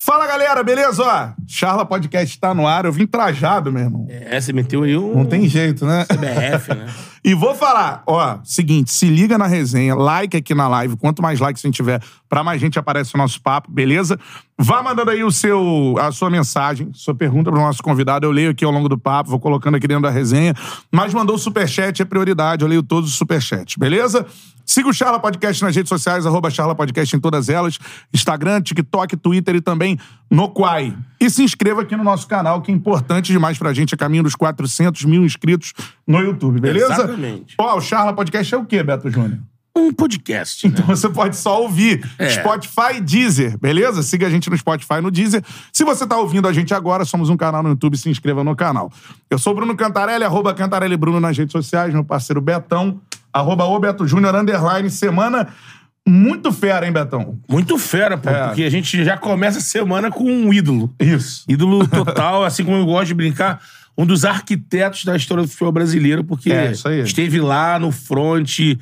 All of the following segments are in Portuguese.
Fala galera, beleza? Ó, Charla Podcast tá no ar. Eu vim trajado, meu irmão. É, você meteu aí um Não tem jeito, né? BF, né? E vou falar, ó, seguinte, se liga na resenha, like aqui na live, quanto mais likes a gente tiver, pra mais gente aparece o nosso papo, beleza? Vá mandando aí o seu, a sua mensagem, sua pergunta pro nosso convidado, eu leio aqui ao longo do papo, vou colocando aqui dentro da resenha, mas mandou o superchat, é prioridade, eu leio todos os superchats, beleza? Siga o Charla Podcast nas redes sociais, arroba Charla Podcast em todas elas, Instagram, TikTok, Twitter e também no Quai. E se inscreva aqui no nosso canal, que é importante demais pra gente, é caminho dos 400 mil inscritos no YouTube, beleza? Beleza? Exatamente. Ó, o Charla Podcast é o quê, Beto Júnior? Um podcast. né? Então você pode só ouvir. É. Spotify e Deezer, beleza? Siga a gente no Spotify e no Deezer. Se você tá ouvindo a gente agora, somos um canal no YouTube, se inscreva no canal. Eu sou o Bruno Cantarelli, arroba Cantarelli Bruno nas redes sociais, meu parceiro Betão, arroba o Beto Júnior, underline, semana muito fera, hein, Betão? Muito fera, pô, É. porque a gente já começa a semana com um ídolo. Isso. Ídolo total, assim como eu gosto de brincar, um dos arquitetos da história do futebol brasileiro, porque É, isso aí. esteve lá no front e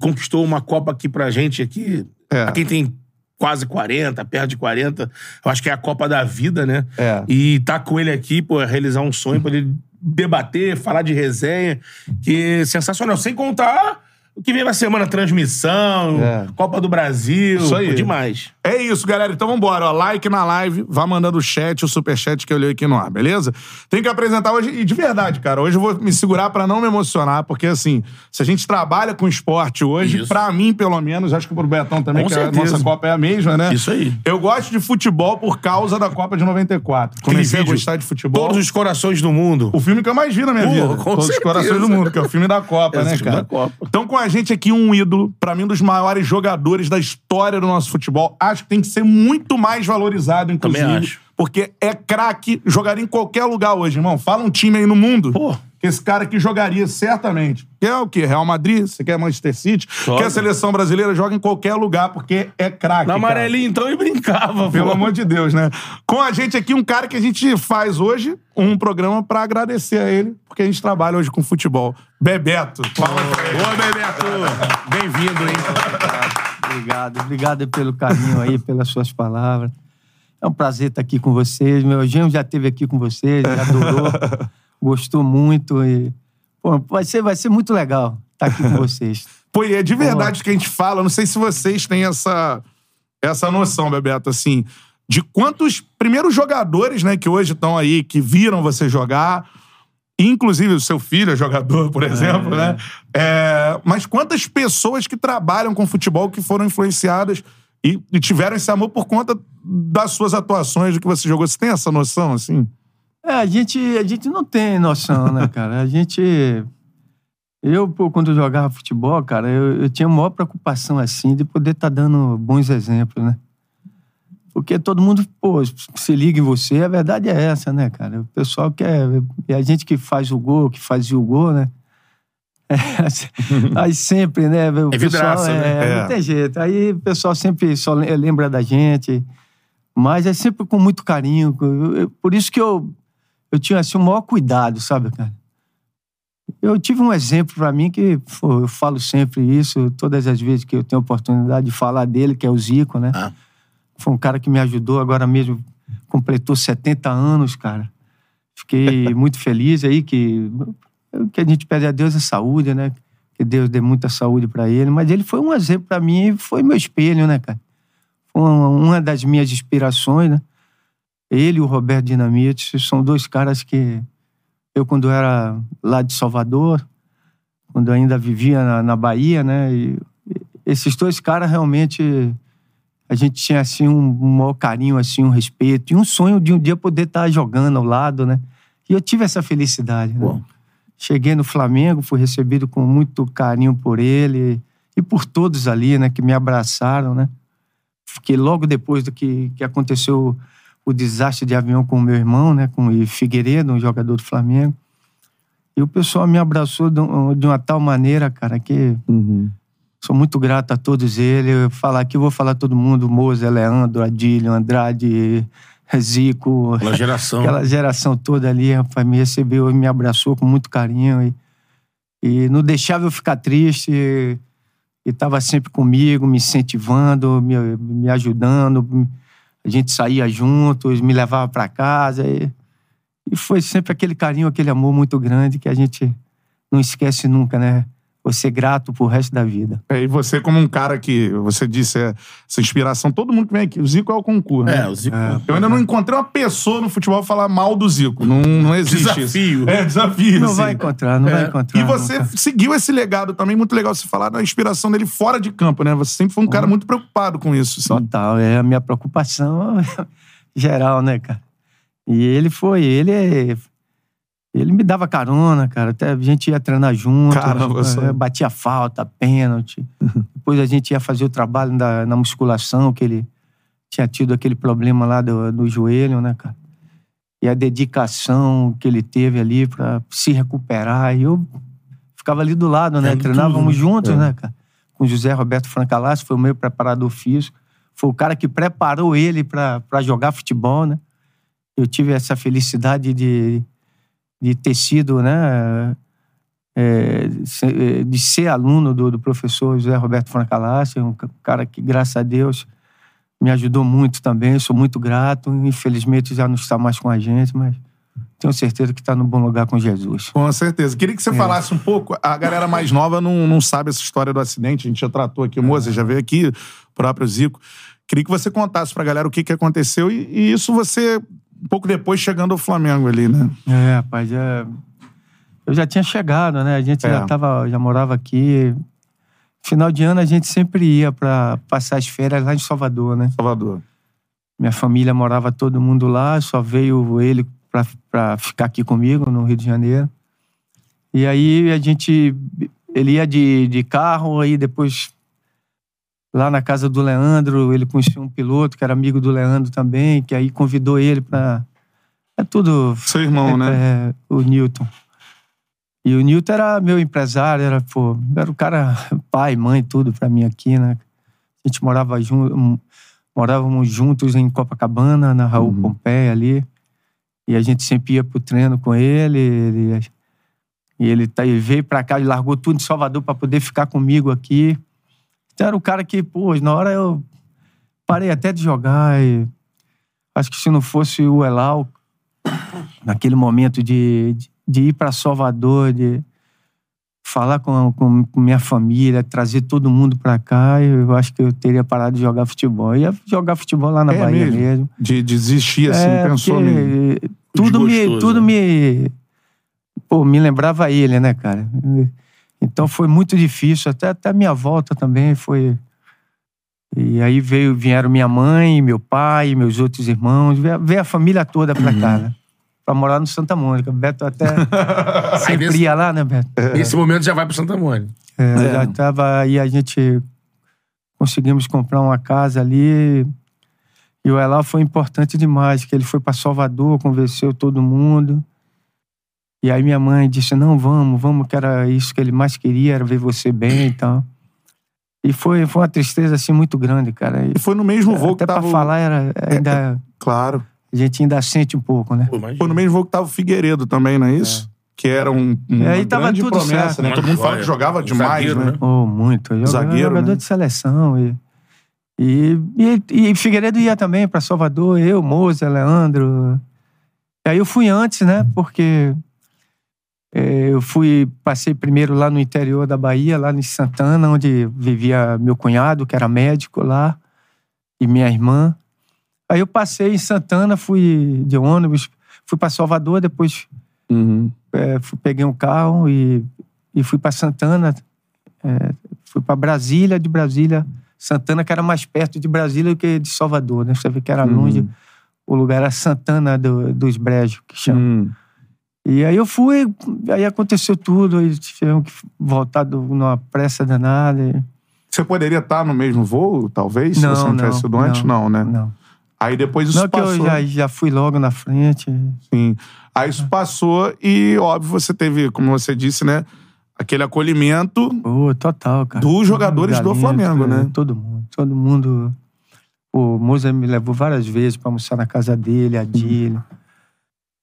conquistou uma Copa aqui pra gente, aqui, É. pra quem tem quase 40, perto de 40, eu acho que é a Copa da Vida, né? É. E tá com ele aqui, pô, é realizar um sonho pra ele debater, falar de resenha, que é sensacional. Sem contar o que vem na semana, transmissão, É. Copa do Brasil, Isso aí. pô, demais. É isso, galera. Então vambora. Ó, like na live, vá mandando o chat, o superchat que eu leio aqui no ar, beleza? Tem que apresentar hoje, e de verdade, cara, hoje eu vou me segurar pra não me emocionar, porque assim, se a gente trabalha com esporte hoje, Isso. pra mim, pelo menos, acho que pro Betão também, Com que a certeza. nossa Copa é a mesma, né? Isso aí. Eu gosto de futebol por causa da Copa de 94. Comecei a vídeo, gostar de futebol. Todos os corações do mundo. O filme que eu mais vi na minha Pô, vida. com Todos os certeza. corações do mundo, que é o filme da Copa, É o né, filme cara? da Copa. Então, com a gente aqui, um ídolo, pra mim, um dos maiores jogadores da história do nosso futebol. Acho que tem que ser muito mais valorizado, inclusive. acho. Porque é craque, jogaria em qualquer lugar hoje, irmão. Fala um time aí no mundo. Pô. Que esse cara aqui jogaria, certamente. Quer o quê? Real Madrid? Você quer Manchester City? Joga. Quer a seleção brasileira? Joga em qualquer lugar, porque é craque. Na cara. amarelinha, então, e brincava, Pelo pô. amor de Deus, né? Com a gente aqui, um cara que a gente faz hoje um programa pra agradecer a ele, porque a gente trabalha hoje com futebol. Bebeto. Palmas pra ele. Ô, Bebeto, bem-vindo, hein? Obrigado, obrigado pelo carinho aí, pelas suas palavras. É um prazer estar aqui com vocês. Meu Eugênio já esteve aqui com vocês, já adorou, gostou muito. E, pô, vai, ser, vai ser muito legal estar aqui com vocês. Pô, e é de verdade que a gente fala. Não sei se vocês têm essa, essa noção, Bebeto, assim, de quantos primeiros jogadores, né, que hoje estão aí, que viram você jogar. Inclusive, o seu filho é jogador, por exemplo, né? É, mas quantas pessoas que trabalham com futebol que foram influenciadas e, e tiveram esse amor por conta das suas atuações, do que você jogou? Você tem essa noção, assim? É, a, gente, a gente não tem noção, né, cara? A gente. Eu, pô, quando eu jogava futebol, cara, eu, eu tinha a maior preocupação, assim, de poder estar dando bons exemplos, né? Porque todo mundo, pô, se liga em você, a verdade é essa, né, cara? O pessoal quer. E a gente que faz o gol, que fazia o gol, né? É, aí sempre, né? O É vidraça, pessoal, né? é, É. Não tem jeito. Aí o pessoal sempre só le- lembra da gente. Mas é sempre com muito carinho. com- eu- eu- Por isso que eu, eu tinha assim, o maior cuidado, sabe, cara? Eu tive um exemplo pra mim que pô, eu falo sempre isso, todas as vezes que eu tenho oportunidade de falar dele, que é o Zico, né? Ah. Foi um cara que me ajudou, agora mesmo completou 70 anos, cara. Fiquei muito feliz aí que o que a gente pede a Deus é saúde, né? Que Deus dê muita saúde pra ele, mas ele foi um exemplo pra mim e foi meu espelho, né, cara? Foi uma, uma das minhas inspirações, né? Ele e o Roberto Dinamite são dois caras que eu, quando era lá de Salvador, quando ainda vivia na, na Bahia, né? E, e esses dois caras realmente a gente tinha assim um maior carinho, assim um respeito e um sonho de um dia poder estar jogando ao lado, né? E eu tive essa felicidade. né? Bom. Cheguei no Flamengo, fui recebido com muito carinho por ele e por todos ali, né? Que me abraçaram, né? Fiquei logo depois do que, que aconteceu o desastre de avião com o meu irmão, né, com o Figueiredo, um jogador do Flamengo. E o pessoal me abraçou de, um- de uma tal maneira, cara, que Uhum. sou muito grato a todos eles. Eu falar aqui, eu vou falar todo mundo: Moza, Leandro, Adílio, Andrade, Zico, Pela Então, geração. aquela geração toda ali, rapaz, me recebeu e me abraçou com muito carinho. E, e não deixava eu ficar triste. E, estava sempre comigo, me incentivando, me, me ajudando. A gente saía juntos, me levava para casa. E, e foi sempre aquele carinho, aquele amor muito grande que a gente não esquece nunca, né? Você grato pro resto da vida. É, e você, como um cara que você disse, é, essa inspiração, todo mundo que vem aqui, o Zico é o concurso. É, Né? o Zico. Eu ainda não encontrei uma pessoa no futebol falar mal do Zico. Não, não existe Desafio. isso. É, desafio. Não assim. vai encontrar, não vai É. encontrar. E você nunca. seguiu esse legado também, muito legal você falar da inspiração dele fora de campo, né? Você sempre foi um cara muito preocupado com isso. assim. Total, é a minha preocupação geral, né, cara? E ele foi, ele é- ele me dava carona, cara. Até a gente ia treinar junto, Caramba, né? só- É, batia falta, pênalti. Depois a gente ia fazer o trabalho da- na musculação, que ele tinha tido aquele problema lá do, do joelho, né, cara? E a dedicação que ele teve ali pra se recuperar. E eu ficava ali do lado, né? Vendo tudo, Treinávamos né? juntos, né, cara? Com José Roberto Francalassi, foi o meu preparador físico. Foi o cara que preparou ele pra pra jogar futebol, né? Eu tive essa felicidade de, de ter sido, né? é, se- é, de ser aluno do, do professor José Roberto Francalassi, um ca- cara que, graças a Deus, me ajudou muito também. Sou muito grato. Infelizmente, já não está mais com a gente, mas tenho certeza que está no bom lugar com Jesus. Com certeza. Queria que você falasse um pouco. A galera mais nova não, não sabe essa história do acidente. A gente já tratou aqui, o Moza já veio aqui, o próprio Zico. Queria que você contasse pra galera o que, que aconteceu e, e isso você, um pouco depois, chegando ao Flamengo ali, né? É, rapaz, é... eu já tinha chegado, né? A gente É. já, tava, já morava aqui. Final de ano a gente sempre ia para passar as férias lá em Salvador, né? Salvador. Minha família morava todo mundo lá, só veio ele para ficar aqui comigo no Rio de Janeiro. E aí a gente. Ele ia de, de carro, aí depois. Lá na casa do Leandro, ele conhecia um piloto que era amigo do Leandro também, que aí convidou ele para. É tudo Seu irmão, né? é, o Newton. E o Newton era meu empresário, era, pô, era o cara, pai, mãe, tudo pra mim aqui, né? A gente morava junto, morávamos juntos em Copacabana, na Raul Pompeia ali. E a gente sempre ia pro treino com ele. ele e ele, tá, ele veio pra cá, ele largou tudo em Salvador pra poder ficar comigo aqui. Então era o cara que, pô, na hora eu parei até de jogar. E acho que se não fosse o Elal, naquele momento de, de, de ir para Salvador, de falar com, com, com minha família, trazer todo mundo para cá, eu acho que eu teria parado de jogar futebol. Eu ia jogar futebol lá na É Bahia mesmo? mesmo De desistir, assim, pensou É, porque mesmo. Tudo me, Desgostoso, tudo né? me, pô, me lembrava ele, né, cara? Então foi muito difícil, até, até a minha volta também foi. E aí veio, vieram minha mãe, meu pai, meus outros irmãos, veio, veio a família toda pra Uhum. cá, né? Pra morar no Santa Mônica. O Beto até Aí sempre nesse, ia lá, né, Beto? nesse momento já vai pro Santa Mônica. É, Já tava aí, a gente conseguimos comprar uma casa ali. E o Elal foi importante demais, que ele foi para Salvador, convenceu todo mundo. E aí minha mãe disse: "Não, vamos, vamos, que era isso que ele mais queria, era ver você bem", e tal. E foi, foi uma tristeza assim muito grande, cara. E E foi no mesmo voo É, até que para tava. o- É, falar era ainda Claro. a gente ainda sente um pouco, né? Pô, imagina. Foi no mesmo voo que tava o Figueiredo também, não é isso? Que era um. Uma É, E aí tava grande tudo promessa, certo. né? Uma Todo mundo fala joia. que jogava Um demais, zagueiro, né? Oh, muito. Eu era Zagueiro, jogador né? de seleção. E, e, e, e Figueiredo ia também para Salvador, eu, Moza, Leandro. E aí eu fui antes, né? Porque eh, eu fui, passei primeiro lá no interior da Bahia, lá em Santana, onde vivia meu cunhado, que era médico lá, e minha irmã. Aí eu passei em Santana, fui de ônibus, fui para Salvador, depois eh, fui- peguei um carro e, e fui para Santana, eh, fui para Brasília, de Brasília, Santana, que era mais perto de Brasília do que de Salvador, né? Você vê que era Uhum. longe, o lugar era Santana do- dos Brejos, que chama. Hum. E aí eu fui, aí aconteceu tudo, aí tivemos que voltar do, numa pressa danada. e- Você poderia estar no mesmo voo, talvez, se Não, você não não, tivesse sido antes? Não, né? Não. Aí depois isso Não é que passou. eu já, já fui logo na frente. Sim. Aí isso passou e, óbvio, você teve, como você disse, né? Aquele acolhimento. Pô, total, cara. Dos jogadores do Flamengo, né? é, Todo mundo. Todo mundo. O Moza me levou várias vezes pra almoçar na casa dele, a Dilha. Uhum.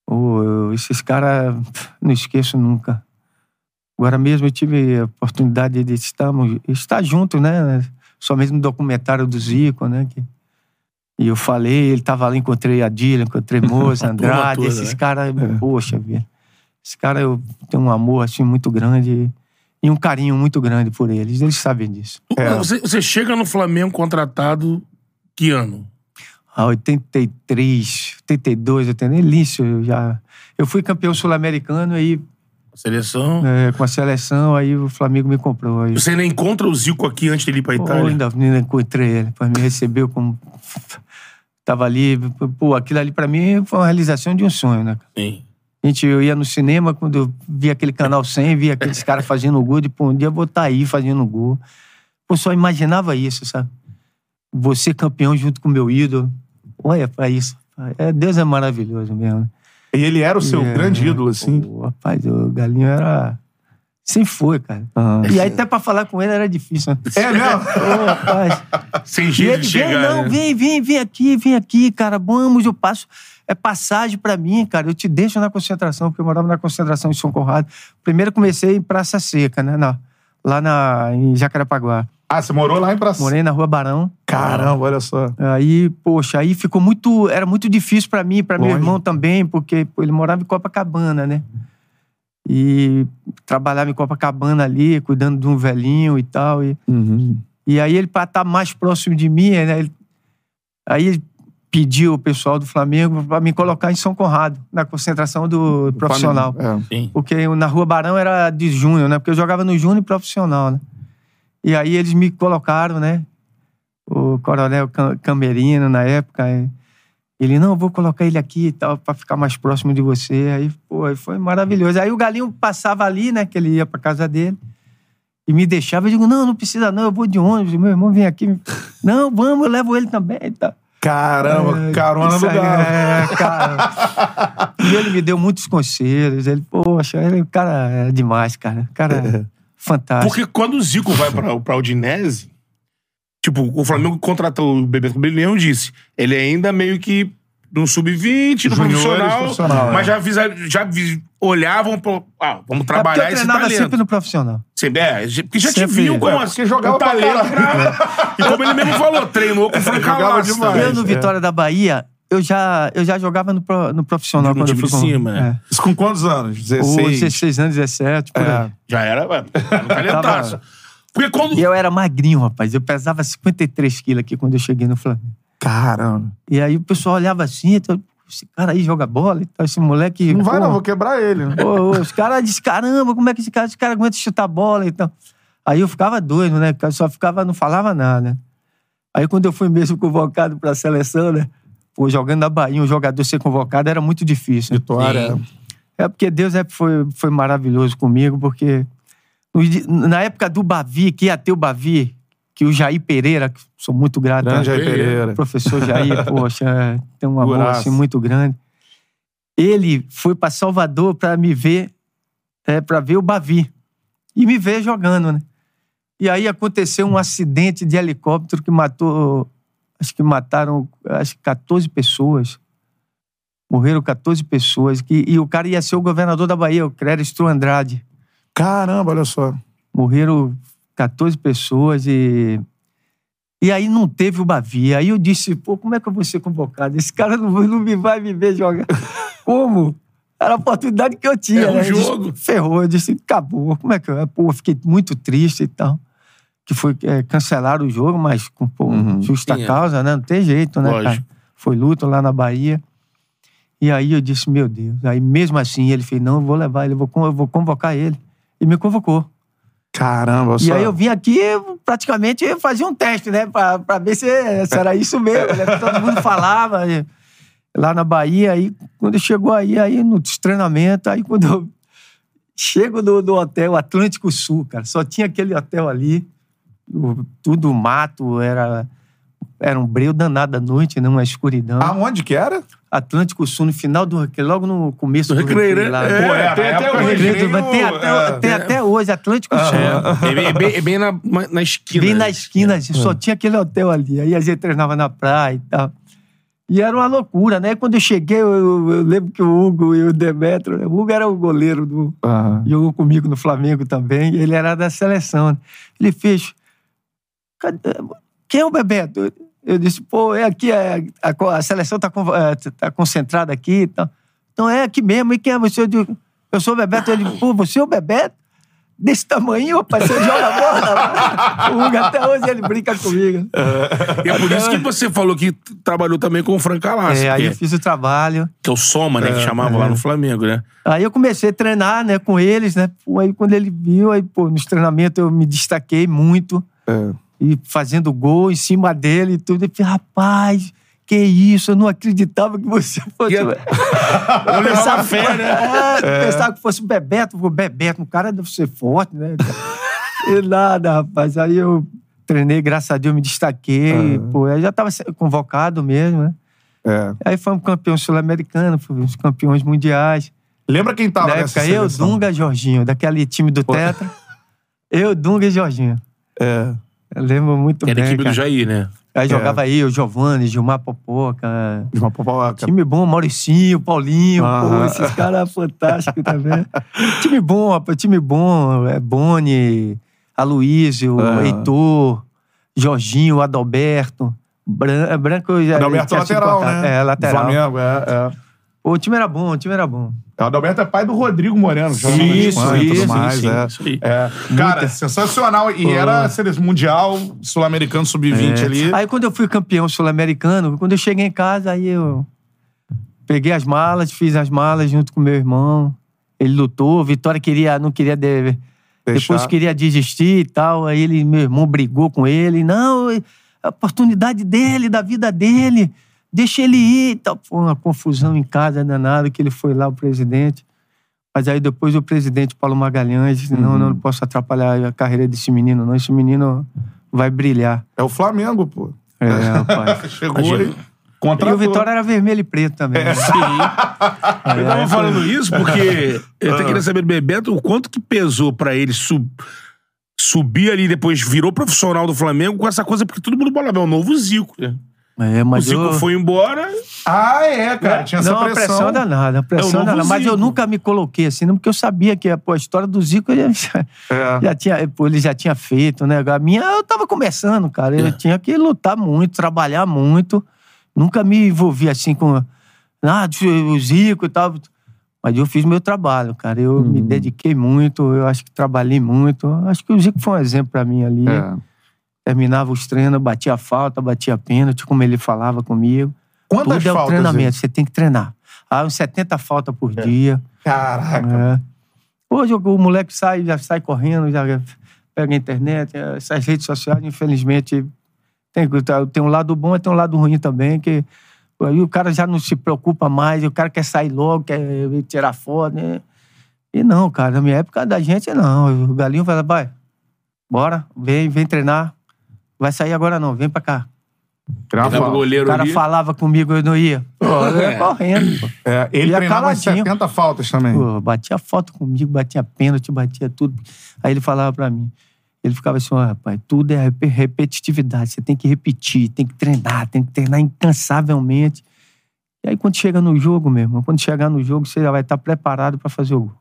Pô, eu- esses caras, não esqueço nunca. Agora mesmo eu tive a oportunidade de estarmos, estar juntos, né? Só mesmo no documentário do Zico, né? Que, e eu falei, ele tava lá, encontrei a Dilha, encontrei Moza, Andrade, toda, esses né? caras, poxa vida. Esse cara, eu tenho um amor, assim, muito grande e um carinho muito grande por eles. Eles sabem disso. É. Você, você chega no Flamengo contratado que ano? Ah, 83, 82, 82, início, eu já... Eu fui campeão sul-americano aí, Seleção? é, com a seleção, aí o Flamengo me comprou. Aí, Você ainda encontra o Zico aqui antes dele ir pra Pô, Itália? ainda, ainda encontrei ele, pô, me recebeu como... Tava ali, pô, aquilo ali pra mim foi uma realização de um sonho, né? Sim. Gente, eu ia no cinema quando eu via aquele Canal 100, via aqueles caras fazendo gol, de pô, um dia eu vou estar aí fazendo gol. Pô, só imaginava isso, sabe? Você campeão junto com o meu ídolo. Olha pra isso. É, Deus é maravilhoso mesmo. né? E ele era o seu É, grande ídolo, assim. Pô, rapaz, o Galinho era... Sem foi, cara. E aí até pra falar com ele era difícil. né? É mesmo? Ô, rapaz. Sem E jeito ele, de vem, chegar. não, né? vem, vem, vem aqui, vem aqui, cara. Vamos, eu passo. É passagem pra mim, cara. Eu te deixo na concentração, porque eu morava na concentração em São Conrado. Primeiro comecei em Praça Seca, né? na- lá na, em Jacarepaguá. Ah, você morou lá em Praça. Morei na Rua Barão. Caramba, olha só. Aí, poxa, aí ficou muito. Era muito difícil pra mim, pra meu Lógico. irmão também, porque pô, ele morava em Copacabana, né? E trabalhava em Copacabana ali, cuidando de um velhinho e tal. E e aí ele, para estar mais próximo de mim, né, ele- aí ele pediu o pessoal do Flamengo para me colocar em São Conrado, na concentração do profissional. É. Sim. Porque na Rua Barão era de júnior, né? Porque eu jogava no júnior e profissional, né? E aí eles me colocaram, né? O coronel Cam- Camerino, na época, eh, ele, não, eu vou colocar ele aqui e tal, pra ficar mais próximo de você. Aí, pô, aí foi maravilhoso. Aí o Galinho passava ali, né, que ele ia pra casa dele e me deixava. Eu digo, não, não precisa não, eu vou de ônibus, meu irmão vem aqui. Não, vamos, eu levo ele também e tal. Caramba, É, carona isso do aí, galo. É, cara. e ele me deu muitos conselhos. Ele, poxa, ele, o cara é demais, cara. O cara é fantástico. Porque quando o Zico vai pra, pra Udinese, tipo, o Flamengo contratou o Bebeto Brilhão disse, ele ainda meio que no sub-20, no Juniores, profissional, profissional, é. mas já, avisa- já vi- olhavam pro, ah, vamos É porque trabalhar eu esse treinava talento. sempre no profissional. Sempre, é, porque já te Sempre. É, viu com Ué, as- porque jogava o talento pra pra- E como ele mesmo falou, treinou com o Frank né? Jogava Alasta. demais. Eu no é. Vitória da Bahia, eu já, eu já jogava no, pro- no profissional No quando eu time fui de com- cima, é. é. Isso com quantos anos? Ou 16. 16 anos, 17, por aí. Já era, ué, um talentaço. Tava- Porque quando... E eu era magrinho, rapaz. Eu pesava 53 quilos aqui quando eu cheguei no Flamengo. Caramba. E aí o pessoal olhava assim, então, esse cara aí joga bola e tal, esse moleque... Não vai, pô, não, vou quebrar ele. né? Pô, os caras dizem, caramba, como é que esse cara, esse cara aguenta chutar bola e tal. Aí eu ficava doido, né? Porque eu só ficava, não falava nada, né? Aí quando eu fui mesmo convocado pra seleção, né? Pô, jogando na Bahia, um jogador ser convocado era muito difícil. né? Vitória. É porque Deus é, foi, foi maravilhoso comigo, porque nos di- na época do Bavi, que ia ter o Bavi, que o Jair Pereira, que sou muito grato né? a- Grande Jair Pereira. o professor Jair, poxa, é, tem um amor Guraço. assim, muito grande. Ele foi para Salvador para me ver, é, para ver o Bavi. E me ver jogando, né? E aí aconteceu um acidente de helicóptero que matou, acho que mataram acho que 14 pessoas. Morreram 14 pessoas. Que, e o cara ia ser o governador da Bahia, o Crédito Andrade. Caramba, olha só. Morreram 14 pessoas e. E aí não teve o Bavi. Aí eu disse, pô, como é que eu vou ser convocado? Esse cara não, não me vai me ver jogar. Como? Era a oportunidade que eu tinha. Era um né? Eu disse, jogo. ferrou. Eu disse, acabou. Como é que eu... Pô, eu fiquei muito triste e tal. Que foi é, cancelar o jogo, mas com pô, justa Sim, é. causa, né? Não tem jeito, né, cara? Lógico. Foi luto lá na Bahia. E aí eu disse, meu Deus. Aí mesmo assim ele fez, não, eu vou levar ele, eu vou, con- eu vou convocar ele. E me convocou. Caramba, olha E só. aí eu vim aqui praticamente fazer um teste, né? Pra, pra ver se, se era isso mesmo, né? Todo mundo falava. e- Lá na Bahia, aí quando chegou aí, aí no treinamento, aí quando eu chego no, no hotel Atlântico Sul, cara, só tinha aquele hotel ali, o- tudo mato, era Era um breu danado à noite, né? Uma escuridão. Aonde Ah, que era? Atlântico Sul, no final do recreio, logo no começo do recreio, recreio. né? lá. É, Pô, na tem até um época o do Credo, recreio, mas tem até, é, tem até hoje, Atlântico Sul. É bem, é bem- é bem na, na esquina. Bem na esquina, gente, só tinha aquele hotel ali. Aí a gente treinava na praia e tal. E era uma loucura, né? Quando eu cheguei, eu, eu- eu lembro que o Hugo e o Demetrio, né? o Hugo era o goleiro do. Jogou comigo no Flamengo também, e ele era da seleção. né? Ele fez. "Cadê- Quem é o Bebeto? Eu disse, pô, é aqui, é- a, co- a seleção tá, con- eh, tá concentrada aqui e tal. Então é aqui mesmo, e quem é você? Eu digo, eu sou o Bebeto. Ele, pô, você é o Bebeto? Desse tamanho, rapaz, você joga bola. O Hugo até hoje ele brinca comigo. E é por isso que você falou que t- trabalhou também com o Fran Calassi, É, aí eu que, fiz o trabalho. que é o Soma, né? que chamava lá no Flamengo, né? Aí eu comecei a treinar, né, com eles, né? Pô, aí quando ele viu, aí, pô, nos treinamentos eu me destaquei muito. É. E fazendo gol em cima dele e tudo. Eu falei, rapaz, que isso? Eu não acreditava que você fosse... eu- Eu levava fé, né? É, Pensava que fosse o Bebeto. Pô, Bebeto, um cara deve ser forte, né? E nada, rapaz. Aí eu treinei, graças a Deus, me destaquei. Ah. Pô, aí já tava sendo convocado mesmo, né? É. Aí fomos campeão sul-americano, fomos campeões mundiais. Lembra quem tava Na nessa época, eu, seleção? Dunga e Jorginho, daquele time do Tetra. Eu, Dunga e Jorginho. É. Eu lembro muito Era a bem. equipe do cara. Jair, né? Aí jogava eu, Giovanni, Gilmar Popoca. De uma popoca. Time bom, Mauricinho, Paulinho, pô, Aham. esses caras fantásticos também. time bom, rapaz, time bom. É Boni, Aloysio, Aham. Heitor, Jorginho, Adalberto. Bran- é, Branco eu já. Adalberto é tinha sido lateral, cortado. né? É, lateral. Flamengo, é, é. Pô, o time era bom, o time era bom. O Adalberto é pai do Rodrigo Moreno. que joga na Isso, Espanha e tudo isso, mais, sim, é. isso aí. É. Cara, sensacional. E era seleção mundial, sul-americano, sub-20 É. ali. Aí quando eu fui campeão sul-americano, quando eu cheguei em casa, aí eu peguei as malas, fiz as malas junto com meu irmão. Ele lutou, Vitória queria, não queria de- Deixar. depois queria desistir e tal. Aí ele, meu irmão brigou com ele. Não, a oportunidade dele, da vida dele. Deixa ele ir. e tal. Foi uma confusão em casa danada que ele foi lá, o presidente. Mas aí depois o presidente Paulo Magalhães disse, não, não, não posso atrapalhar a carreira desse menino, não. Esse menino vai brilhar. É o Flamengo, pô. É, rapaz. Chegou Imagina. e contratou. E o Vitória era vermelho e preto também. né? Eu tava falando isso porque eu até queria saber do Bebeto o quanto que pesou pra ele sub- subir ali e depois virou profissional do Flamengo com essa coisa, porque todo mundo falava, é o novo Zico, né? É, O mas Zico eu... foi embora, Ah, é, cara. Tinha essa Né? não, a pressão. pressão danada, a É o novo pressão danada. Mas eu Zico. nunca me coloquei assim, não, porque eu sabia que pô, a história do Zico ele já, É. já tinha, pô, ele já tinha feito, né? A minha eu tava começando, cara. Eu É. tinha que lutar muito, trabalhar muito. Nunca me envolvi assim com ah, o Zico e tal. Mas eu fiz meu trabalho, cara. Eu Uhum. me dediquei muito, eu acho que trabalhei muito. Acho que o Zico foi um exemplo pra mim ali. É. Terminava os treinos, batia falta, batia pênalti, como ele falava comigo. Quantas Tudo é o faltas? É. treinamento, ele? você tem que treinar. Ah, uns 70 faltas por dia. Caraca. É. Hoje o moleque sai, já sai correndo, já pega a internet, eh, essas redes sociais, infelizmente, tem, que- tá- tem um lado bom e tem um lado ruim também, que aí o cara já não se preocupa mais, o cara quer sair logo, quer tirar foto, né? E não, cara, na minha época da gente, não. O Galinho vai lá, vai, bora, vem, vem treinar. Vai sair agora não, vem pra cá. Grava. né, o O é goleiro cara ali. falava comigo, eu não ia. Pô, eu ia É. correndo, pô. É, ele Ele é treinava umas caladinho. 70 faltas também. Pô, batia foto comigo, batia pênalti, batia tudo. Aí ele falava pra mim. Ele ficava assim, ó, rapaz, tudo é rep- repetitividade. Você tem que repetir, tem que treinar, tem que treinar incansavelmente. E aí quando chega no jogo, meu irmão, quando chegar no jogo, você já vai estar preparado pra fazer o gol.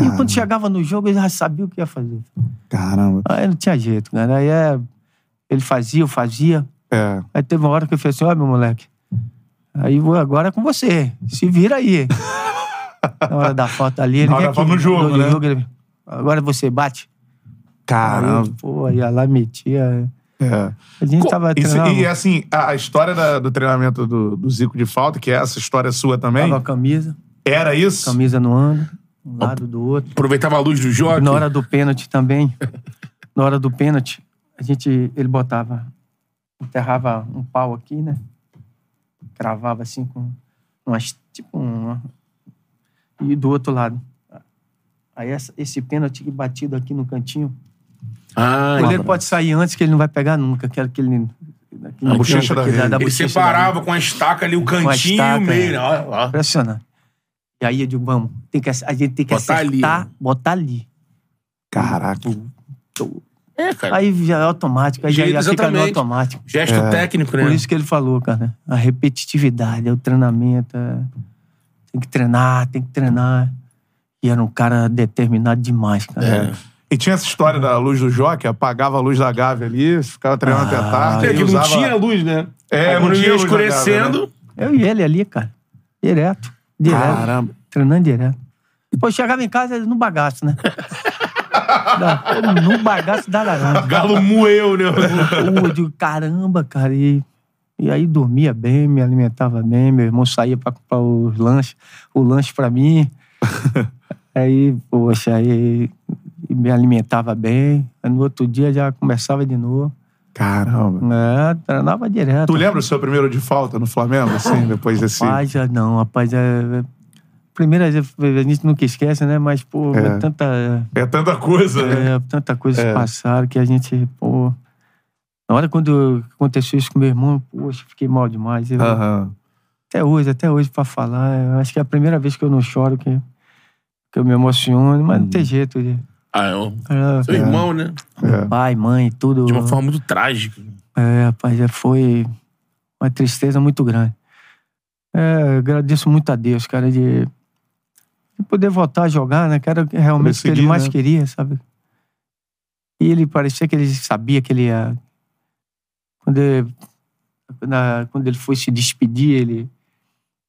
E quando chegava no jogo, eu já sabia o que ia fazer. Caramba. Aí não tinha jeito, cara. Aí é, ele fazia, eu fazia. É. Aí teve uma hora que eu falei assim, ó, meu moleque, aí vou agora é com você. Se vira aí. Na hora da foto ali, ele Na hora vem da aqui, foto no jogo, né? ele, agora você bate. Caramba. Aí, pô, ia lá, metia. É. A gente Co- tava isso- treinando, e assim, a, a história da- do treinamento do, do Zico de falta, que é essa história sua também, tava a camisa, era isso? camisa no ângulo, um lado do outro. Aproveitava a luz do jogo. Na hora do pênalti também, na hora do pênalti, a gente, ele botava, enterrava um pau aqui, né? Cravava assim com umas, tipo uma... E do outro lado. Aí essa- esse pênalti que batido aqui no cantinho, Ah, o goleiro pode sair antes que ele não vai pegar nunca, que é aquele daqui, A bochecha da rede. Ele bochecha da separava com a estaca ali o a cantinho estaca, e o meio, é. né? Ó, ó. Impressionante. E aí eu digo, vamos, tem que, ac- a gente tem que Botar ali, acertar, né? botar ali. Caraca. É, cara. Aí já é automático, aí já, Jeito, já fica no exatamente. automático. Gesto técnico, né? É. Por isso que ele falou, cara, né? a repetitividade, é o treinamento, é... tem que treinar, tem que treinar. E era um cara determinado demais, cara. É. E tinha essa história da luz do Jockey, apagava a luz da Gávea ali, ficava treinando até Ah, tarde. É aí que não usava- tinha luz, né? É, Aí não quando tinha ia luz na casa, né? escurecendo. Eu e ele ali, cara. Direto. Direto. Caramba. Treinando direto. Depois chegava em casa, ele no bagaço, né? Da- no bagaço da laranja. Galo moeu, né? Pô, eu digo, caramba, cara. E, e aí dormia bem, me alimentava bem. Meu irmão saía pra comprar os lanches, o lanche pra mim. aí, poxa, aí me alimentava bem. Aí no outro dia já começava de novo. Caramba. É, treinava direto. Tu lembra o seu primeiro de falta no Flamengo, assim, depois desse. Rapaz, já não, rapaz, é... Primeira vez, a gente nunca esquece, né? Mas, pô, É. é tanta, É tanta coisa, né? é, tanta coisa É. que passaram que a gente, pô... Na hora quando aconteceu isso com meu irmão, poxa, fiquei mal demais. né? Eu- Aham. Até hoje, até hoje, pra falar, eu acho que é a primeira vez que eu não choro, que, que eu me emociono, mas não tem jeito. De... Ah, eu... Era- Seu irmão, né? É. Pai, mãe, tudo... De uma Uhum. forma muito trágica. É, rapaz, já foi uma tristeza muito grande. É, eu agradeço muito a Deus, cara, de, de poder voltar a jogar, né? Que era realmente o que seguir, ele mais né? queria, sabe? E ele parecia que ele sabia que ele ia. Quando ele, na- quando ele foi se despedir, ele.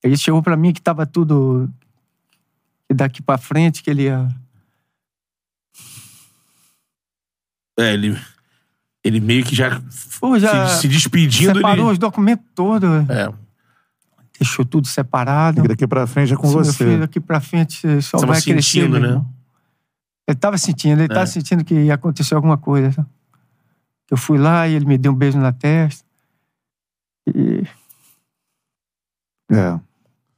Ele chegou pra mim que tava tudo. que daqui pra frente, que ele ia. É, ele... Ele meio que já, Pô, já se, se despedindo... separou Ele... os documentos todos, É. deixou tudo separado. Daqui pra frente é com Sim, meu você. né? filho, daqui pra frente você só Tava vai crescer. sentindo, meu né? irmão. Ele tava sentindo, ele É. tava sentindo que ia acontecer alguma coisa. sabe? Eu fui lá e ele me deu um beijo na testa. E É.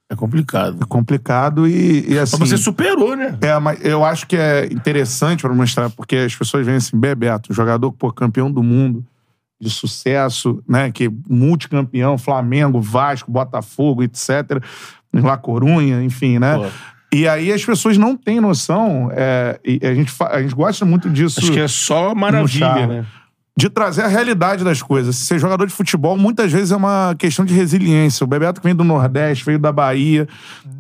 É complicado. É complicado e, e assim. Mas você superou, né? É, mas eu acho que é interessante pra mostrar, porque as pessoas veem assim, Bebeto, jogador pô, campeão do mundo, de sucesso, né? Que multicampeão, Flamengo, Vasco, Botafogo, etc. La Corunha, enfim, né? Pô, E aí as pessoas não têm noção, é, e a gente, fa- a gente gosta muito disso acho que é só Puxar. maravilha, né? de trazer a realidade das coisas. Ser jogador de futebol muitas vezes é uma questão de resiliência. O Bebeto que vem do Nordeste, veio da Bahia,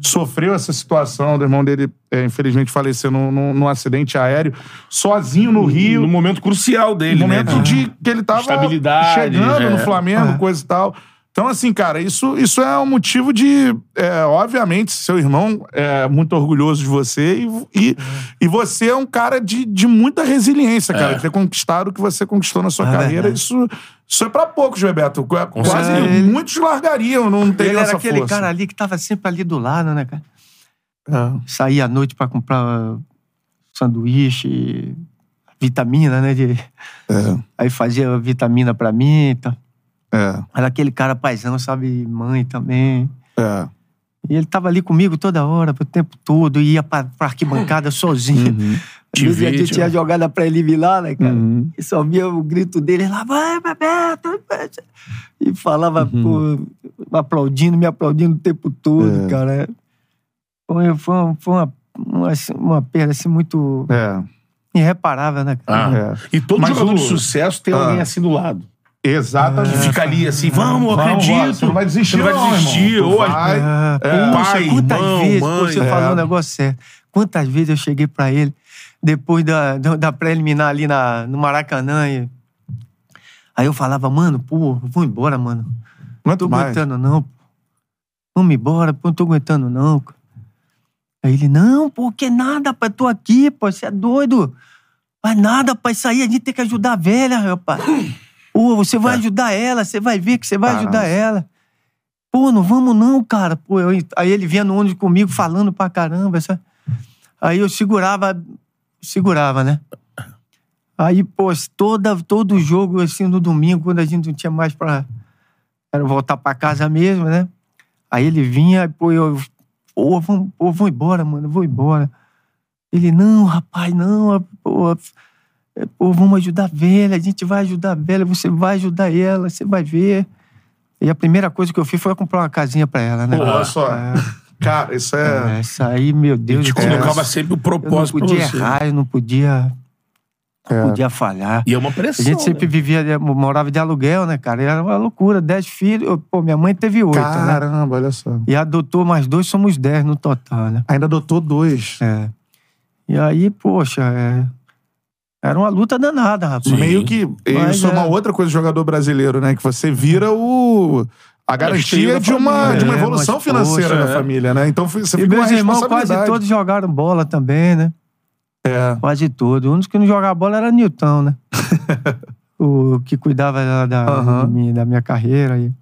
sofreu essa situação do irmão dele, é, infelizmente, falecer num, num, num acidente aéreo, sozinho no No Rio, momento crucial no dele, momento né? de que ele tava Estabilidade, chegando é. no Flamengo, É. coisa e tal. Então, assim, cara, isso, isso é um motivo de. é, obviamente, seu irmão é muito orgulhoso de você e, e, e você é um cara de, de muita resiliência, cara, É. de ter conquistado o que você conquistou na sua É carreira. verdade. Isso, isso é pra poucos, Bebeto. Qua- Quase certeza. Ele- muitos largariam, não ele teriam era essa aquele força. cara ali que tava sempre ali do lado, né, cara? É. Saía à noite pra comprar sanduíche, vitamina, né? de- Aí fazia vitamina pra mim e tal. É, Era aquele cara paizão, sabe? Mãe também. é. E ele tava ali comigo toda hora, o tempo todo, e ia pra, pra arquibancada sozinho. Às Te vezes a vi, gente te- tinha jogada pra ele vir lá, né, cara? Uhum. E só via o grito dele lá, vai, Bebeto! vai". E falava, pô, aplaudindo, me aplaudindo o tempo todo, Uhum. É. cara. Foi, foi, uma- foi uma, uma, assim, uma perda assim muito É, irreparável, né, cara? é. E todo Mas jogador o- de sucesso tem Ah. alguém assim do lado. Exatamente. Que fica ali assim, vamos, eu Vamos, acredito. vamos, tu não vai desistir, Tu não vai não, desistir, irmão. Tu ou vai. Ah, É. poxa, Pai, quantas irmão, vezes mãe, pô, você é. falou um negócio certo. Quantas vezes eu cheguei pra ele depois da, da, da preliminar ali na, no Maracanã. E... Aí eu falava, mano, pô, eu vou embora, mano. Não tô Quanto mais? aguentando, não. pô. Vamos embora, pô, não tô aguentando, não. cara." Aí ele, não, pô, que nada, pai, tô aqui, pô, você é doido. Mas nada, pai, isso aí a gente tem que ajudar a velha, rapaz. Pô, você vai ajudar ela, você vai ver que você vai Caraca. ajudar ela. Pô, não vamos não, cara. Pô, eu- aí ele vinha no ônibus comigo falando pra caramba. sabe? Aí eu segurava, segurava, né? Aí, pô, toda, todo jogo, assim, no domingo, quando a gente não tinha mais pra era voltar pra casa mesmo, né? Aí ele vinha, pô, eu, pô, vamos, pô, vou embora, mano, vou embora. Ele, não, rapaz, não, pô, é, pô, vamos ajudar a velha, a gente vai ajudar a velha, você vai ajudar ela, você vai ver. E a primeira coisa que eu fiz foi comprar uma casinha pra ela, né? Pô, olha só. Cara, isso É, é. Essa aí, meu Deus Te do céu. colocava sempre o Eu não propósito pra podia você. errar, eu não podia, não É. podia falhar. E é uma A pressão. gente sempre vivia, de- morava de aluguel, né, cara? E Era uma loucura. Dez filhos. eu- Pô, minha mãe teve oito, né? Caramba, olha só. E adotou mais dois, somos dez no total, né? Ainda adotou dois. É. E aí, poxa, é... era uma luta danada, rapaz. Meio que. Mas Isso é. é. uma outra coisa do jogador brasileiro, né? Que você vira o. A filho garantia da de uma, família. de uma É, evolução mas, financeira poxa, da é. família, né? Então você E fica uma meus irmãos quase responsabilidade. todos jogaram bola também, né? É. Quase todos. O único que não jogava bola era Newton, né? o que cuidava da, da, Aham. de mim, da minha carreira. E...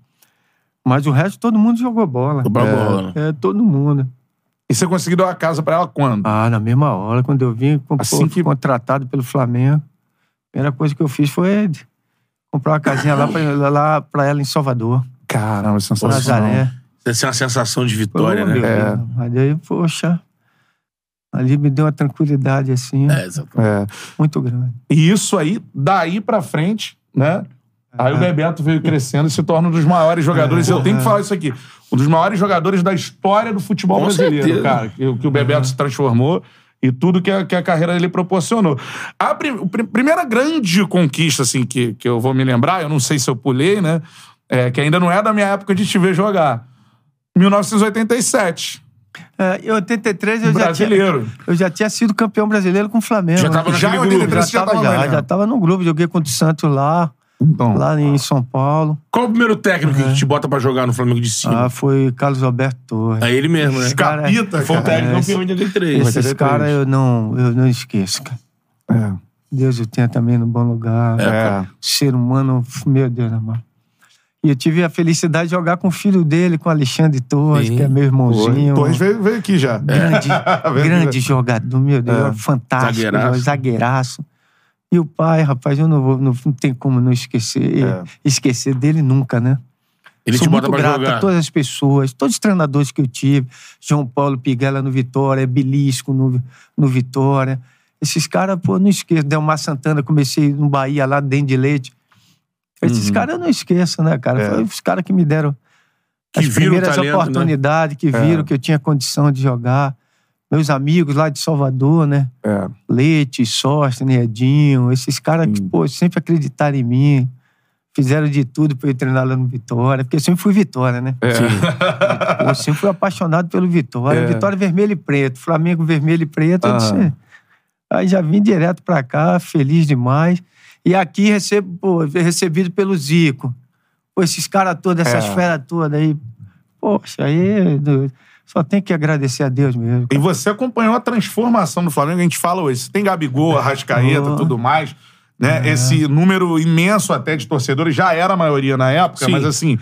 Mas o resto, todo mundo jogou bola. Pra bola, né? É, todo mundo. E você conseguiu dar uma casa pra ela quando? Ah, na mesma hora, quando eu vim com- Assim que- contratado pelo Flamengo, a primeira coisa que eu fiz foi comprar uma casinha lá pra, lá pra ela em Salvador, Caramba, é sensacional. Nazaré. Deve ser uma sensação de Pô, vitória, meu né? É. Deus, Mas daí, poxa, ali me deu uma tranquilidade assim, É, exato. É. muito grande. E isso aí, daí pra frente, né? Aí o Bebeto veio crescendo e se torna um dos maiores jogadores. Eu tenho que falar isso aqui. Um dos maiores jogadores da história do futebol Com brasileiro, certeza. cara. Que, o- que o Bebeto se transformou e tudo que a, que a carreira dele proporcionou. A prim- o pri- primeira grande conquista, assim, que, que eu vou me lembrar, eu não sei se eu pulei, né? É, que ainda não é da minha época de te ver jogar. 1987. É, em 83 eu já, tinha, brasileiro. eu já tinha sido campeão brasileiro com o Flamengo. Já tava né? Já em naquele 83 já você já tava, tava já, ganhando. já tava no grupo, joguei contra o Santos lá, Então. lá em São Paulo. Qual o primeiro técnico que te bota pra jogar no Flamengo de cima? Ah, foi Carlos Alberto Torres. É ele mesmo, né? Os caras- Capita, Foi um cara. técnico Ah, É, campeão em 83. Esses 83. caras eu não, eu não esqueço, cara. É. Deus o tenha também no bom lugar. É. Ser humano, meu Deus, amado. E eu tive a felicidade de jogar com o filho dele, com o Alexandre Torres, Sim. É, que é meu irmãozinho. Torres veio, veio aqui já. Grande, Vem, grande jogador, meu É. Deus, é fantástico, Zagueiraço. zagueiraço. E o pai, rapaz, eu não vou, não, não tem como não esquecer, É. esquecer dele nunca, né? Ele Sou te bota muito pra grato jogar. a todas as pessoas, todos os treinadores que eu tive. João Paulo Piguela no Vitória, Belisco no, no Vitória. Esses caras, pô, não esqueço. Delmar Santana, comecei no Bahia, lá dentro de leite. Esses Uhum. caras eu não esqueço, né, cara? É. Foi os caras que me deram Que as viram o primeiras talento, né? oportunidades, que viram que eu tinha condição de jogar. Meus amigos lá de Salvador, né? É. Leite, Sóstenes, Edinho, esses caras que, pô, sempre acreditaram em mim. Fizeram de tudo pra eu treinar lá no Vitória, porque eu sempre fui Vitória, né? É. Pô, eu sempre fui apaixonado pelo Vitória. É. Vitória vermelho e preto, Flamengo vermelho e preto. eu Ah. disse, Aí já vim direto pra cá, feliz demais. E aqui recebo, pô, recebido pelo Zico. Pô, esses caras todos, essas É. feras todas aí. Poxa, aí do- só tem que agradecer a Deus mesmo. E você acompanhou a transformação do Flamengo, a gente fala hoje. Você tem Gabigol, É. Arrascaeta Oh. tudo mais. Né? Esse número imenso até de torcedores, já era a maioria na época, Sim. É, mas assim,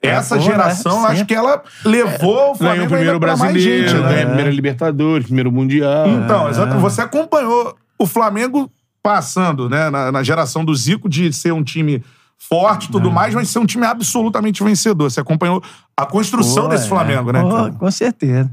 essa pô, geração, né? acho que ela levou o Ganhou o Flamengo primeiro ainda pra mais brasileiro, gente. ganhou Né? a primeira Libertadores, primeiro Mundial. É. Então, exato, você acompanhou o Flamengo passando né, na, na geração do Zico de ser um time forte e É. tudo mais, mas ser um time absolutamente vencedor. Você acompanhou a construção Pô, desse é. Flamengo, né? Pô, cara? com certeza.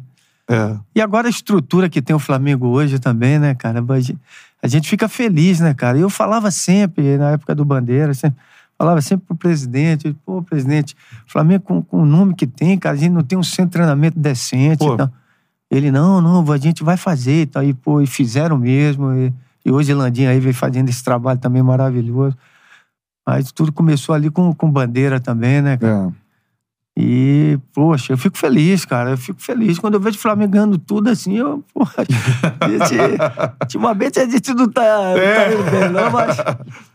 É. E agora a estrutura que tem o Flamengo hoje também, né, cara? A gente- A gente fica feliz, né, cara? Eu falava sempre, na época do Bandeira, sempre- falava sempre pro presidente, eu, pô, presidente, Flamengo com, com o nome que tem, cara, a gente não tem um centro de treinamento decente. Pô. Então. Ele, não, não, a gente vai fazer. Então, aí, pô, e fizeram mesmo. E, e hoje Landim aí vem fazendo esse trabalho também maravilhoso. Mas tudo começou ali com, com Bandeira também, né, cara? E, poxa, eu fico feliz, cara. Eu fico feliz. Quando eu vejo o Flamengo ganhando tudo, assim, eu, poxa, gente, ultimamente a gente não tá, não tá indo bem, não, mas,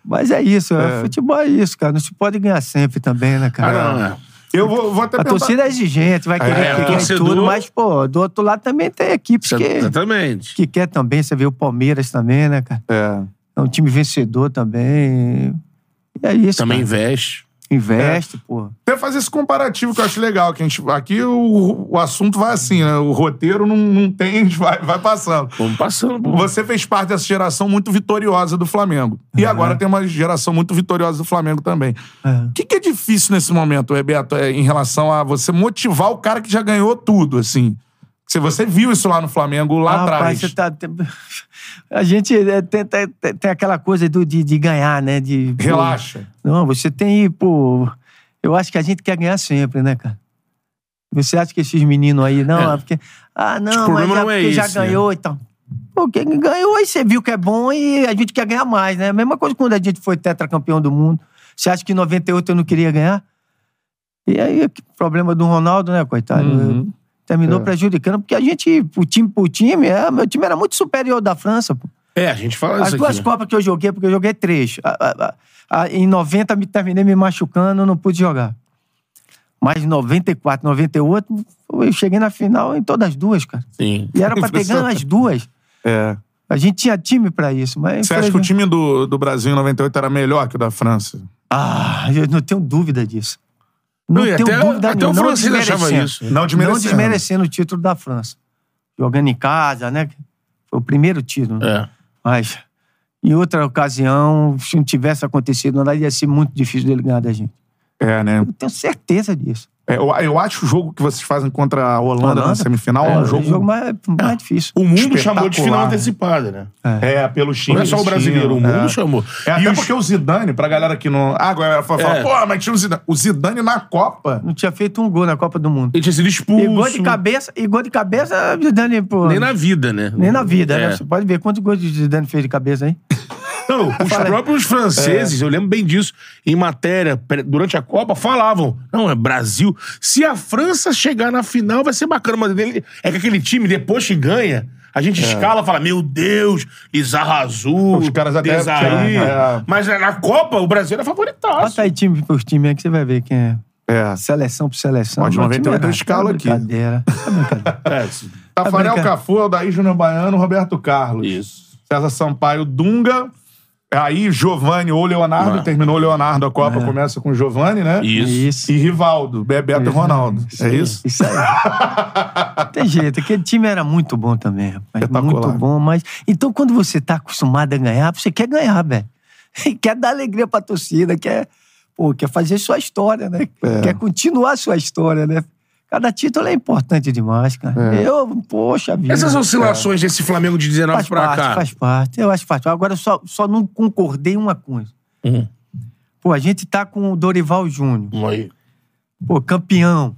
mas é isso. É. Futebol é isso, cara. Não se pode ganhar sempre também, né, Ah, cara? não, é. Eu vou, vou até A perguntar- torcida é exigente, vai querer É, que o ganhe torcedor- tá- tudo, mas, pô, do outro lado também tem equipes que, Exatamente. que quer também. Você vê o Palmeiras também, né, cara? É. É um time vencedor também. E é isso, Também cara. investe. investe, pô. Até fazer esse comparativo que eu acho legal, que a gente, aqui o, o assunto vai assim, né? O roteiro não, não tem, a gente vai, vai passando. Vamos passando. pô. Você fez parte dessa geração muito vitoriosa do Flamengo. E agora tem uma geração muito vitoriosa do Flamengo também. É. O que, que é difícil nesse momento, Beto, é, em relação a você motivar o cara que já ganhou tudo, assim? Se você viu isso lá no Flamengo, lá Ah, atrás. Rapaz, você tá... A gente é, tem, tem- tem aquela coisa do, de, de ganhar, né? De, pô, Relaxa. Não, você tem, pô. Eu acho que a gente quer ganhar sempre, né, cara? Você acha que esses meninos aí, não, É. é porque. Ah, não, O mas problema já, não é porque já esse, né? ganhou e tal. Pô, quem ganhou aí você viu que é bom e a gente quer ganhar mais, né? A mesma coisa quando a gente foi tetracampeão do mundo. Você acha que em 98 eu não queria ganhar? E aí, que problema do Ronaldo, né, coitado? Uhum. Terminou É. prejudicando, porque a gente, o time por time, é, meu time era muito superior ao da França, pô. É, a gente fala As isso duas aqui. né? Copas que eu joguei, porque eu joguei três. A- a- a- a- em 90 me terminei me machucando, não pude jogar. Mas em 94, 98, eu cheguei na final em todas as duas, cara. Sim. E era pra ter ganho as duas. É. A gente tinha time pra isso, mas. Você acha que o time do, do Brasil em 98 era melhor que o da França? Ah, eu não tenho dúvida disso. Não, Não e tenho até- dúvida até o não francês achava desmerecendo. isso. Não Não desmerecendo o título da França. Jogando em casa, né? Foi o primeiro título. né? É. Mas, em outra ocasião, se não tivesse acontecido nada, ia ser muito difícil dele ganhar da gente. É, né? Eu tenho certeza disso. É, eu, eu acho o jogo que vocês fazem contra a Holanda, na Holanda? semifinal é um o jogo. jogo mais, mais difícil. O mundo chamou de Espetacular. final antecipada, né? É, pelo time. Não é só o brasileiro, o mundo chamou. É, até e os... porque o Zidane, pra galera que não. Ah, agora fala, fala, É. pô, mas tinha o Zidane. O Zidane na Copa. Não tinha feito um gol na Copa do Mundo. Ele tinha sido expulso. E gol de cabeça, e gol de cabeça, Zidane, pô. Um Nem na vida, né? nem na vida, É. né? Você pode ver quantos gols de Zidane fez de cabeça aí. Não, os próprios É. franceses, eu lembro bem disso, em matéria, pre- durante a Copa, falavam: não, é Brasil. Se a França chegar na final, vai ser bacana. Mas ele- é que aquele time, depois que ganha, a gente É. escala e fala: meu Deus, Izarrazu, Os caras até- Desai. É. Mas na Copa, o Brasil era favoritado. Bota aí time por time aí que você vai ver quem é. É. Seleção por seleção. Ó, de Meu 98 time era- eu escalo aqui. É brincadeira. É brincadeira. É, Tafarel brincar. Cafu, Aldair Júnior Baiano, Roberto Carlos. Tá Isso. César Sampaio, Dunga. Aí Giovanni ou Leonardo. Ah. É. Terminou o Leonardo a Copa, começa com o Giovanni, né? Isso. Isso. E Rivaldo, Bebeto e Ronaldo. É isso? Isso aí. Não tem jeito. Aquele time era muito bom também, rapaz. Espetacular. Muito bom, mas... Então, quando você tá acostumado a ganhar, você quer ganhar, velho. Quer dar alegria pra torcida, quer... Pô, quer fazer sua história, né? É. Quer continuar sua história, né? Cada título é importante demais, cara. É. Eu, poxa vida. Essas oscilações desse Flamengo de 19 Hum, é. faz pra parte, cá. faz parte. Eu acho que faz parte. Agora, eu só, só não concordei uma coisa. Hum. Pô, a gente tá com o Dorival Júnior. Vamos aí. Pô, campeão.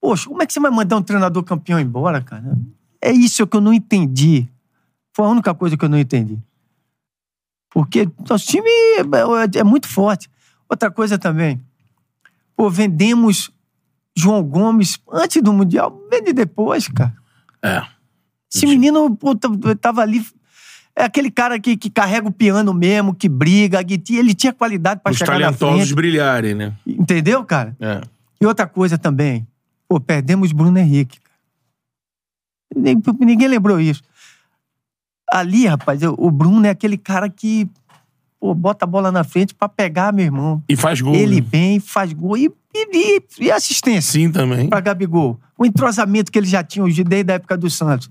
Poxa, como é que você vai mandar um treinador campeão embora, cara? É isso que eu não entendi. Foi a única coisa que eu não entendi. Porque nosso time é, é muito forte. Outra coisa também. Pô, vendemos João Gomes antes do Mundial, vende depois, cara. É. Esse menino, pô, tá- tava ali. É aquele cara que, que carrega o piano mesmo, que briga, que, t- ele tinha qualidade pra Os chegar na talentosos frente. brilharem, né? Entendeu, cara? É. E outra coisa também, pô, perdemos Bruno Henrique. cara. Ninguém, ninguém lembrou isso. Ali, rapaz, eu- o Bruno é aquele cara que pô, bota a bola na frente pra pegar, meu irmão. E faz gol. Ele né? vem, faz gol e, e, e- e assistência Sim, também. pra Gabigol. O entrosamento que ele já tinha hoje desde a época do Santos.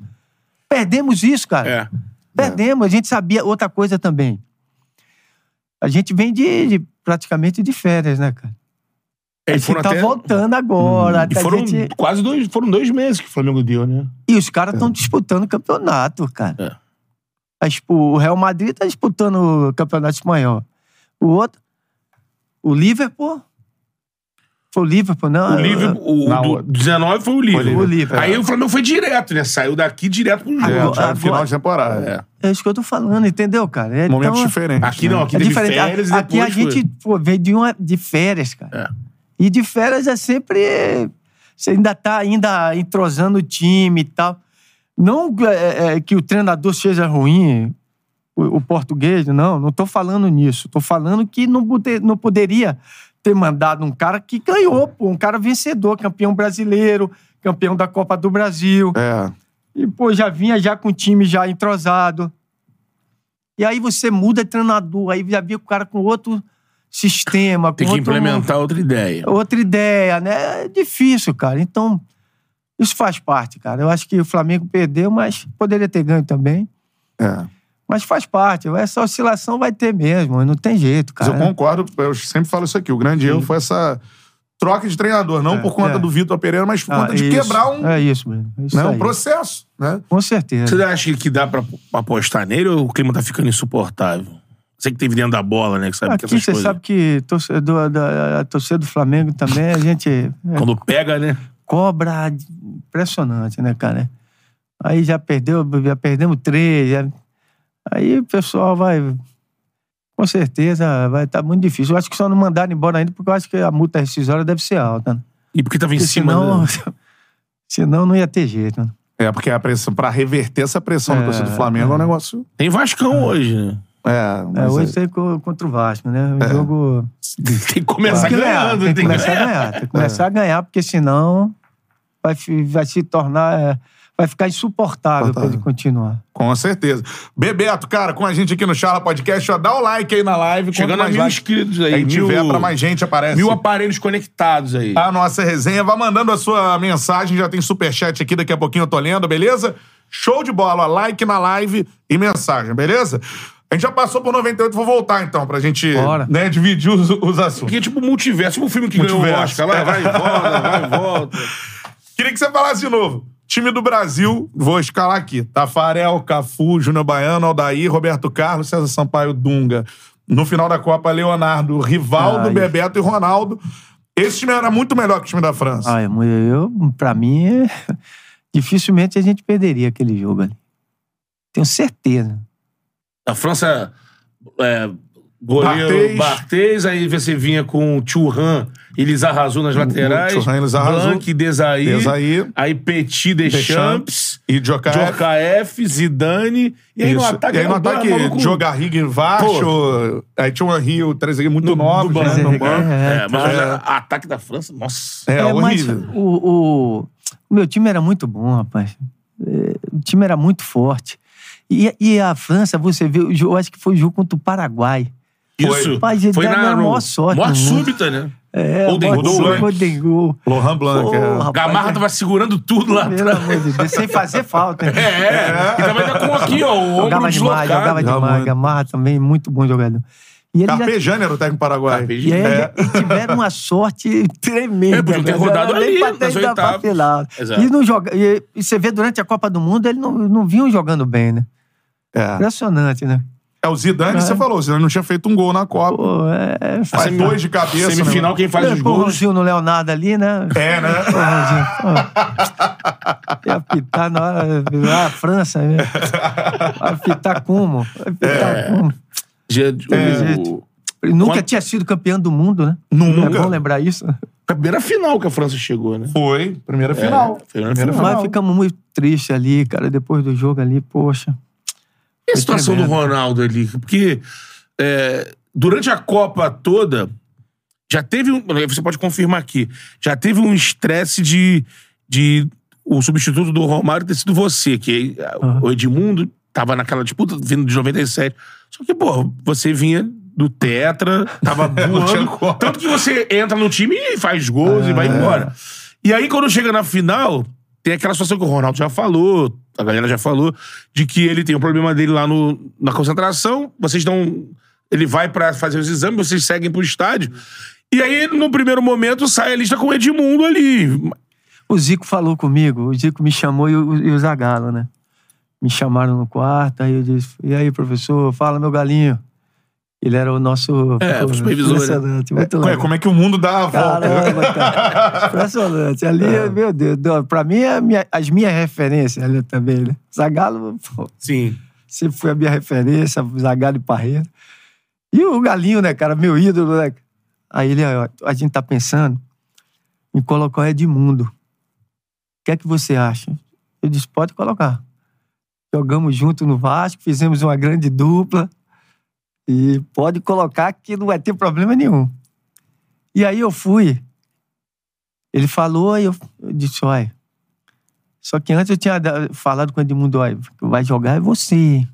Perdemos isso, cara. É. Perdemos. A gente sabia outra coisa também. A gente vem de, de- praticamente de férias, né, cara? É, a e gente foram tá até- Hum. voltando agora. E tá? A foram gente- quase dois, foram dois meses que o Flamengo deu, né? E os caras estão disputando campeonato, cara. É. Tá, tipo, o Real Madrid tá disputando o campeonato espanhol. O outro. O Liverpool. Foi o Liverpool, não? O Liverpool, o, Na do- outra. 19 foi o Liverpool. O é. Liverpool. Aí o Flamengo foi direto, né? Saiu daqui direto pro É, jogo. Agora- já era final de temporada. É. É isso que eu tô falando, entendeu, cara? É, Momentos então, diferentes. Aqui né? não, aqui é teve diferente. A- férias e Aqui depois a gente pô, veio de, uma, de férias, cara. É. E de férias é sempre. Você ainda tá ainda entrosando o time e tal. Não é, é, que o treinador seja ruim, o, o português, não, não tô falando nisso. Tô falando que não, poder- não poderia ter mandado um cara que ganhou, pô, um cara vencedor, campeão brasileiro, campeão da Copa do Brasil. É. E, pô, já vinha já com o time já entrosado. E aí você muda de treinador, aí já via o cara com outro sistema, com Tem que outro- implementar outra ideia. outra ideia, né? É difícil, cara. Então, isso faz parte, cara. Eu acho que o Flamengo perdeu, mas poderia ter ganho também. é. Mas faz parte, essa oscilação vai ter mesmo, não tem jeito, Mas cara. eu concordo, eu sempre falo isso aqui. O grande erro foi essa troca de treinador. Não É, por conta é. do Vitor Pereira, mas por Ah, conta de isso. quebrar um, É isso, Breno. É isso né, um aí. processo, né? Com certeza. Você acha que dá pra apostar nele ou o clima tá ficando insuportável? Você que teve dentro da bola, né? Que sabe que Ah, é Aqui essas você coisas. sabe que torcedor da, a torcida do Flamengo também, a gente é, Quando pega, né? cobra impressionante, né, cara? Aí já perdeu, já perdemos três. já- Aí o pessoal vai. Com certeza vai estar muito difícil. Eu acho que só não mandaram embora ainda, porque eu acho que a multa rescisória deve ser alta. Né? E porque tava em Porque cima. senão, né? senão não ia ter jeito. Né? É, porque a pressão, pra reverter essa pressão da É, torcida do Flamengo é, um negócio. Tem Vascão hoje, né? É, É, mas hoje é- tem co- contra o Vasco, né? O jogo. Tem que começar Tem que ganhar, Tá ganhando, tem que ganhar. começar a ganhar. Tem que começar a ganhar, porque senão vai, fi- vai se tornar. é, vai ficar insuportável para ele Insuportável. continuar. com certeza. Bebeto, cara, com a gente aqui no Charla Podcast, ó, dá o like aí na live. Quanto Chegando a mais mil like inscritos aí, aí. Mil, tiver pra mais gente, aparece. mil aparelhos conectados Ah, aí. a nossa resenha. Vá mandando a sua mensagem, já tem superchat aqui, daqui a pouquinho eu tô lendo, beleza? Show de bola, ó, like na live e mensagem, beleza? A gente já passou por 98, vou voltar então, pra gente Bora. né, dividir os, os assuntos. Porque é tipo multiverso, tipo o filme que ganhou o Multiverso. Oscar. Lá, vai e volta, vai e volta. Queria que você falasse de novo. Time do Brasil, vou escalar aqui. Tafarel, Cafu, Júnior Baiano, Aldair, Roberto Carlos, César Sampaio, Dunga. No final da Copa, Leonardo, Rivaldo, Ai. Bebeto e Ronaldo. Esse time era muito melhor que o time da França. Ah, eu, eu, pra mim, é- dificilmente a gente perderia aquele jogo ali. Tenho certeza. A França. É, goleiro Barthez. Barthez, aí você vinha com o Churran e Lizarrazu nas laterais. Thuram e Lizarrazu. Blanc e Desaí. Desaí. Aí Petit Deschamps. E Djokac. Jokaef, Zidane. E aí no Isso. ataque e aí no era o ataque, Blanc, maluco. Jogarrigue, Vacho. Aí tinha o Henry, o Trezeguet, muito No- novo, do né? No banco. banco. É, mas É. olha, ataque da França, nossa. É, mas horrível. o, o, o meu time era muito bom, rapaz. É, O time era muito forte. E, e a França, você vê, o jogo- eu acho que foi o jogo contra o Paraguai. Isso. Rapaz, foi Zidane na era a maior sorte Morte do mundo. súbita, né? É, Golden Boston, Goal, né? Golden Goal. Lohan Blanc. Pô, é. rapaz, Gamarra tava segurando tudo lá Pelo atrás. amor de Deus, sem fazer falta. É, né? e tava ainda com aqui, ó, o ombro Jogava demais, deslocado. jogava demais. Jogava. Gamarra também, muito bom jogador. E ele já Carpejane era o técnico paraguai. E aí, É. e tiveram uma sorte tremenda. É, podiam ter né? rodado Não era ali, nem pra nas ter ido pra oitavas. final. Exato. E, não joga, e, e você vê durante a Copa do Mundo, eles não, não vinham jogando bem, né? É. Impressionante, né? É, o Zidane, você falou, o Zidane não tinha feito um gol na Copa. Pô, é, é Faz fácil. dois de cabeça. né? Semifinal, quem Assim, faz É, os pô, o gols. Ronzinho no Leonardo ali, né? É, né? Pô, Ronzinho, pô. Ia pitar na hora. Ah, a França, né? Vai pitar como? Vai pitar como? Já- é jeito. o- Ele nunca É. Quando- tinha sido campeão do mundo, né? Nunca. É bom lembrar isso. a primeira final que a França chegou, né? Foi, primeira final. É, primeira final. Mas ficamos muito tristes ali, cara, depois do jogo ali, poxa. E a situação do tremendo. né? Ronaldo ali? Porque é, durante a Copa toda, já teve um. Você pode confirmar aqui. Já teve um estresse de, de o substituto do Romário ter sido você, que é, o Edmundo tava naquela disputa vindo de 97. Só que, pô, você vinha do Tetra, tava tinha voando. como. É. tanto que você entra no time e faz gols e vai embora. E aí, quando chega na final, tem aquela situação que o Ronaldo já falou, a galera já falou, de que ele tem um problema dele lá no, na concentração, vocês dão. Ele vai pra fazer os exames, vocês seguem pro estádio. E aí, no primeiro momento, sai a lista com o Edmundo ali. O Zico falou comigo, o Zico me chamou e o, e o Zagalo, né? Me chamaram no quarto, aí eu disse, e aí, professor, fala meu galinho. Ele era o nosso É, o supervisor, né? Impressionante, muito Ué, legal. como é que o mundo dá a volta? Caramba, cara. Impressionante. Ali, É. meu Deus, do- pra mim, a minha- as minhas referências ali também, né? Zagalo, pô, Sim. sempre foi a minha referência, Zagallo e Parreira. E o Galinho, né, cara? Meu ídolo, né? Aí ele, ó, a gente tá pensando em colocar o Edmundo. O que é que você acha? Eu disse, pode colocar. Jogamos junto no Vasco, fizemos uma grande dupla. E pode colocar que não vai ter problema nenhum. E aí eu fui. Ele falou e eu eu disse, olha... Só que antes eu tinha da- falado com o Edmundo, olha, o que vai jogar é você.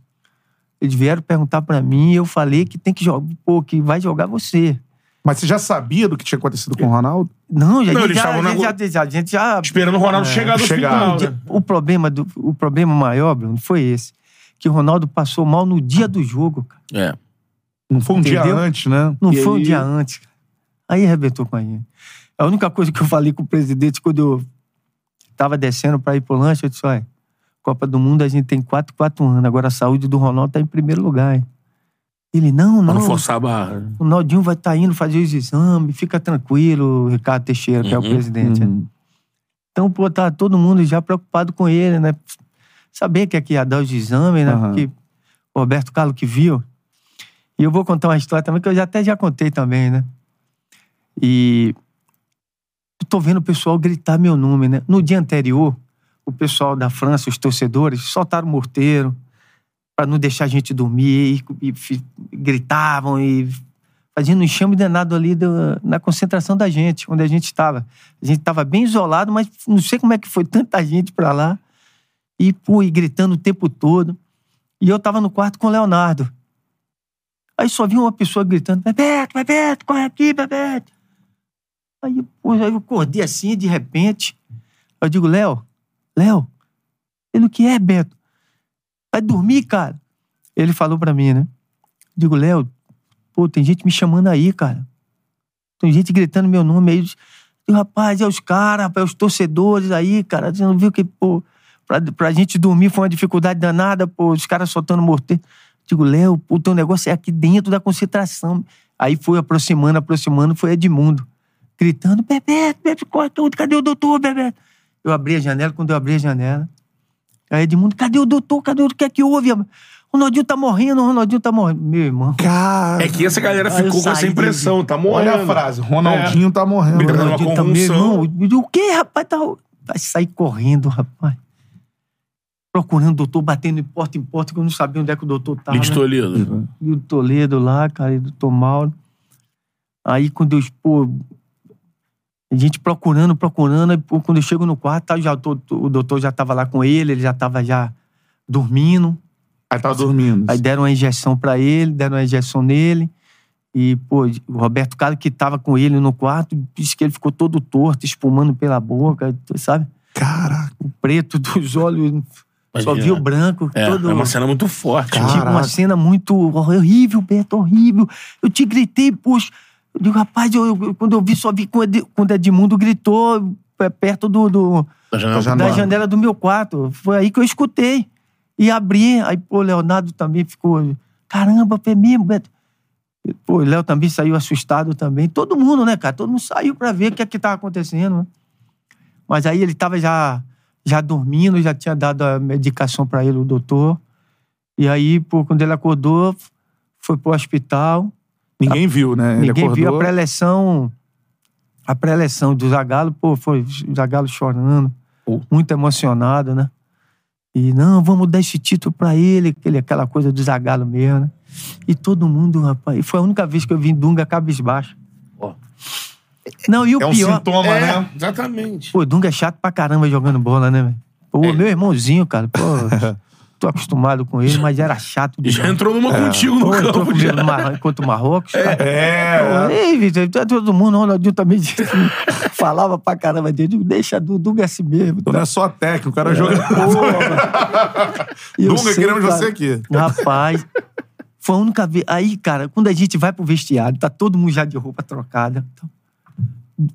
Eles vieram perguntar pra mim e eu falei que tem que jogar, pô, que vai jogar você. Mas você já sabia do que tinha acontecido com o Ronaldo? Não, já, Não, a gente eles já, estavam na Tipo, a gente já, já- a gente já- Esperando o Ronaldo chegar no chegar. final. Dia- Né? O problema, do, o problema maior, Bruno, foi esse. Que o Ronaldo passou mal no dia do jogo, cara. É. Não foi um dia Entendeu? antes, né? Não E foi um aí? dia antes, cara. Aí arrebentou com a gente. A única coisa que eu falei com o presidente quando eu tava descendo para ir pro lanche, eu disse, olha, Copa do Mundo a gente tem 4, 4 anos, agora a saúde do Ronaldo tá em primeiro lugar, hein? Ele, não, Pra não, não forçar a barra. o Naldinho vai estar indo fazer os exames, fica tranquilo, Ricardo Teixeira, que é o Uhum. presidente. né? Então, pô, tá todo mundo já preocupado com ele, né? Saber que aqui ia dar os exames, né? Aham. Porque o Roberto Carlos que viu. E eu vou contar uma história também, que eu já até já contei também, né? E eu tô vendo o pessoal gritar meu nome, né? No dia anterior, o pessoal da França, os torcedores, soltaram morteiro para não deixar a gente dormir, e, e fi- gritavam e fazendo um enxame danado ali do- na concentração da gente, onde a gente estava. A gente estava bem isolado, mas não sei como é que foi tanta gente para lá. E, pô, e gritando o tempo todo. E eu estava no quarto com o Leonardo. Aí só vinha uma pessoa gritando, Bebeto, Bebeto, corre aqui, Bebeto. Aí, pô, aí eu acordei assim, de repente. Eu digo, Léo, Léo, pelo que é, Beto? Vai dormir, cara? Ele falou pra mim, né? Digo, Léo, pô, tem gente me chamando aí, cara. Tem gente gritando meu nome aí. Digo, rapaz, é os caras, rapaz, é os torcedores aí, cara. Você não viu que, pô, pra, pra gente dormir foi uma dificuldade danada, pô, os caras soltando morteiro. Digo, Léo, pô, o teu negócio é aqui dentro da concentração. Aí foi aproximando, aproximando, foi Edmundo. Gritando, Bebeto, Bebeto, corre tudo, cadê o doutor, Bebeto? Eu abri a janela, quando eu abri a janela, aí Edmundo, cadê o doutor, cadê o o que é que houve? O Ronaldinho tá morrendo, o Ronaldinho tá morrendo. Meu irmão. Cara. É que essa galera Ah, eu ficou com essa saí impressão, tá morrendo. É. Olha a frase. Ronaldinho tá morrendo. Entrando numa Ronaldinho é um também, convulsão. irmão. Eu digo, O que, rapaz? Tá... Vai sair correndo, rapaz. Procurando o doutor, batendo em porta em porta, que eu não sabia onde é que o doutor É. tava. Bicho Toledo. E o Toledo lá, cara, e o doutor Mauro. Aí quando eu, pô, a gente procurando, procurando, aí, pô, quando eu chego no quarto, tá, já, tô- o doutor já tava lá com ele, ele já tava já dormindo. Aí tava dormindo. Aí deram uma injeção pra ele, deram uma injeção nele. E, pô, o Roberto Carlos, que tava com ele no quarto, disse que ele ficou todo torto, espumando pela boca, sabe? Caraca. O preto dos olhos, só Imagina. viu o branco. É, todo... é uma cena muito forte. Cara. Tipo, uma Caraca. cena muito horrível, Beto, horrível. Eu te gritei, poxa. Eu digo, rapaz, eu, eu- quando eu vi, só vi quando, quando Edmundo gritou é, perto do- do, Da janela. Da da Claro. janela do meu quarto. Foi aí que eu escutei. E abri. Aí, pô, o Leonardo também ficou. Caramba, foi mesmo, Beto. E, Pô, o Léo também saiu assustado também. Todo mundo, né, cara? Todo mundo saiu pra ver o que é que tava acontecendo. né? Mas aí ele tava já, já dormindo, já tinha dado a medicação pra ele, o doutor. E aí, pô, quando ele acordou, foi pro hospital. Ninguém viu, né? Ele tá- Ninguém viu a acordou. pré-eleção. A pré-eleção do Zagalo, pô, foi o Zagalo chorando, Pô. muito emocionado, né? E não, vamos dar esse título pra ele, aquele, aquela coisa do Zagalo mesmo, né? E todo mundo, rapaz. E foi a única vez que eu vi Dunga cabisbaixo. Ó. Não, e o É um pior. sintoma, É, né? exatamente. Pô, Dunga é chato pra caramba jogando bola, né, velho? Pô, É. meu irmãozinho, cara, pô, tô acostumado com ele, mas era chato E de já entrou numa contigo no Pô, entrou campo. comigo Já. no Mar... contra o Marrocos, cara. É. Ei, Vitor, tá todo mundo, o Ronaldinho também disse que falava pra caramba dele. Digo, Deixa do Dunga assim mesmo. Não é só técnico, o cara joga. E eu Dunga, sei, queremos cara, você aqui. Rapaz, foi a única vez. Aí, cara, quando a gente vai pro vestiário, tá todo mundo já de roupa trocada. Então,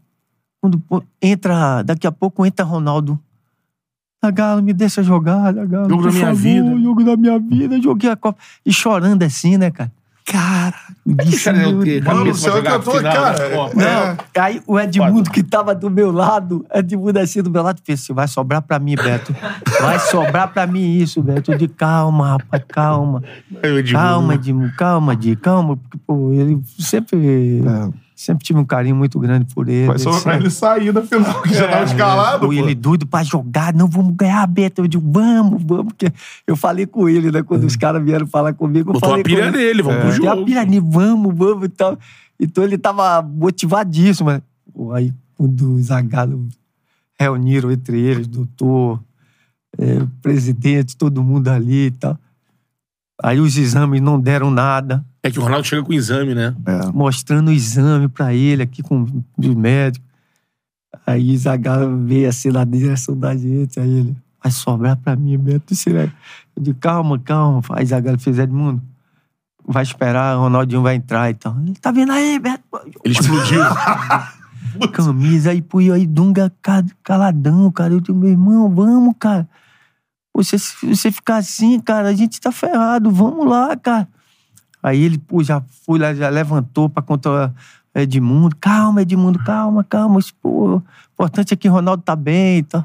quando pô- entra, daqui a pouco entra Ronaldo. "Ah, Galo, me deixa jogar, ah, Galo. Jogo da minha vida. Jogo da minha vida, joguei a Copa. E chorando assim, né, cara? Cara, isso, Cara, eu meu tenho Mano do cabeça céu, pra é que jogar eu tô, final cara. da Copa. né? É. Aí o Edmundo que tava do meu lado, Edmundo assim do meu lado, pensei, vai sobrar pra mim, Beto. Vai sobrar pra mim isso, Beto. Eu disse, calma, rapaz, calma. é, Eu, né?" Edmundo. Calma, Edmundo, calma, Di, calma. Porque, pô, ele sempre, sempre tive um carinho muito grande por ele. É. Vai só pra sempre- ele sair da final, que já tava escalado. Pô, pô. ele doido pra jogar, não vamos ganhar, Beto. Eu digo, vamos, vamos. Porque eu falei com ele, né? Uhum. Quando os caras vieram falar comigo, eu Botou falei a pilha com ele. É. nele, vamos pro Tem jogo. a pilha ali, vamos, vamos e tal. Então ele tava motivadíssimo. né? Pô, Aí quando os Zagalo reuniram entre eles, doutor, eh, presidente, todo mundo ali e tal. Aí os exames não deram nada, É que o Ronaldo chega com exame, né? mostrando o exame pra ele aqui com os médicos. Aí o Zagalo veio assim na direção da gente, aí ele, vai sobrar pra mim, Beto, isso é... Eu digo, calma, calma. Aí Zagalo fez, Edmundo, então." vai esperar, o Ronaldinho vai entrar e tal. Ele tá vendo aí, Beto? Ele explodiu. camisa, aí pô, aí Dunga ca- caladão, cara. Eu digo, meu irmão, vamos, cara. Pô, se se você ficar assim, cara, a gente tá ferrado, vamos lá, cara. Aí ele, pô, já foi lá, já levantou pra contar Edmundo. Calma, Edmundo, calma, calma. Isso, Pô, o importante é que Ronaldo tá bem e tal.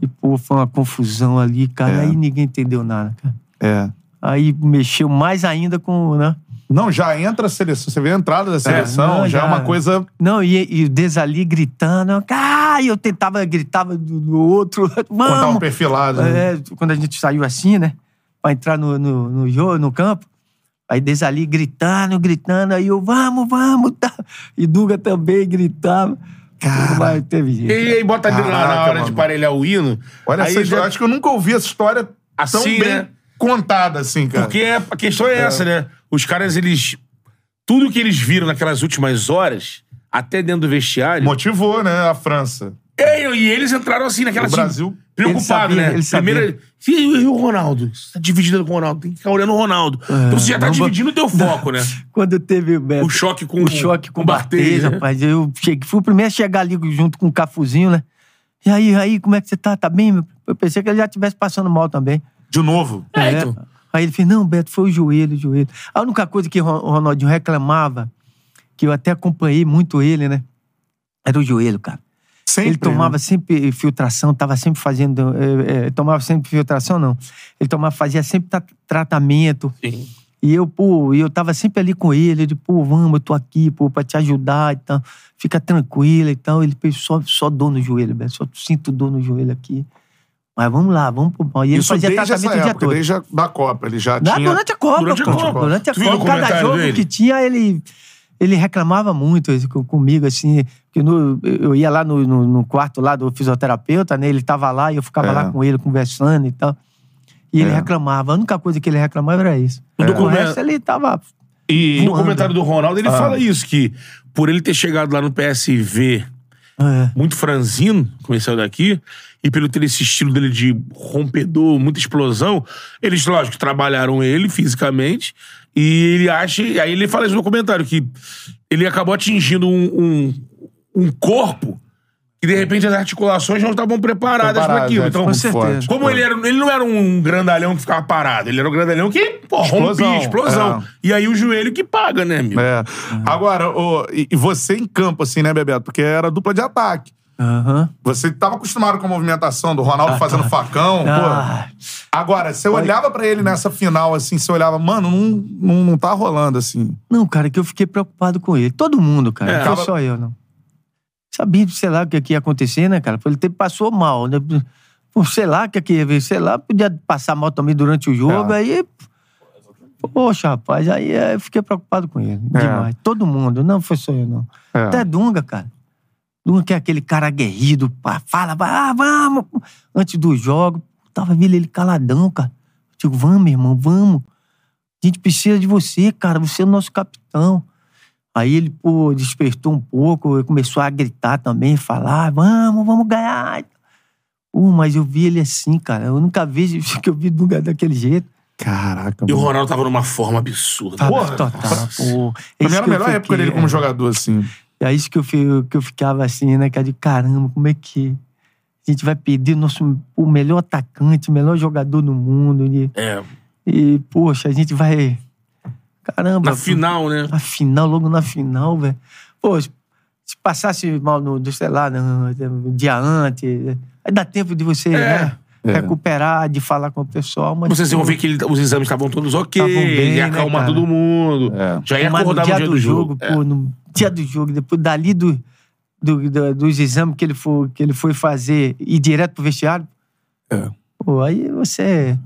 E, pô, foi uma confusão ali, cara. É. Aí ninguém entendeu nada, cara. É. Aí mexeu mais ainda com, né? Não, já entra a seleção. Você vê a entrada da seleção, não, já é já. uma coisa Não, e, e o Desali gritando. Ah, eu tentava, gritava do, do outro. quando tava Vamos! um perfilado. né? É, quando a gente saiu assim, né? Pra entrar no, no, no jogo, no campo. Aí Desali gritando, gritando. Aí eu, vamos, vamos. Tá. E Dunga também gritava. Cara. Mas teve E jeito. aí bota ali na- na Caraca, hora de mano. parelhar o hino. Olha aí essa história. já- Acho que eu nunca ouvi essa história tão Assim, bem né? contada assim, cara. Porque é- a questão é essa, né? Os caras, eles. Tudo que eles viram naquelas últimas horas, até dentro do vestiário. Motivou, né, a França. É, e eles entraram assim naquela. O Brasil- Preocupado, Ele sabia, né? ele sabia. Primeiro, e, e o Ronaldo? Você tá dividido com o Ronaldo, tem que ficar olhando o Ronaldo. então você já tá É, não vou- dividindo o teu foco, né? Quando teve o Beto. O choque com o choque com o Barthez, Bartês, né? rapaz. Eu cheguei, fui o primeiro a chegar ali junto com o Cafuzinho, né? E aí, aí, como é que você tá? Tá bem? meu? Eu pensei que ele já estivesse passando mal também. De novo. É, É. então. Aí ele fez, não, Beto, foi o joelho, o joelho. A única coisa que o Ron- o Ronaldinho reclamava, que eu até acompanhei muito ele, né? Era o joelho, cara. Sempre. ele tomava né? sempre sempre filtração, tava sempre fazendo. é, é, tomava sempre filtração, não. Ele tomava, fazia sempre tra- tratamento. Sim. E eu, pô, e eu tava sempre ali com ele, ele, pô, vamos, eu tô aqui, pô, pra te ajudar e tal. Fica tranquila e tal. Ele pô, só, só dor no joelho, Beto, só sinto dor no joelho aqui. Mas vamos lá, vamos pro pau. E ele Isso fazia desde essa tratamento o dia época, todo. desde a da Copa. Ele já Não, tinha... durante a Copa, Durante a pô. Copa. Durante a Tu viu o Copa. Cada comentário jogo dele? que tinha, ele, ele reclamava muito esse- com- comigo, assim. Porque no- eu ia lá no, no- no quarto lá do fisioterapeuta, né? Ele tava lá e eu ficava É. lá com ele, conversando e tal. E ele É. reclamava. A única coisa que ele reclamava era isso. No O documento- resto ele tava. E... No comentário do Ronaldo, Ah. ele fala isso: que por ele ter chegado lá no PSV É. muito franzino, como ele saiu daqui, e pelo ter esse estilo dele de rompedor, muita explosão, eles, lógico, trabalharam ele fisicamente, e ele acha, e aí ele fala isso no comentário, que ele acabou atingindo um, um, um corpo que, de repente, as articulações não estavam preparadas para aquilo. né? Então, Ficou certeza. forte. como ele, era, ele não era um grandalhão que ficava parado, ele era um grandalhão que, pô, Explosão, rompia, explosão. E aí o joelho que paga, né, amigo? É. Ah. Agora, ô, e e você em campo, assim, né, Bebeto? Porque era dupla de ataque. Aham. Você tava acostumado com a movimentação do Ronaldo fazendo facão. pô. tá. Ah, Agora, você olhava pra ele nessa final, assim, você olhava, mano, não, não, não tá rolando, assim. não, cara, que eu fiquei preocupado com ele. Todo mundo, cara. É, não tava- foi só eu, não. Sabia, sei lá, o que que ia acontecer, né, cara? Ele te- passou mal, né? Pô, sei lá, o que que ia ver, sei lá, podia passar mal também durante o jogo, É. aí. Poxa, rapaz, aí é, eu fiquei preocupado com ele. É. Demais. Todo mundo. Não foi só eu, não. É. Até Dunga, cara. Dunga que é aquele cara aguerrido, pá, fala, vai, ah, vamos. Antes do jogo, tava vendo ele caladão, cara. Eu digo, vamos, meu irmão, vamos. A gente precisa de você, cara. Você é o nosso capitão. Aí ele, pô, despertou um pouco, começou a gritar também, falar, vamos, vamos ganhar. Pô, mas eu vi ele assim, cara. Eu nunca vi que eu vi Dunga daquele jeito. Caraca, E o mano. Ronaldo tava numa forma absurda. Tá, Porra! tá, tá, pô. É Pra mim isso era a que eu melhor época fiquei, dele é. como jogador, assim. É isso que eu, fi- que eu ficava assim, né? Cara, de caramba, como é que a gente vai perder o nosso o melhor atacante, o melhor jogador do mundo? E, É, e, poxa, a gente vai. Caramba. na final, né? Na final, logo na final, velho. Pô, se se passasse mal no, do, sei lá, no, no dia antes, né? aí dá tempo de você É. né, recuperar, de falar com o pessoal. Mas, Vocês pô, iam ver que ele- os exames estavam todos ok, Estavam bem, ia né, acalmar cara? todo mundo. É. Já ia Mas acordar no dia, do jogo. É. pô, né? no dia do jogo, depois dali do, do- do- dos exames que ele, foi, que ele foi fazer e direto pro vestiário. É. Pô, aí você.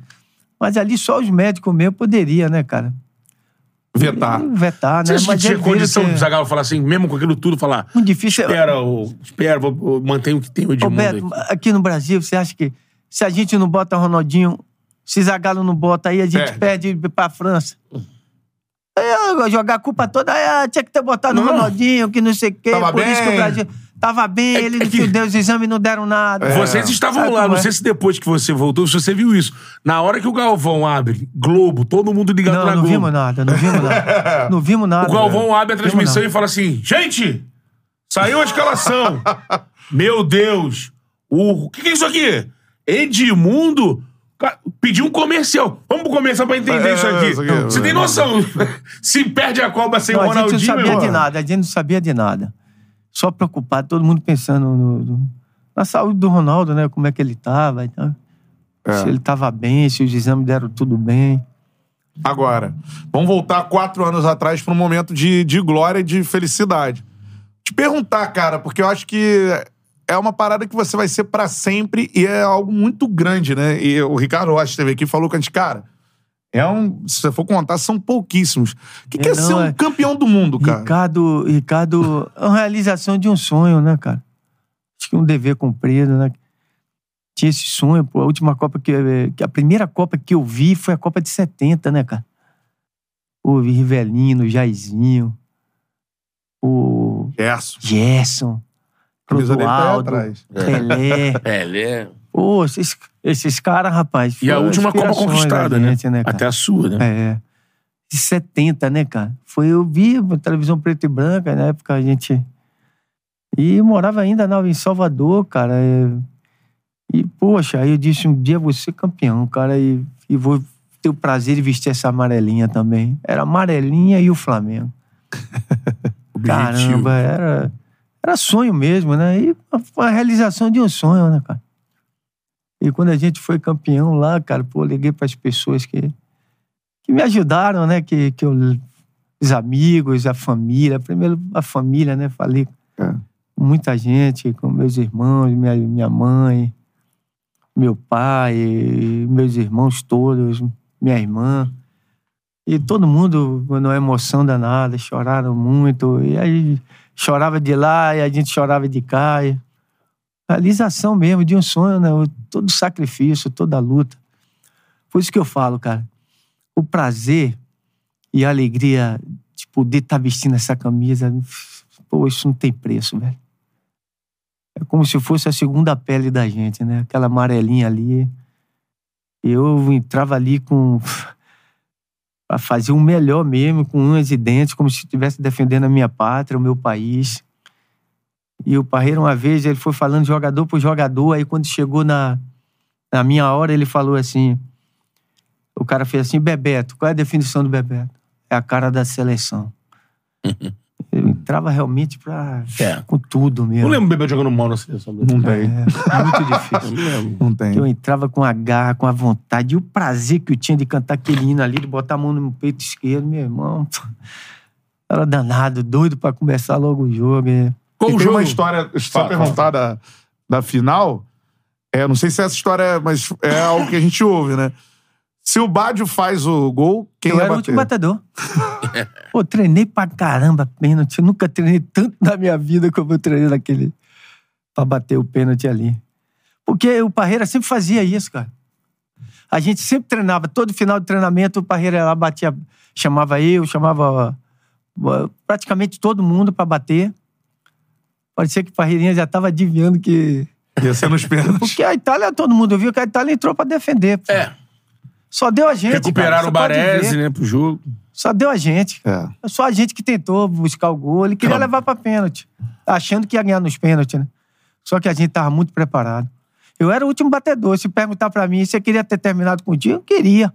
Mas ali só os médicos mesmo poderia, né, cara? Vetar. Vetar, né? Vocês Mas tinham ele veio condição que- é do Zagallo falar assim, mesmo com aquilo tudo, falar, Muito difícil. espera, o, espera, vou- vou- mantém o que tem o Ô, Edmundo Beto, aqui." aqui no Brasil, você acha que se a gente não bota Ronaldinho, se Zagallo não bota, aí a gente perde, pra França? Aí eu vou jogar a culpa toda, ah, tinha que ter botado o Ronaldinho, que não sei o quê, Tava por isso que o bem. Brasil tava bem, ele é não que- É. deu os exames não deram nada. Vocês estavam Sabe lá, como não é? sei se depois que você voltou, se você viu isso. Na hora que o Galvão abre, Globo, todo mundo ligado Não, na não Globo. vimos nada, não vimos nada. Não vimos nada. né? O Galvão abre a Não vimos transmissão nada. e fala assim: gente, Saiu a escalação. Meu Deus. O o que, que é isso aqui? Edmundo Ca- pediu um comercial. Vamos pro comercial pra entender É, isso isso aqui. aqui, Você é. tem noção? Se perde a Copa sem o Não, a gente não Ronaldinho... sabia irmão. de nada, a gente não sabia de nada. Só preocupado, todo mundo pensando no- no- na saúde do Ronaldo, né? Como é que ele estava, É. se ele estava bem, se os exames deram tudo bem. Agora, vamos voltar quatro anos atrás para um momento de, de glória e de felicidade. Te perguntar, cara, porque eu acho que é uma parada que você vai ser para sempre e é algo muito grande, né? E o Ricardo Rocha esteve aqui e falou com a gente, cara, é um, se você for contar, são pouquíssimos. O que, que é É, não, ser um é- campeão do mundo, cara? Ricardo, Ricardo, é uma realização de um sonho, né, cara? Acho que um dever cumprido, né? Tinha esse sonho, pô, a última Copa que, eh, que- A primeira Copa que eu vi foi a Copa de 70, né, cara? Pô, vi Rivelino, Jairzinho, o Gerson. Gerson, A camisa dele tá aí Clodoaldo, atrás. Pelé. É, ele é... Pô, esses, esses caras, rapaz. E a foram última Copa inspirações conquistada, da né? gente, cara? Até a sua, né? É. De 70, né, cara? Foi, eu vi a televisão preta e branca, na época a gente. E morava ainda na, em Salvador, cara. é. E, poxa, aí eu disse: um dia eu vou ser campeão, cara, e, e vou ter o prazer de vestir essa amarelinha também. Era a amarelinha e o Flamengo. Caramba, era, era sonho mesmo, né? E foi a realização de um sonho, né, cara? E quando a gente foi campeão lá, cara, pô, eu liguei para as pessoas que, que me ajudaram, né? Que, que eu, os amigos, a família, primeiro a família, né? Falei É. com muita gente, com meus irmãos, minha, minha mãe, meu pai, meus irmãos todos, minha irmã. E todo mundo, numa emoção danada, choraram muito. E aí chorava de lá e a gente chorava de cá. E... Realização mesmo de um sonho, né? O- Todo o sacrifício, toda a luta. Por isso que eu falo, cara. O prazer e a alegria de poder estar vestindo essa camisa, pô, isso não tem preço, velho. É como se fosse a segunda pele da gente, né? Aquela amarelinha ali. Eu entrava ali com para fazer o melhor mesmo, com unhas e dentes, como se estivesse defendendo a minha pátria, o meu país. E o Parreira, uma vez, ele foi falando jogador por jogador, aí quando chegou na, na minha hora, ele falou assim: o cara fez assim, Bebeto, qual é a definição do Bebeto? É a cara da seleção. Eu entrava realmente pra, É. com tudo mesmo. Não lembro o Bebê jogando mal na seleção dele. Não É, tem, muito Eu difícil. não lembro. não tem. Eu entrava com a garra, com a vontade e o prazer que eu tinha de cantar aquele hino ali, de botar a mão no meu peito esquerdo, meu irmão. Era danado, doido pra começar logo o jogo. é. e- Qual e o tem jogo? uma história, só Fala, perguntar da, da final. É, não sei se essa história, é- mas é algo que a gente ouve, né? Se o Bádio faz o gol, quem eu vai era o bater? último batedor. Pô, treinei pra caramba pênalti. Eu nunca treinei tanto na minha vida como eu treinei naquele. pra bater o pênalti ali. Porque o Parreira sempre fazia isso, cara. A gente sempre treinava, todo final de treinamento o Parreira ia lá batia, chamava eu, chamava ó, praticamente todo mundo pra bater. Parecia que o Parreirinha já tava adivinhando que. Ia ser nos pênaltis. Porque a Itália, todo mundo viu que a Itália entrou pra defender. pô. É. Só deu a gente. cara. Recuperaram Você o pode Baresi, ver. né, pro jogo. Só deu a gente. É. Só a gente que tentou buscar o gol. Ele queria Claro. levar pra pênalti. Achando que ia ganhar nos pênaltis, né? Só que a gente tava muito preparado. Eu era o último batedor. Se perguntar pra mim, você queria ter terminado contigo? Eu queria.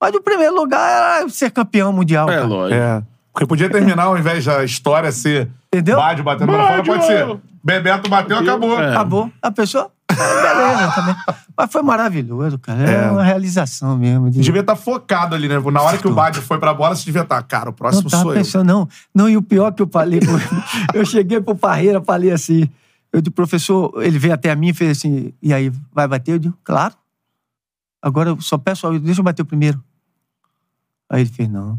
Mas o primeiro lugar era ser campeão mundial, É, cara. lógico. É. Porque podia terminar, ao invés da história ser Entendeu? Bádio batendo pra fora, Bádio! pode ser. Bebeto bateu, acabou. É. Acabou. A pessoa... ah, Beleza né, também. Mas foi maravilhoso, cara. Era É. uma realização mesmo. de- Devia estar focado ali, né? Na hora que o Bádio foi pra bola, você devia estar. Cara, o Não próximo tava sou eu. pensando, não. Não, e o pior que eu falei, pro- eu cheguei pro Parreira, falei assim, eu disse, professor, ele veio até mim e fez assim, e aí, vai bater? Eu digo, claro. Agora eu só peço, ao- deixa eu bater o primeiro. Aí ele fez, não.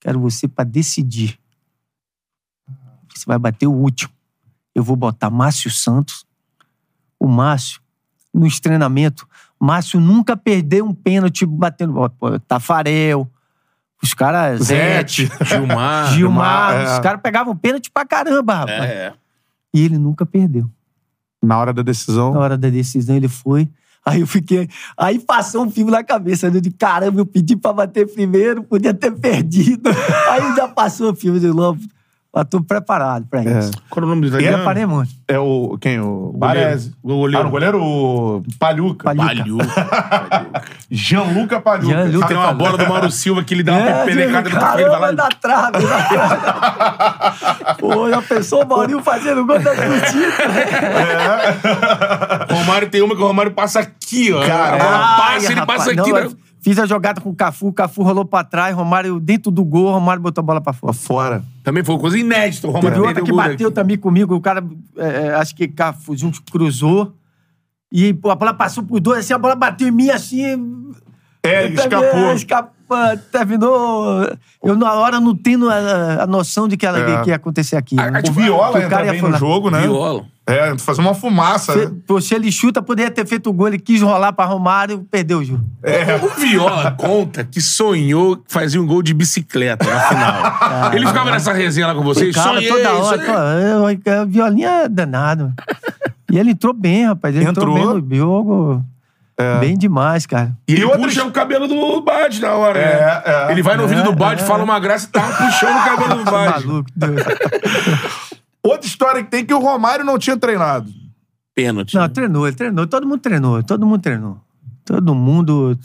Quero você pra decidir. Você vai bater o último. Eu vou botar Márcio Santos. O Márcio, nos treinamentos, Márcio nunca perdeu um pênalti batendo. bola. Pô, Tafarel, os caras. Zete. Gilmar. Gilmar, Gilmar, é. os caras pegavam pênalti pra caramba, rapaz. É, é. E ele nunca perdeu. Na hora da decisão. Na hora da decisão, ele foi. Aí eu fiquei. Aí passou um filme na cabeça. né? Eu disse, caramba, eu pedi pra bater primeiro, podia ter perdido. Aí já passou o filme de novo. Lá tô preparado pra isso. Qual é o nome do E italiano? preparei muito. É o. Quem? O. Baresi. O goleiro. Ah, no goleiro, o Palhuca. Palhuca. Gianluca Palhuca. Gianluca Tem uma bola do Mauro Silva que ele dá uma É, pelecada no caramba, tapete, ele vai lá. da trave. Pô, já pensou o Maurinho fazendo gol da curtida? O Romário tem uma que o Romário passa aqui, ó. Cara, a bola É. Ai, passa, ele rapaz, passa não, é- aqui. eu né? Fiz a jogada com o Cafu, o Cafu rolou pra trás, Romário dentro do gol, Romário botou a bola pra fora. Fora. Também foi uma coisa inédita. O Teve Romário outra perdeu que o gol bateu daqui. também comigo, o cara, é, é, acho que Cafu junto cruzou, e pô, a bola passou por dois, assim, a bola bateu em mim, assim... É, eu também, escapou. escapa- terminou... Eu, na hora, não tenho a, a noção de que, ela, É. que ia acontecer aqui. né? A- a- O Viola O entra cara ia bem no falar. jogo, né? Viola. É, fazendo uma fumaça. Se, né? pô, se ele chuta, poderia ter feito o gol, ele quis rolar pra Romário, perdeu o jogo. É. O Viola conta que sonhou que fazia um gol de bicicleta na final. ele ficava nessa resenha lá com vocês. Cara, sonhei, toda hora. sonhei. pô, eu- eu- Violinha é danado. E ele entrou bem, rapaz. Ele entrou, Entrou. bem no jogo. Bem demais, cara. E ele E outra- puxa o cabelo do Bad na hora, É, né? é. Ele vai no vídeo do Bad, fala uma graça e tá puxando o cabelo do Tá Bad. maluco, Deus. Outra história que tem é que o Romário não tinha treinado. Pênalti. Não, treinou, ele treinou. Todo mundo treinou, todo mundo treinou. Todo mundo.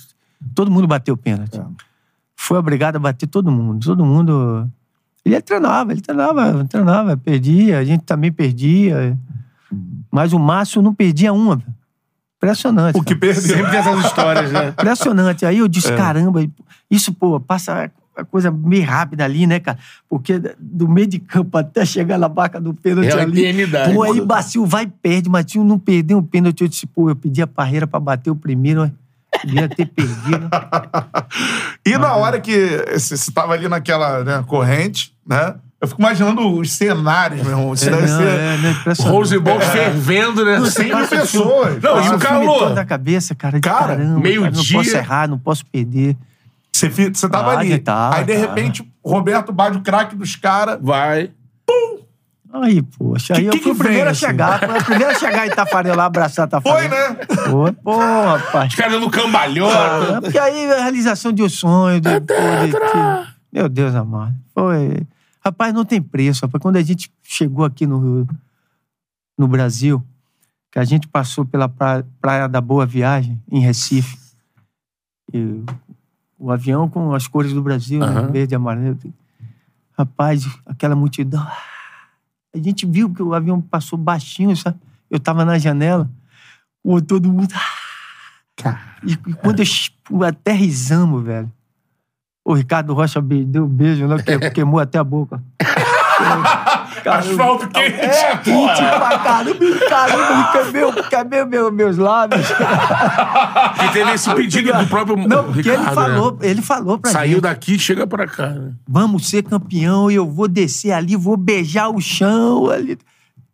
Todo mundo bateu pênalti. Foi obrigado a bater todo mundo. Todo mundo. Ele treinava, ele treinava, treinava, perdia, a gente também perdia. Mas o Márcio não perdia uma. Impressionante. O que cara. perdeu. Sempre tem essas histórias, né? Impressionante. Aí eu É. disse, caramba, isso, pô, passa a coisa meio rápida ali, né, cara? Porque do meio de campo até chegar na barca do pênalti É uma ali. eternidade. Pô, aí Bacil vai e perde, Matinho não perdeu um pênalti. Eu disse, pô, eu pedi a parreira pra bater o primeiro, eu devia ter perdido. E na hora que você estava ali naquela né, corrente, né? Eu fico imaginando os cenários, meu irmão. Isso É, deve não, ser é, não, impressionante. Rosenborg É. fervendo, né? cem mil passa o filme- pessoas. Não, e cara. o filme calor? todo na cabeça, cara. de Cara, caramba, cara, não meio-dia. posso errar, não posso perder. Você, fi- você tava Ah, ali. que tá, Aí, de tá. repente, Roberto Baggio, craque dos caras. Vai. Aí, poxa, aí Que- eu que fui o que vem, primeiro assim? a chegar, fui o primeiro a chegar em Tafarelá, abraçar Foi, Tafarelá. né? Foi, pô, rapaz. Os caras dando cambalhota. É, Porque aí a realização de um sonho. De, pô, de- de- meu Deus amado. Foi. Rapaz, não tem preço. Rapaz. Quando a gente chegou aqui no, no Brasil, que a gente passou pela pra- Praia da Boa Viagem, em Recife, e o avião com as cores do Brasil, né? Aham. verde e amarelo. Rapaz, aquela multidão. A gente viu que o avião passou baixinho, sabe? Eu tava na janela, pô, todo mundo. "Ah!" E, e quando eu, ch- até risamos, velho. O Ricardo Rocha be- deu um beijo, né? que- queimou até a boca. Cara, É, Asfalto quente. Quente pra caramba, e caramba, ele queimeu, queimeu meu- meus lábios. E teve esse pedido do próprio Não, porque Ricardo, ele né? falou, ele falou pra Saiu gente, daqui e chega pra cá. né? vamos ser campeão, e eu vou descer ali, vou beijar o chão ali.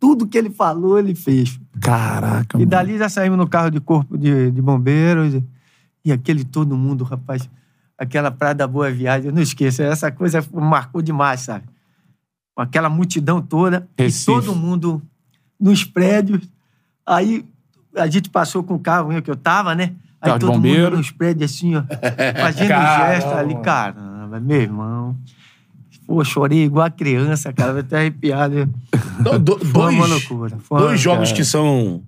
Tudo que ele falou, ele fez. Caraca, E mano. dali já saímos no carro de corpo de, de bombeiros. E, e aquele todo mundo, rapaz. Aquela praia da Boa Viagem, eu não esqueço. Essa coisa marcou demais, sabe? Com Aquela multidão toda. Recife. E todo mundo nos prédios. Aí a gente passou com o carro né, que eu tava, né? Aí Carro de todo bombeiro. mundo nos prédios assim, ó. Fazendo Caramba. gesto ali. Caramba, meu irmão. Pô, chorei igual a criança, cara. Vou até arrepiar, né? Não, do- Foi uma dois, loucura. Foi uma- dois jogos cara. que são.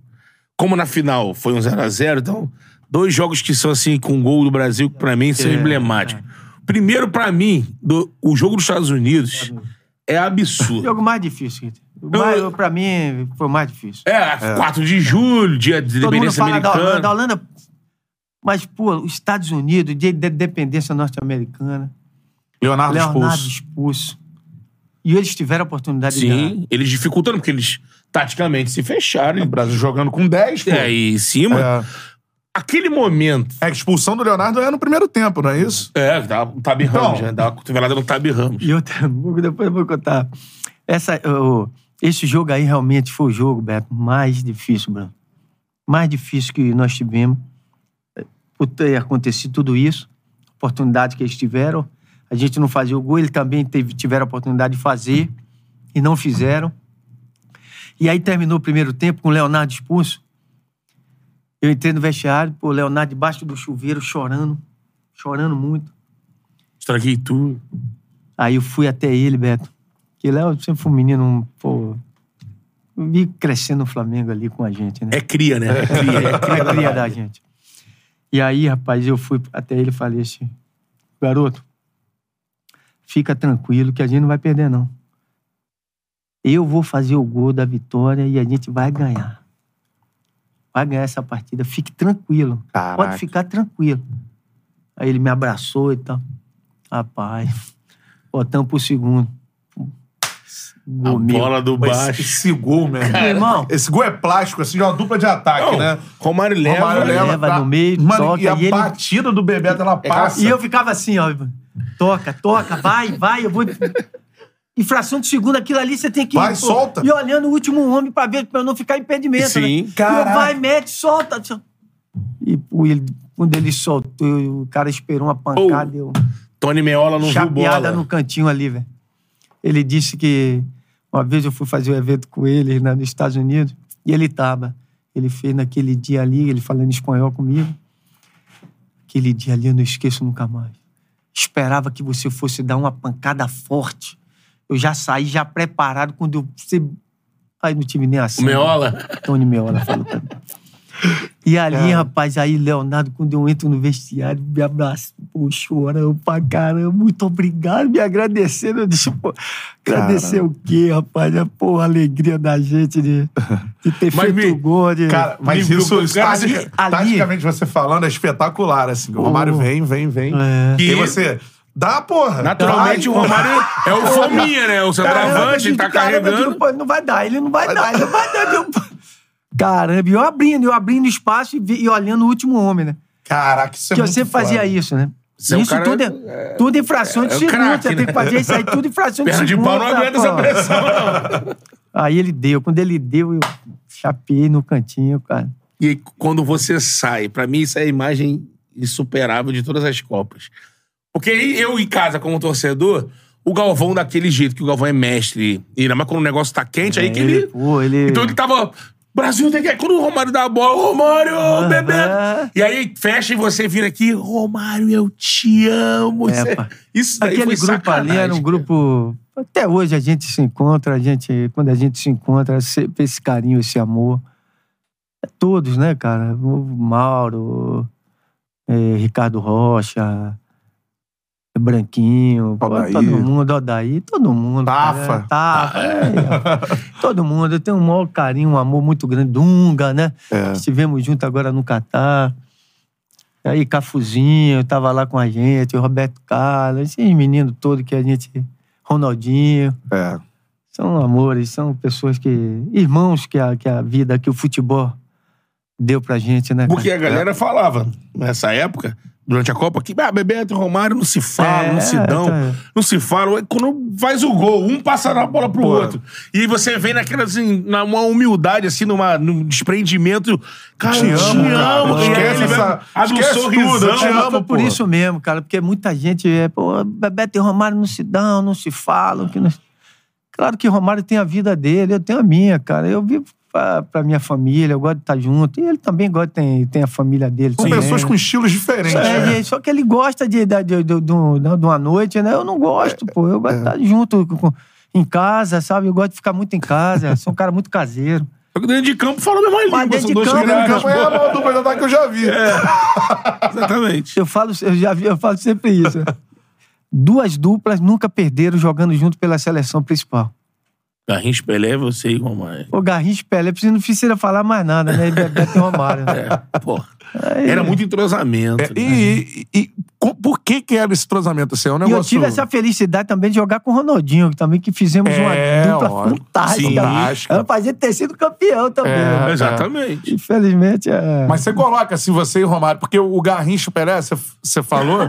Como na final foi um 0x0, então, dois jogos que são assim, com gol do Brasil, que pra mim são É, emblemáticos. Primeiro, pra mim, do- o jogo dos Estados Unidos é absurdo. Jogo mais difícil. O mais, pra mim, foi o mais difícil. É, 4 de julho, dia de Todo mundo independência fala da americana. Holanda, da Holanda. Mas, pô, os Estados Unidos, dia de dependência norte-americana, Leonardo, Leonardo expulso. expulso. E eles tiveram a oportunidade de ganhar. Sim, eles dificultando, porque eles taticamente se fecharam. O E Brasil jogando com 10, pô. é, aí em cima. É. Aquele momento. A expulsão do Leonardo é no primeiro tempo, não é isso? É, dá um Tabi Então. Ramos, né? Dá uma cotovelada no Tabi Ramos. E outra, depois eu vou contar. Essa, ô, esse jogo aí realmente foi o jogo, Beto, mais difícil, Bruno. Mais difícil que nós tivemos. É, Por ter acontecido tudo isso, oportunidade que eles tiveram. A gente não fazia o gol, eles também teve, tiveram a oportunidade de fazer e não fizeram. E aí terminou o primeiro tempo com o Leonardo expulso. Eu entrei no vestiário, pô, o Leonardo debaixo do chuveiro, chorando, chorando muito. Estraguei tudo. Aí eu fui até ele, Beto. que E Léo sempre foi um menino, um, pô, vi crescendo no Flamengo ali com a gente, né? É cria, né? É cria, é cria. É cria da gente. E aí, rapaz, eu fui até ele e falei assim: garoto, fica tranquilo que a gente não vai perder, não. Eu vou fazer o gol da vitória e a gente vai ganhar. Vai ganhar essa partida, fique tranquilo. Caraca. Pode ficar tranquilo. Aí ele me abraçou e tal. Rapaz, botamos pro segundo. A Gol meu. bola do Mas baixo. Esse gol, meu irmão. Meu irmão, Esse gol é plástico, assim, de uma dupla de ataque, Não, né? Romário leva. Romário leva, leva tá- no meio, Mano, toca, e a e ele- É, batida do Bebeto, ela passa. E eu ficava assim, ó. Toca, toca, vai, vai, eu vou. Infração de segundo, aquilo ali você tem que. Vai, solta. E olhando o último homem pra ver, pra não ficar impedimento. Sim. né? E eu, Caraca. Vai, mete, solta. E pô, ele- quando ele soltou, o cara esperou uma pancada, deu Tony Meola não viu chapeada bola. no cantinho ali, velho. Ele disse que. Uma vez eu fui fazer um evento com ele né, nos Estados Unidos, e ele tava. Ele fez naquele dia ali, ele falando espanhol comigo. Aquele dia ali eu não esqueço nunca mais. Esperava que você fosse dar uma pancada forte. Eu já saí, já preparado, quando eu- você. Aí não tive nem O assim. Meola? Tony Meola falou pra mim. E ali, rapaz, aí Leonardo, quando eu entro no vestiário, me abraça, pô, chorando pra caramba, muito obrigado, me agradecendo. Eu disse, pô, agradecer o quê, rapaz? É, pô, a alegria da gente de, de ter Mas, feito Mi, o gol. De... Cara, mas Me- isso, me- tatica- assim, ali- ali- taticamente você falando, é espetacular, assim. O Romário vem, vem, vem. É. E Que- você dá, porra. Naturalmente, Vai, o Romário é o fominha, né? O Caramba, centroavante, gente, tá caramba, eu digo, carregando. pô, não vai dar, ele não vai dar, ele não vai dar. meu. Caramba, e eu abrindo, eu abrindo espaço e, vi- e olhando o último homem, né? Caraca, isso é que muito você fazia foda. isso, né? Você é um isso cara- tudo, é, tudo infração de é um segundo. craque, você né? tem que fazer isso aí, tudo infração de Perna segundo. de pau não aguenta essa pô. pressão, não. Aí ele deu. Quando ele deu, eu chapeei no cantinho, cara. E quando você sai, pra mim isso é a imagem insuperável de todas as Copas. Porque aí eu em casa, como torcedor, o Galvão daquele jeito, que o Galvão é mestre. E ainda mais quando o negócio tá quente, aí que ele. É, Pô, ele... Então ele tava. Brasil tem que. Quando o Romário dá a bola, Romário, Aham. Bebeto. E aí fecha e você vira aqui, Romário, eu te amo. É, Isso- pá. Isso daí Aquele foi grupo ali era um sacanagem. grupo... Até hoje a gente se encontra, a gente, quando a gente se encontra, é sempre esse carinho, esse amor. É Todos, né, cara? O Mauro, é, Ricardo Rocha, é Branquinho, pô, Odair. todo mundo, Odaí, todo mundo. Tafa. cara. Ah, Tafa. é, todo mundo. Eu tenho um maior carinho, um amor muito grande. Dunga, né? É. Estivemos juntos agora no Catar. Aí Cafuzinho estava lá com a gente, o Roberto Carlos, esses meninos todos que a gente. Ronaldinho. É, é. São amores, são pessoas que. Irmãos que a, que a vida, que o futebol deu pra gente, né? cara? Porque a É. galera falava, nessa época, durante a Copa, que ah, Bebeto e Romário não se falam, É, não se então dão, tá. não se falam. Aí Quando faz o gol, um passa a bola pro Pô. outro. E aí você vem naquela, assim, numa humildade, assim, numa, num desprendimento. Cara, Te eu te amo, cara. amo, cara. Esquece essa- abre um esquece tudo, eu sorrisão. te Mas amo. foi por pô. isso mesmo, cara, porque muita gente é, pô, Bebeto e Romário não se dão, não se falam. Que não... Claro que Romário tem a vida dele, eu tenho a minha, cara. Eu vivo pra, pra minha família, eu gosto de estar junto. E ele também gosta, tem, tem a família dele São também. pessoas com estilos diferentes. né? É, é, só que ele gosta de, de, de, de- de um- de uma noite, né? Eu não gosto, É, pô. Eu gosto de estar junto com- com- em casa, sabe? Eu gosto de ficar muito em casa. Sou um cara muito caseiro. Só que dentro de campo fala a mesma língua. dentro são de dois campo, Dentro de caras, campo é a pô. maior dupla de ataque que eu já vi. É. Exatamente. Eu falo, eu já vi, eu falo sempre isso. Duas duplas nunca perderam jogando junto pela seleção principal. Garrincha Pelé é você e Romário. O Garrincha e Pelé, preciso- não precisa falar mais nada, né? E Bebeto né? e Romário. um É, pô. Aí- Era muito entrosamento. É, né? E, e- e co- por que que era esse transamento? Assim, é um E negócio... eu tive essa felicidade também de jogar com o Ronaldinho, que também que fizemos É, uma dupla olha, fantástica. fantástica. Era pra gente ter sido campeão também. É. né? Exatamente. Infelizmente, é. Mas você coloca assim, você e o Romário, porque o Garrincha e o Pelé, você, você falou,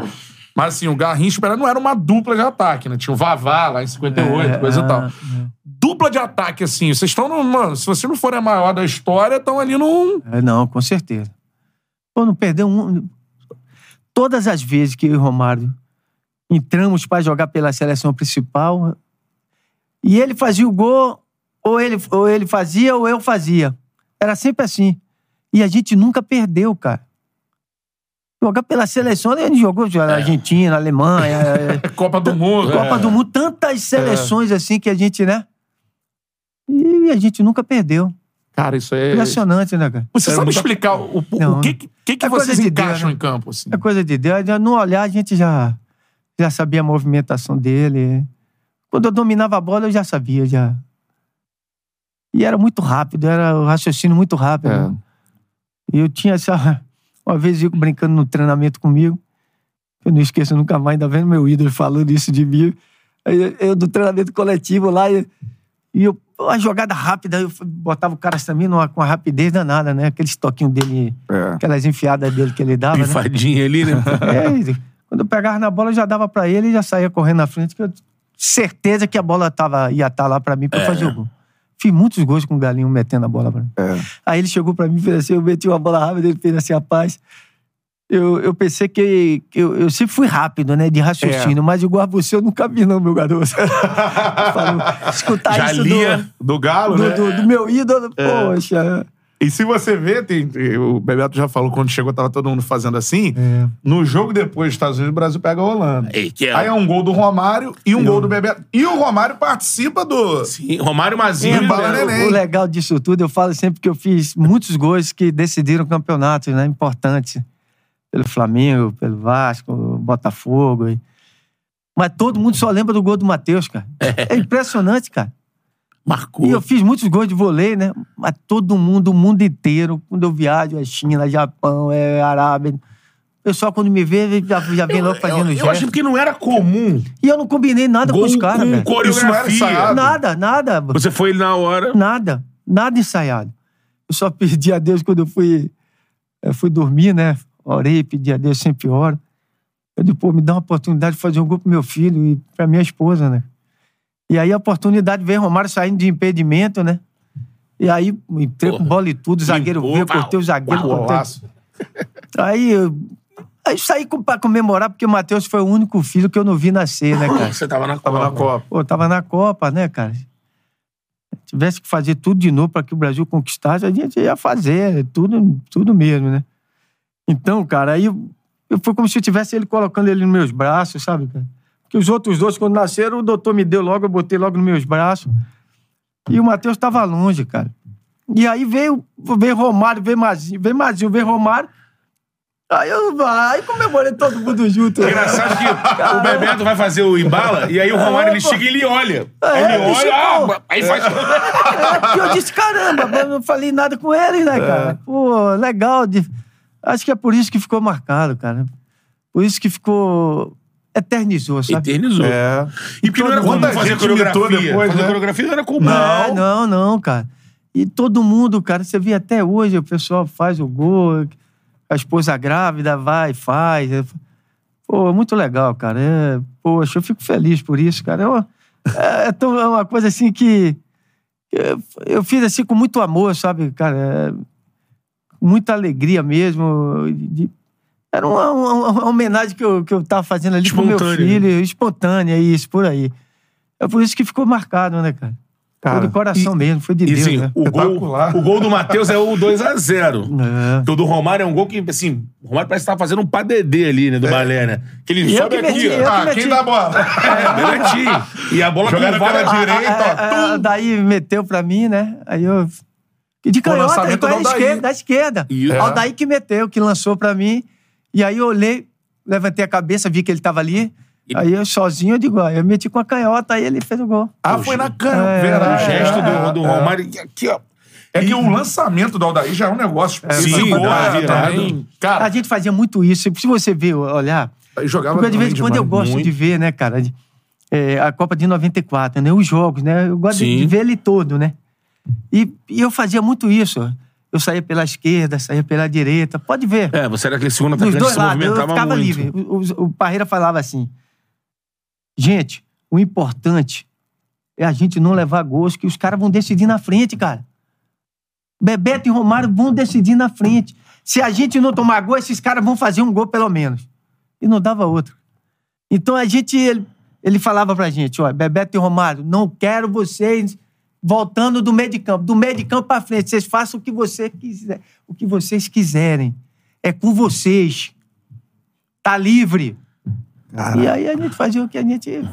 mas assim, o Garrincha e o Pelé não era uma dupla de ataque, né? Tinha o Vavá lá em 58, É, coisa e tal. é. Dupla de ataque, assim, vocês estão no. Mano, se você não for a maior da história, estão ali num. É, não, com certeza. Pô, não perdeu um. Todas as vezes que eu e o Romário entramos para jogar pela seleção principal, e ele fazia o gol, ou ele, ou ele fazia, ou eu fazia. Era sempre assim. E a gente nunca perdeu, cara. Jogar pela seleção, ele jogou É. na Argentina, Alemanha, eh, Copa do Mundo. Copa do Mundo, É. tantas seleções assim que a gente, né? E a gente nunca perdeu. Cara, isso é. Impressionante, né, cara? Você Era sabe muita- explicar o, o- Não, o que, que, que É coisa vocês de Deus, encaixam né? em campo? Assim? É coisa de Deus. já No olhar, a gente já, já sabia a movimentação dele. Quando eu dominava a bola, eu já sabia, já. E era muito rápido, era o raciocínio muito rápido. É. né? E eu tinha essa... Uma vez, Zico brincando no treinamento comigo, eu não esqueço nunca mais, ainda vendo meu ídolo falando isso de mim. Aí Eu, eu do treinamento coletivo lá, e, e eu, uma jogada rápida, eu botava o cara também numa, com uma rapidez danada, né? Aqueles toquinhos dele, É. aquelas enfiadas dele que ele dava, né? Pifadinha ali, né? É, e quando eu pegava na bola, eu já dava pra ele e já saía correndo na frente, que eu certeza que a bola tava, ia estar lá pra mim pra eu fazer o gol. Fiz muitos gols com o Galinho metendo a bola pra mim. É. Aí ele chegou pra mim e fez assim, eu meti uma bola rápida, ele fez assim, rapaz... Eu, eu pensei que, que eu, eu sempre fui rápido, né, de raciocínio, mas igual a você eu nunca vi não, meu garoto. Falou, escutar Já isso lia. Do Galo, do, do, né? do- do meu ídolo, poxa. E se você vê, tem- o Bebeto já falou, quando chegou, tava todo mundo fazendo assim. É. No jogo depois dos Estados Unidos, o Brasil pega a Holanda. Ei, que é- Aí é um gol do Romário e um gol do Bebeto. E o Romário participa do. Sim, Romário Mazinho. Sim, né? bala, né? Neném. O legal disso tudo, eu falo sempre que eu fiz muitos gols que decidiram campeonatos, né? Importantes. Pelo Flamengo, pelo Vasco, Botafogo. e- Mas todo mundo só lembra do gol do Matheus, cara. É impressionante, cara. E eu Marcou. fiz muitos gols de vôlei, né? Mas todo mundo, o mundo inteiro, quando eu viajo, é China, Japão, é Arábia. O pessoal, quando me vê, já, já vem logo fazendo eu, eu gesto. acho que não era comum. E eu não combinei nada Gol Tá com os caras, com velho. Isso não era coreografia. ensaiado. Nada, nada. Você foi na hora. Nada, nada ensaiado. Eu só pedi a Deus quando eu fui, eu fui dormir, né? Orei, pedi a Deus, sempre oro. Eu disse, pô, me dá uma oportunidade de fazer um gol pro meu filho e pra minha esposa, né? E aí a oportunidade veio, Romário saindo de impedimento, né? E aí entrei com Porra. bola e tudo, o zagueiro Limpou, veio, pau, cortei o zagueiro. pau, cortei- Golaço. Aí eu, aí eu saí com- pra comemorar, porque o Matheus foi o único filho que eu não vi nascer, né, cara? Você tava na Tava na Copa. Pô, tava na Copa, né, cara? Se Tivesse que fazer tudo de novo para que o Brasil conquistasse, a gente ia fazer tudo, tudo mesmo, né? Então, cara, aí eu, eu- foi como se eu tivesse ele colocando ele nos meus braços, sabe, cara? Porque os outros dois, quando nasceram, o doutor me deu logo, eu botei logo nos meus braços. E o Matheus estava longe, cara. E aí veio, veio Romário, veio Mazinho, veio Mazinho, veio Romário. Aí eu aí comemorei todo mundo junto. É Engraçado que o Bebeto vai fazer o embala e aí o Romário ele chega e ele olha. Aí É, ele bicho, olha, pô. ah, aí faz. É, porque eu disse, caramba, mas eu não falei nada com ele, né, cara? Pô, legal. de- Acho que é por isso que ficou marcado, cara. Por isso que ficou. Eternizou, sabe? Eternizou. É. E porque não era comum Quanta fazer gente imitou coreografia. depois, fazer né? coreografia não era comum. É, não, não, cara. E todo mundo, cara, você vê até hoje, o pessoal faz o gol, a esposa grávida vai, faz. É, Pô, é muito legal, cara. É, poxa, eu fico feliz por isso, cara. É uma, é- é tão- é uma coisa assim que. Eu, eu fiz assim com muito amor, sabe, cara? É, muita alegria mesmo. de- era uma, uma- uma homenagem que eu, que eu tava fazendo ali pro meu Espontânea, né? filho, espontânea, isso, por aí. É por isso que ficou marcado, né, cara? Cara, foi do coração mesmo, foi de E Deus, assim, né? o, gol, Espetacular. o gol do Matheus é o 2x0. É. O do Romário é um gol que, assim, o Romário parece que tava fazendo um padedê ali, É. né, do balé, né? Que ele E eu sobe que aqui, meti, ó. eu Ah, que meti. Ah, quem dá a bola? É, bonitinho. E a bola com Jogaram o pela VAR. direita, ó. É, é, daí meteu pra mim, né? Aí eu. E de Pô, canhota, lançamento então é não dá aí. esquerda, da esquerda. Isso. Aí daí que meteu, que lançou pra mim. E aí eu olhei, levantei a cabeça, vi que ele tava ali. Aí eu sozinho, eu digo, ó, eu meti com a canhota, aí ele fez o gol. Ah, foi na canhota. É, verdade. O gesto do, É, do é. Romário. e Aqui, ó. É que o lançamento do Aldair já é um negócio. Sim, Esse gol tá é virado. também, A Cara, gente fazia muito isso. Se você ver, olhar, eu jogava Ah, Porque de vez em bem quando eu demais. gosto de ver, né, cara? de- é, a Copa de 94, né? Os jogos, né? Eu gosto de- Sim. de ver ele todo, né? E, e eu fazia muito isso. Eu saía pela esquerda, saía pela direita. Pode ver. É, você era aquele segundo Dos atacante que dois se lados, eu movimentava ficava muito. livre. O, o, o Parreira falava assim: gente, o importante é a gente não levar gols, que os caras vão decidir na frente, cara. Bebeto e Romário vão decidir na frente. Se a gente não tomar gol, esses caras vão fazer um gol pelo menos. E não dava outro. Então a gente, ele, ele falava pra gente: olha, Bebeto e Romário, não quero vocês voltando do meio de campo. Do meio de campo pra frente, vocês façam o que, você quiser, o que vocês quiserem. É com vocês. Tá livre. Caraca. E aí a gente fazia o que a gente.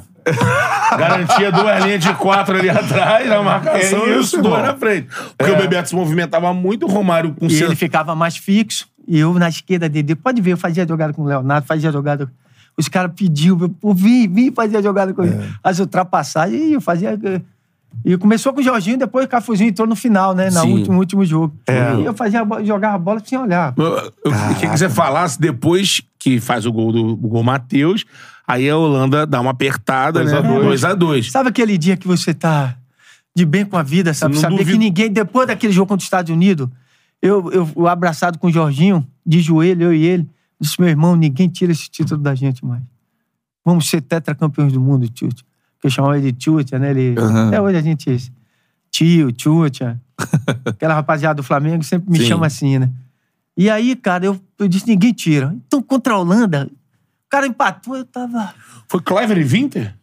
Garantia duas linhas de quatro ali atrás, na marcação, É e isso, os dois irmão. na frente. Porque o Bebeto se movimentava muito, o Romário com E seu- ele ficava mais fixo. E eu na esquerda dele. Pode ver, eu fazia jogada com o Leonardo, fazia jogada. Os caras pediam, eu, pô, vim, vim fazer a jogada com ele. As ultrapassagens, e eu fazia. eh, E começou com o Jorginho, depois o Cafuzinho entrou no final, né? na Sim. última- No último jogo. É. E eu fazia, a bo- jogava a bola sem olhar. Eu eu queria que você falasse depois que faz o gol do o gol Matheus, aí a Holanda dá uma apertada, Dois né? a dois. 2x2. Sabe aquele dia que você tá de bem com a vida, sabe? Não Saber duvido. que ninguém. Depois daquele jogo contra os Estados Unidos, eu, eu, eu abraçado com o Jorginho, de joelho, eu e ele, disse: meu irmão, ninguém tira esse título da gente mais. Vamos ser tetracampeões do mundo, Tchutcha. Que eu chamava ele de Tchutcha, né? Ele, Aham. Até hoje a gente. é Tio, Tchutcha. Aquela rapaziada do Flamengo sempre me Sim. chama assim, né? E aí, cara, eu, eu disse: ninguém tira. Então, contra a Holanda, o cara empatou, eu tava. Foi Cliver e Winter?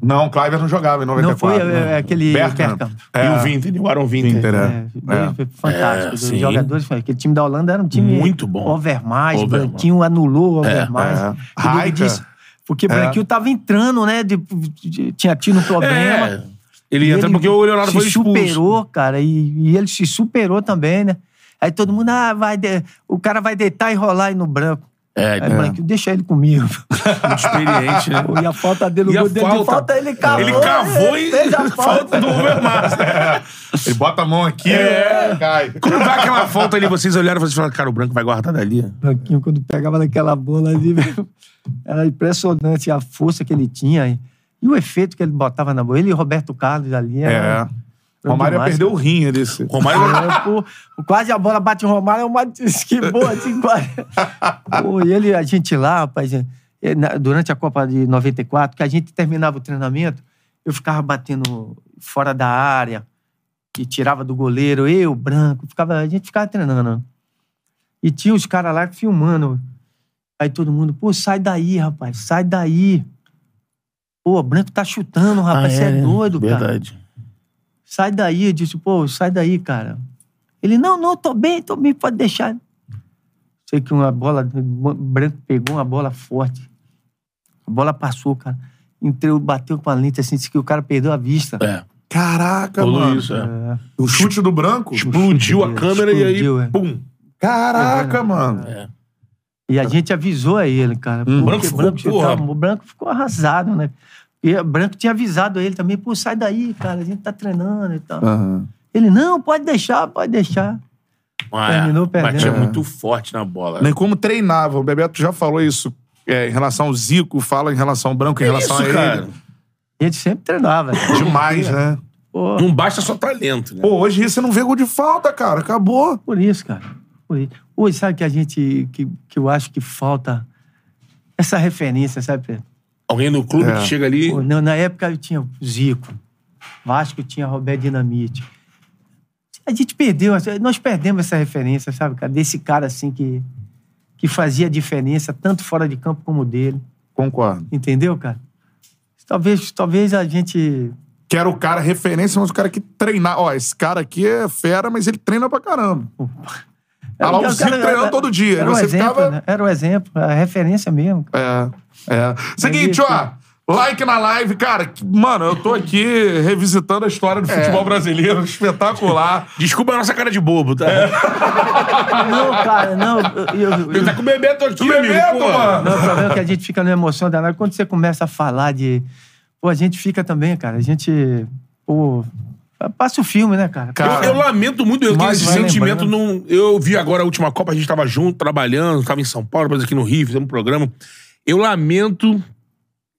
Não, o Cliver não jogava em Não foi 94. né? é, aquele. Bergkamp. Bergkamp. E o Winter, e o Aaron Winter. Inter, é. É, dois É. fantásticos. Os sim. jogadores, foi- aquele time da Holanda era um time Muito bom. Overmars, Overmars. Branquinho anulou o Overmars. é. E ele Raika. disse- Porque É. o Branquinho tava entrando, né? de- de- tinha tido um problema. É. Ele E entra porque o Leonardo se foi expulso. superou, cara, e, e ele se superou também, né? Aí todo mundo, ah, vai de- o cara vai deitar e rolar aí no branco. É, Aí o branquinho, deixa ele comigo. Muito experiente, né? e a falta dele, o E a gol dele de falta? falta, ele cavou. Ele cavou ele e fez a falta do Overmars. Ele bota a mão aqui É. e cai. Quando dá aquela falta ali, vocês olharam e vocês falaram, cara, o branco vai guardar dali. Branquinho, quando pegava naquela bola ali, velho, era impressionante a força que ele tinha e, e o efeito que ele botava na bola. Ele e Roberto Carlos ali. É. era- O Romário ia demais, perder o rim ali. se- O Romário É, pô, quase a bola bate em Romário, o Romário esquivou assim, quase. Pô, e ele, a gente lá, rapaz, é, é, na- durante a Copa de 94, que a gente terminava o treinamento, eu ficava batendo fora da área e tirava do goleiro, eu, branco, ficava, a gente ficava treinando. E tinha os caras lá filmando. Aí todo mundo, pô, sai daí, rapaz, sai daí. Pô, branco tá chutando, Ah, rapaz, você é, doido, cara Verdade. sai daí. Eu disse, pô, sai daí, cara. Ele, não, não, tô bem, tô bem, pode deixar. Sei que uma bola, o branco pegou uma bola forte. A bola passou, cara. Entrou, bateu com a lente assim, disse que o cara perdeu a vista. É. Caraca, Tudo mano. isso, Tipo, uhum. é. O chute do branco? Explodiu a câmera Explodiu, e é. aí, pum. Caraca, mano. É. E a gente avisou a ele, cara. Hum. porque Branco ficou, ficou- porra. o branco ficou arrasado, né? E o branco tinha avisado ele também, pô, sai daí, cara, a gente tá treinando e tal. Aham. Ele, não, pode deixar, pode deixar. Ah, Terminou perdendo. Batia É. muito forte na bola. Nem como treinava. O Bebeto já falou isso é, em relação ao Zico, fala em relação ao branco, em relação é Isso, a ele. cara. A gente sempre treinava. Demais, né? Pô, Não basta só talento, né? Pô, hoje você não vê gol de falta, cara. Acabou. Por isso, cara. Por isso. Hoje, sabe que a gente. Que, que eu acho que falta essa referência, sabe, Pedro? Alguém no clube É. que chega ali. Pô, na, na época eu tinha o Zico, Vasco tinha Roberto Dinamite. A gente perdeu, essa- nós perdemos essa referência, sabe, cara? Desse cara assim que, que fazia diferença, tanto fora de campo como dele. Concordo. Entendeu, cara? Talvez, talvez a gente. Que era o cara referência, mas o cara que treinar. Ó, esse cara aqui é fera, mas ele treina pra caramba. Tá lá o Era- Zico era- treinando era- todo dia. E Era um você exemplo, ficava. né? Era o exemplo, a referência mesmo. cara. É, é. Seguinte, isso, ó. Like na live, cara. que- Mano, eu tô aqui revisitando a história É. do futebol brasileiro, espetacular. Desculpa a nossa cara de bobo, tá? Não, cara, não. eu- eu- Ele tá com o Bebeto aqui, Que amigo. medo, pô. mano. Não, o problema é que a gente fica numa emoção danada. Quando você começa a falar de. Pô, a gente fica também, cara. A gente. Pô. Passa o filme, né, cara? Cara, Eu, eu lamento muito, eu tenho Mas esse vai sentimento. lembrando. Num, eu vi agora a última Copa, a gente tava junto, trabalhando, tava em São Paulo, depois aqui no Rio, fizemos um programa. Eu lamento.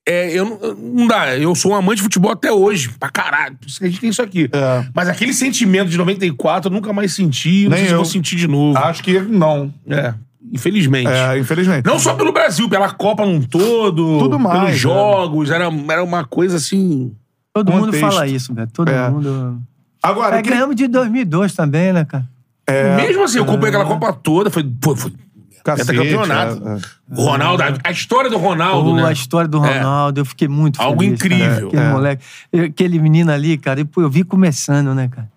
É, eu, não- não dá, eu sou um amante de futebol até hoje, pra caralho. Por isso que A gente tem isso aqui. É. Mas aquele sentimento de 94 eu nunca mais senti, não Nem sei se eu. vou sentir de novo. Acho que não. É, infelizmente. É, infelizmente. Não só pelo Brasil, pela Copa num todo, Tudo mais, pelos né? jogos, era, era uma coisa assim. Todo mundo contexto. fala isso, velho. Todo um É. mundo. Agora, tá É, que- ganhamos de 2002 também, né, cara? Mesmo assim, eu comprei aquela Copa toda, foi, pô, foi É, Tá Cacete, pentacampeonato. é, é. O Ronaldo, a- a história do Ronaldo, Pô, né? A história do É. Ronaldo, eu fiquei muito Algo feliz. cara. incrível. Aquele É. moleque. eu- aquele menino ali, cara, e, pô, eu vi começando, né, cara?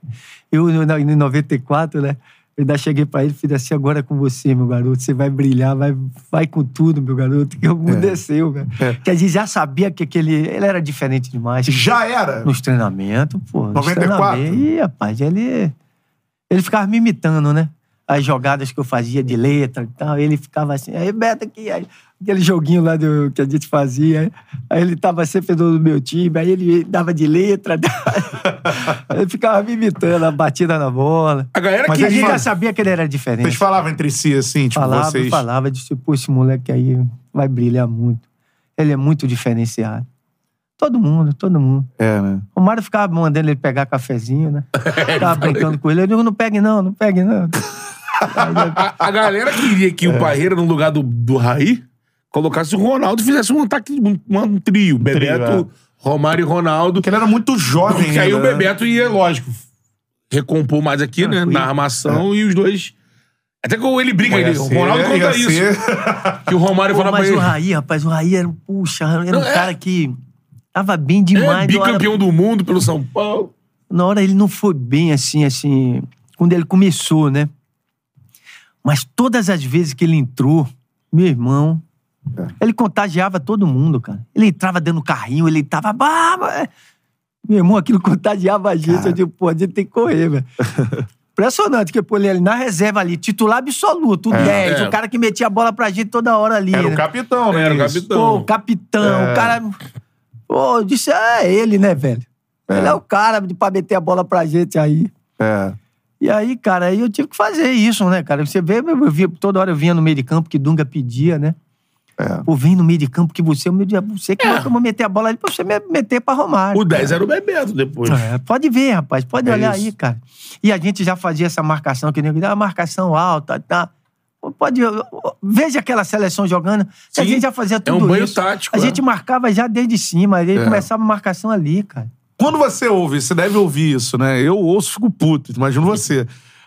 Eu, eu, na- em 94, né? Eu ainda cheguei pra ele e fiz assim, agora é com você, meu garoto. Você vai brilhar, vai, vai com tudo, meu garoto. É. Que o mundo desceu, velho. Que a gente já sabia que aquele... Ele era diferente demais. Já era. Nos treinamentos, pô. nos 94? treinamentos. Ih, rapaz, ele... Ele ficava me imitando, né? As jogadas que eu fazia de letra e tal. Ele ficava assim, aí Beto aqui, aí, aquele joguinho lá do, que a gente fazia. Aí ele tava sempre do meu time, aí ele dava de letra. ele ficava me imitando, a batida na bola. A galera Mas é Que a eles gente já falam- sabia que ele era diferente. Vocês falavam entre si, assim, tipo, falava, vocês... falava, disse, pô, esse moleque aí vai brilhar muito. Ele é muito diferenciado. Todo mundo, todo mundo. É, né? O Mário ficava mandando ele pegar cafezinho, né? Ficava brincando com ele. Eu digo, não pegue não, não pegue não. A, a galera queria É. que o Parreira, no lugar do, do Raí, colocasse o Ronaldo e fizesse um ataque, um, um trio. Bebeto, é. Romário e Ronaldo. Porque ele era muito jovem Porque aí ainda, o né? Bebeto ia, lógico, recompor mais aqui, né? Na É. armação e os dois. Até que ele briga, Ia ele, o ser- Ronaldo ia conta isso. ser- Que o Romário Pô, fala pra mas ele. o Raí, rapaz, o Raí era, um- puxa, era um Não, é- cara que tava bem É, demais. na hora- bicampeão do mundo pelo São Paulo. na hora ele não foi bem assim, assim, quando ele começou, né? Mas todas as vezes que ele entrou, meu irmão, ele contagiava todo mundo, cara. Ele entrava dando carrinho, ele tava. "Bah, bah". Meu irmão, aquilo contagiava a gente. Eu digo, pô, a gente tem que correr, velho. Impressionante, porque, pô, ele ali na reserva ali, titular absoluto, o 10, é. o cara que metia a bola pra gente toda hora ali. Era o né? capitão, né? Era o Isso. capitão. Pô, o capitão, o cara. Pô, eu disse, é ele, né, velho? Ele é o cara de- pra meter a bola pra gente aí. É. E aí, cara, aí eu tive que fazer isso, né, cara? Você vê, eu via, toda hora eu vinha no meio de campo que Dunga pedia, né? É. Pô, vem no meio de campo que você, é o meio de- você que eu vou meter a bola ali pra você me- meter pra Romário. O 10 era o Bebeto depois. É, pode ver, rapaz, pode É olhar isso. aí, cara. E a gente já fazia essa marcação, que nem ah, marcação alta, tá? Pô, Pode, veja aquela seleção jogando, que a Sim, gente já fazia É tudo um banho isso. tático. A é. gente marcava já desde cima, ele É. começava a marcação ali, cara. Quando você ouve, você deve ouvir isso, né? Eu ouço, fico puto, imagino você.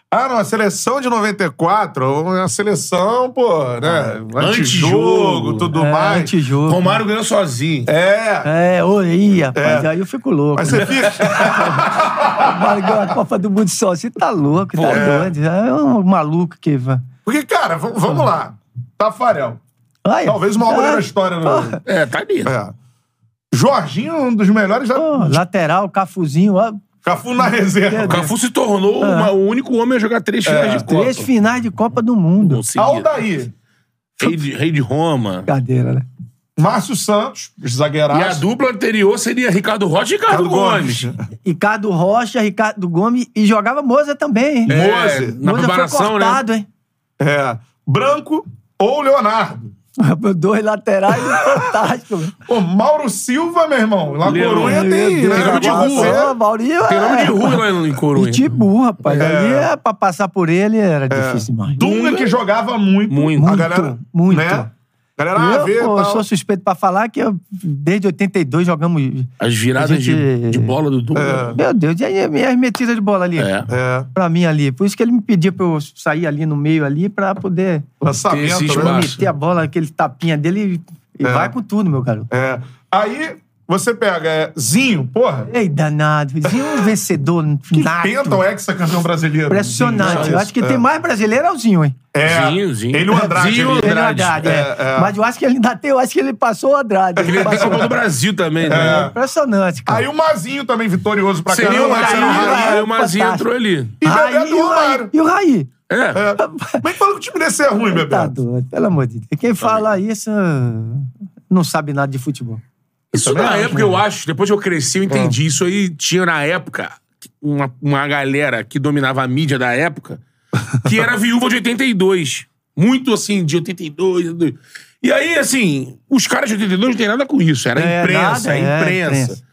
Ah, não, a seleção de 94 é uma seleção, pô, né? Antijogo, Ah, antijogo. tudo é, mais. antijogo. Romário ganhou sozinho. É. É, oi, rapaz, aí eu fico louco. Mas você fica. Romário ganhou a Copa do Mundo só, você tá louco, tá É. doido. É um maluco que... vai- Porque, cara, v- vamos lá. Tafarel. Olha, Talvez o maior goleiro da história. Porra. Do... É, tá ali. É. Jorginho, um dos melhores. Da... Ah, pô, lateral, cafuzinho, ó, Cafu na reserva. O Cafu se tornou uma- o único homem a jogar três finais de Copa. É. três finais de Copa do Mundo. Seguida. Aldair. Rei de, rei de Roma. Brincadeira, né? Márcio Santos, E a zagueiraço. dupla anterior seria Ricardo Rocha e Ricardo Ricardo Gomes. Ricardo Rocha, Ricardo Gomes e jogava Moza também, hein? É, Mose. na Moza foi preparação, né? cortado, hein? É. Branco ou Leonardo. Dois laterais, fantástico. velho. Pô, Mauro Silva, meu irmão. Lá Leão. Coruña tem, né? Tem nome de Agora rua. você- Ó, Maurinho, Tem nome é, tipo, de rua né? lá em Corunha. Pitbull, rapaz. Ali é, pra passar por ele É. era difícil demais. Dunga que jogava muito. Muito. A Muito, galera, muito. Né? A galera eu, a ver, pô, tal. sou suspeito pra falar que eu, desde 82 jogamos. As viradas A gente- É. de, de bola do Dunga. Meu Deus, e aí, minhas metidas de bola ali. É. É, Pra mim ali. Por isso que ele me pedia pra eu sair ali no meio ali pra poder lançamento, Tem esse né? espaço. meter a bola, aquele tapinha dele e, e É. vai com tudo, meu garoto. É. Aí você pega é, Zinho, porra. Ei, danado. Zinho é um vencedor Que nato. penta o ex-campeão brasileiro. Impressionante. Zinho, Eu acho que é. tem mais brasileiro é o Zinho, hein? É. Zinho, Zinho. Ele e o Andrade. Zinho, ele- Ele é o Andrade. Andrade, é. É, é. Mas eu acho que ele ainda tem, eu acho que ele passou o Andrade. Ele tem é Copa do Brasil também, né? É. Impressionante, cara. Aí o Mazinho também vitorioso pra Seria caramba. o Mazinho, né? Marcelo Raí, Raí. aí o Mazinho fantástico. entrou ali. E Raí, Bebeto e o Raí? Romário. E o Raí? É. É. Como é que fala que o time desse é ruim, Bebeto? Tá doido, pelo amor de Deus. Quem fala isso não sabe nada de futebol. Isso também na acho, época, né? eu acho, depois que eu cresci, eu entendi. Ah. Isso aí tinha na época uma, uma galera que dominava a mídia da época que era viúva de 82. Muito assim, de 82. 82. E aí, assim, os caras de 82 não tem nada com isso. Era É, imprensa, nada, é, é imprensa. imprensa.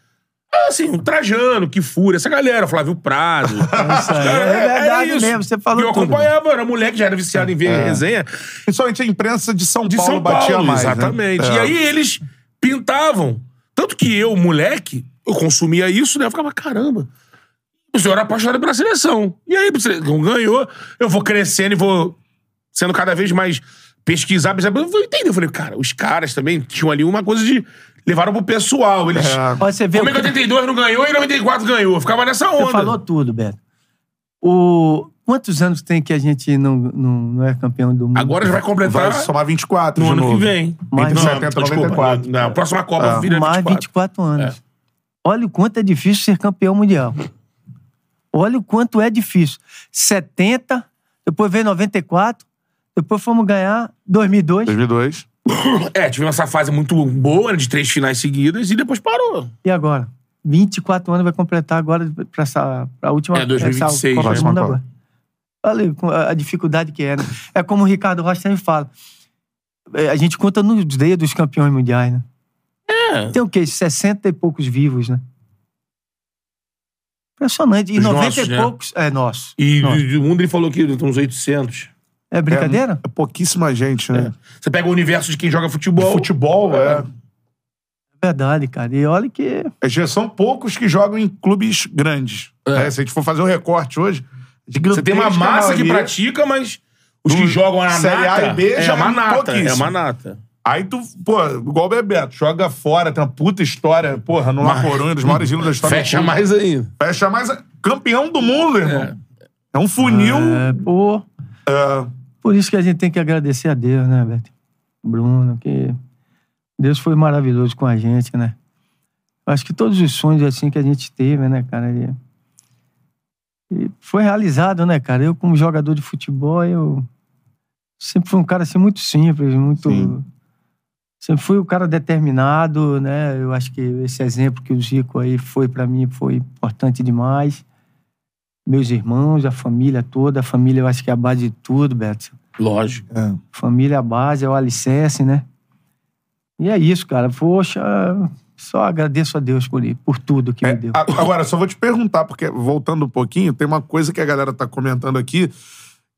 Ah, Assim, o Trajano, que fúria, essa galera, Flávio Prado. Isso aí, Cara, é era verdade isso. mesmo, você falou Eu tudo. É. acompanhava, era moleque, já era viciado em ver resenha. Principalmente a imprensa de São De Paulo São Paulo, batia mais. né? exatamente. É. E aí eles pintavam. Tanto que eu, moleque, eu consumia isso, né? Eu ficava, caramba. O senhor era apaixonado pela seleção. E aí, você não ganhou, eu vou crescendo e vou sendo cada vez mais pesquisar, pesquisar. Eu vou entender. Eu falei, cara, os caras também tinham ali uma coisa de. Levaram pro pessoal. Eles. É. Ó, Você vê Como o é que que 82 não ganhou e 94 ganhou? Eu ficava nessa você onda. falou tudo, Beto. O... Quantos anos tem que a gente não, não, não é campeão do mundo? Agora já vai completar Vai somar 24 no de ano novo. que vem. Mais- Entre Não, 70 e desculpa, 94. Na próxima Copa, Ah. vira mais 24. 24 anos. Olha o quanto é difícil ser campeão mundial. Olha o quanto é difícil. 70, depois veio 94, depois fomos ganhar 2002 2002. É, tivemos essa fase muito boa, né, de três finais seguidas, e depois parou. e agora 24 anos vai completar agora para essa pra última É, 2026, essa Copa né? do Mundo Próxima agora. Olha aí com- a a dificuldade que é. Né? É como o Ricardo Rocha sempre fala. É, A gente conta nos dedos dos campeões mundiais, né? É. Tem o quê? 60 e poucos vivos, né? Impressionante. E Os 90 nossos, e né? poucos. É nosso. E Não. do, do mundo ele falou que tá tem uns 800. É brincadeira? É pouquíssima gente, né? Você pega o universo de quem joga futebol. Futebol, é. É verdade, cara. E olha que. É, Já são poucos que jogam em clubes grandes. né? Se a gente for fazer um recorte hoje, É. Você tem uma massa que pratica. pratica, mas os que Do jogam na Série A nata... e B é já um uma nata, pouquíssimo. é uma nata. Aí tu, pô, igual o Bebeto, joga fora, tem uma puta história, porra, no La Mas- Coruña, dos maiores ídolos da história. do Fecha clube. mais ainda. Fecha mais. Campeão do mundo, irmão. É, um funil. É, pô. Por isso que a gente tem que agradecer a Deus, né, Beto? Bruno, que Deus foi maravilhoso com a gente, né? Eu Acho que todos os sonhos assim que a gente teve, né, cara? ele- E foi realizado, né, cara? Eu, como jogador de futebol, eu sempre fui um cara assim muito simples, muito. Sim. Sempre fui um cara determinado, né? Eu acho que esse exemplo que o Zico aí foi pra mim foi importante demais. Meus irmãos, a família toda, a família eu acho que é a base de tudo, Beto. Lógico. Família é a base, é o alicerce, né? E é isso, cara. Poxa, só agradeço a Deus por, por tudo que É, me deu. a- agora, só vou te perguntar, porque voltando um pouquinho, tem uma coisa que a galera tá comentando aqui,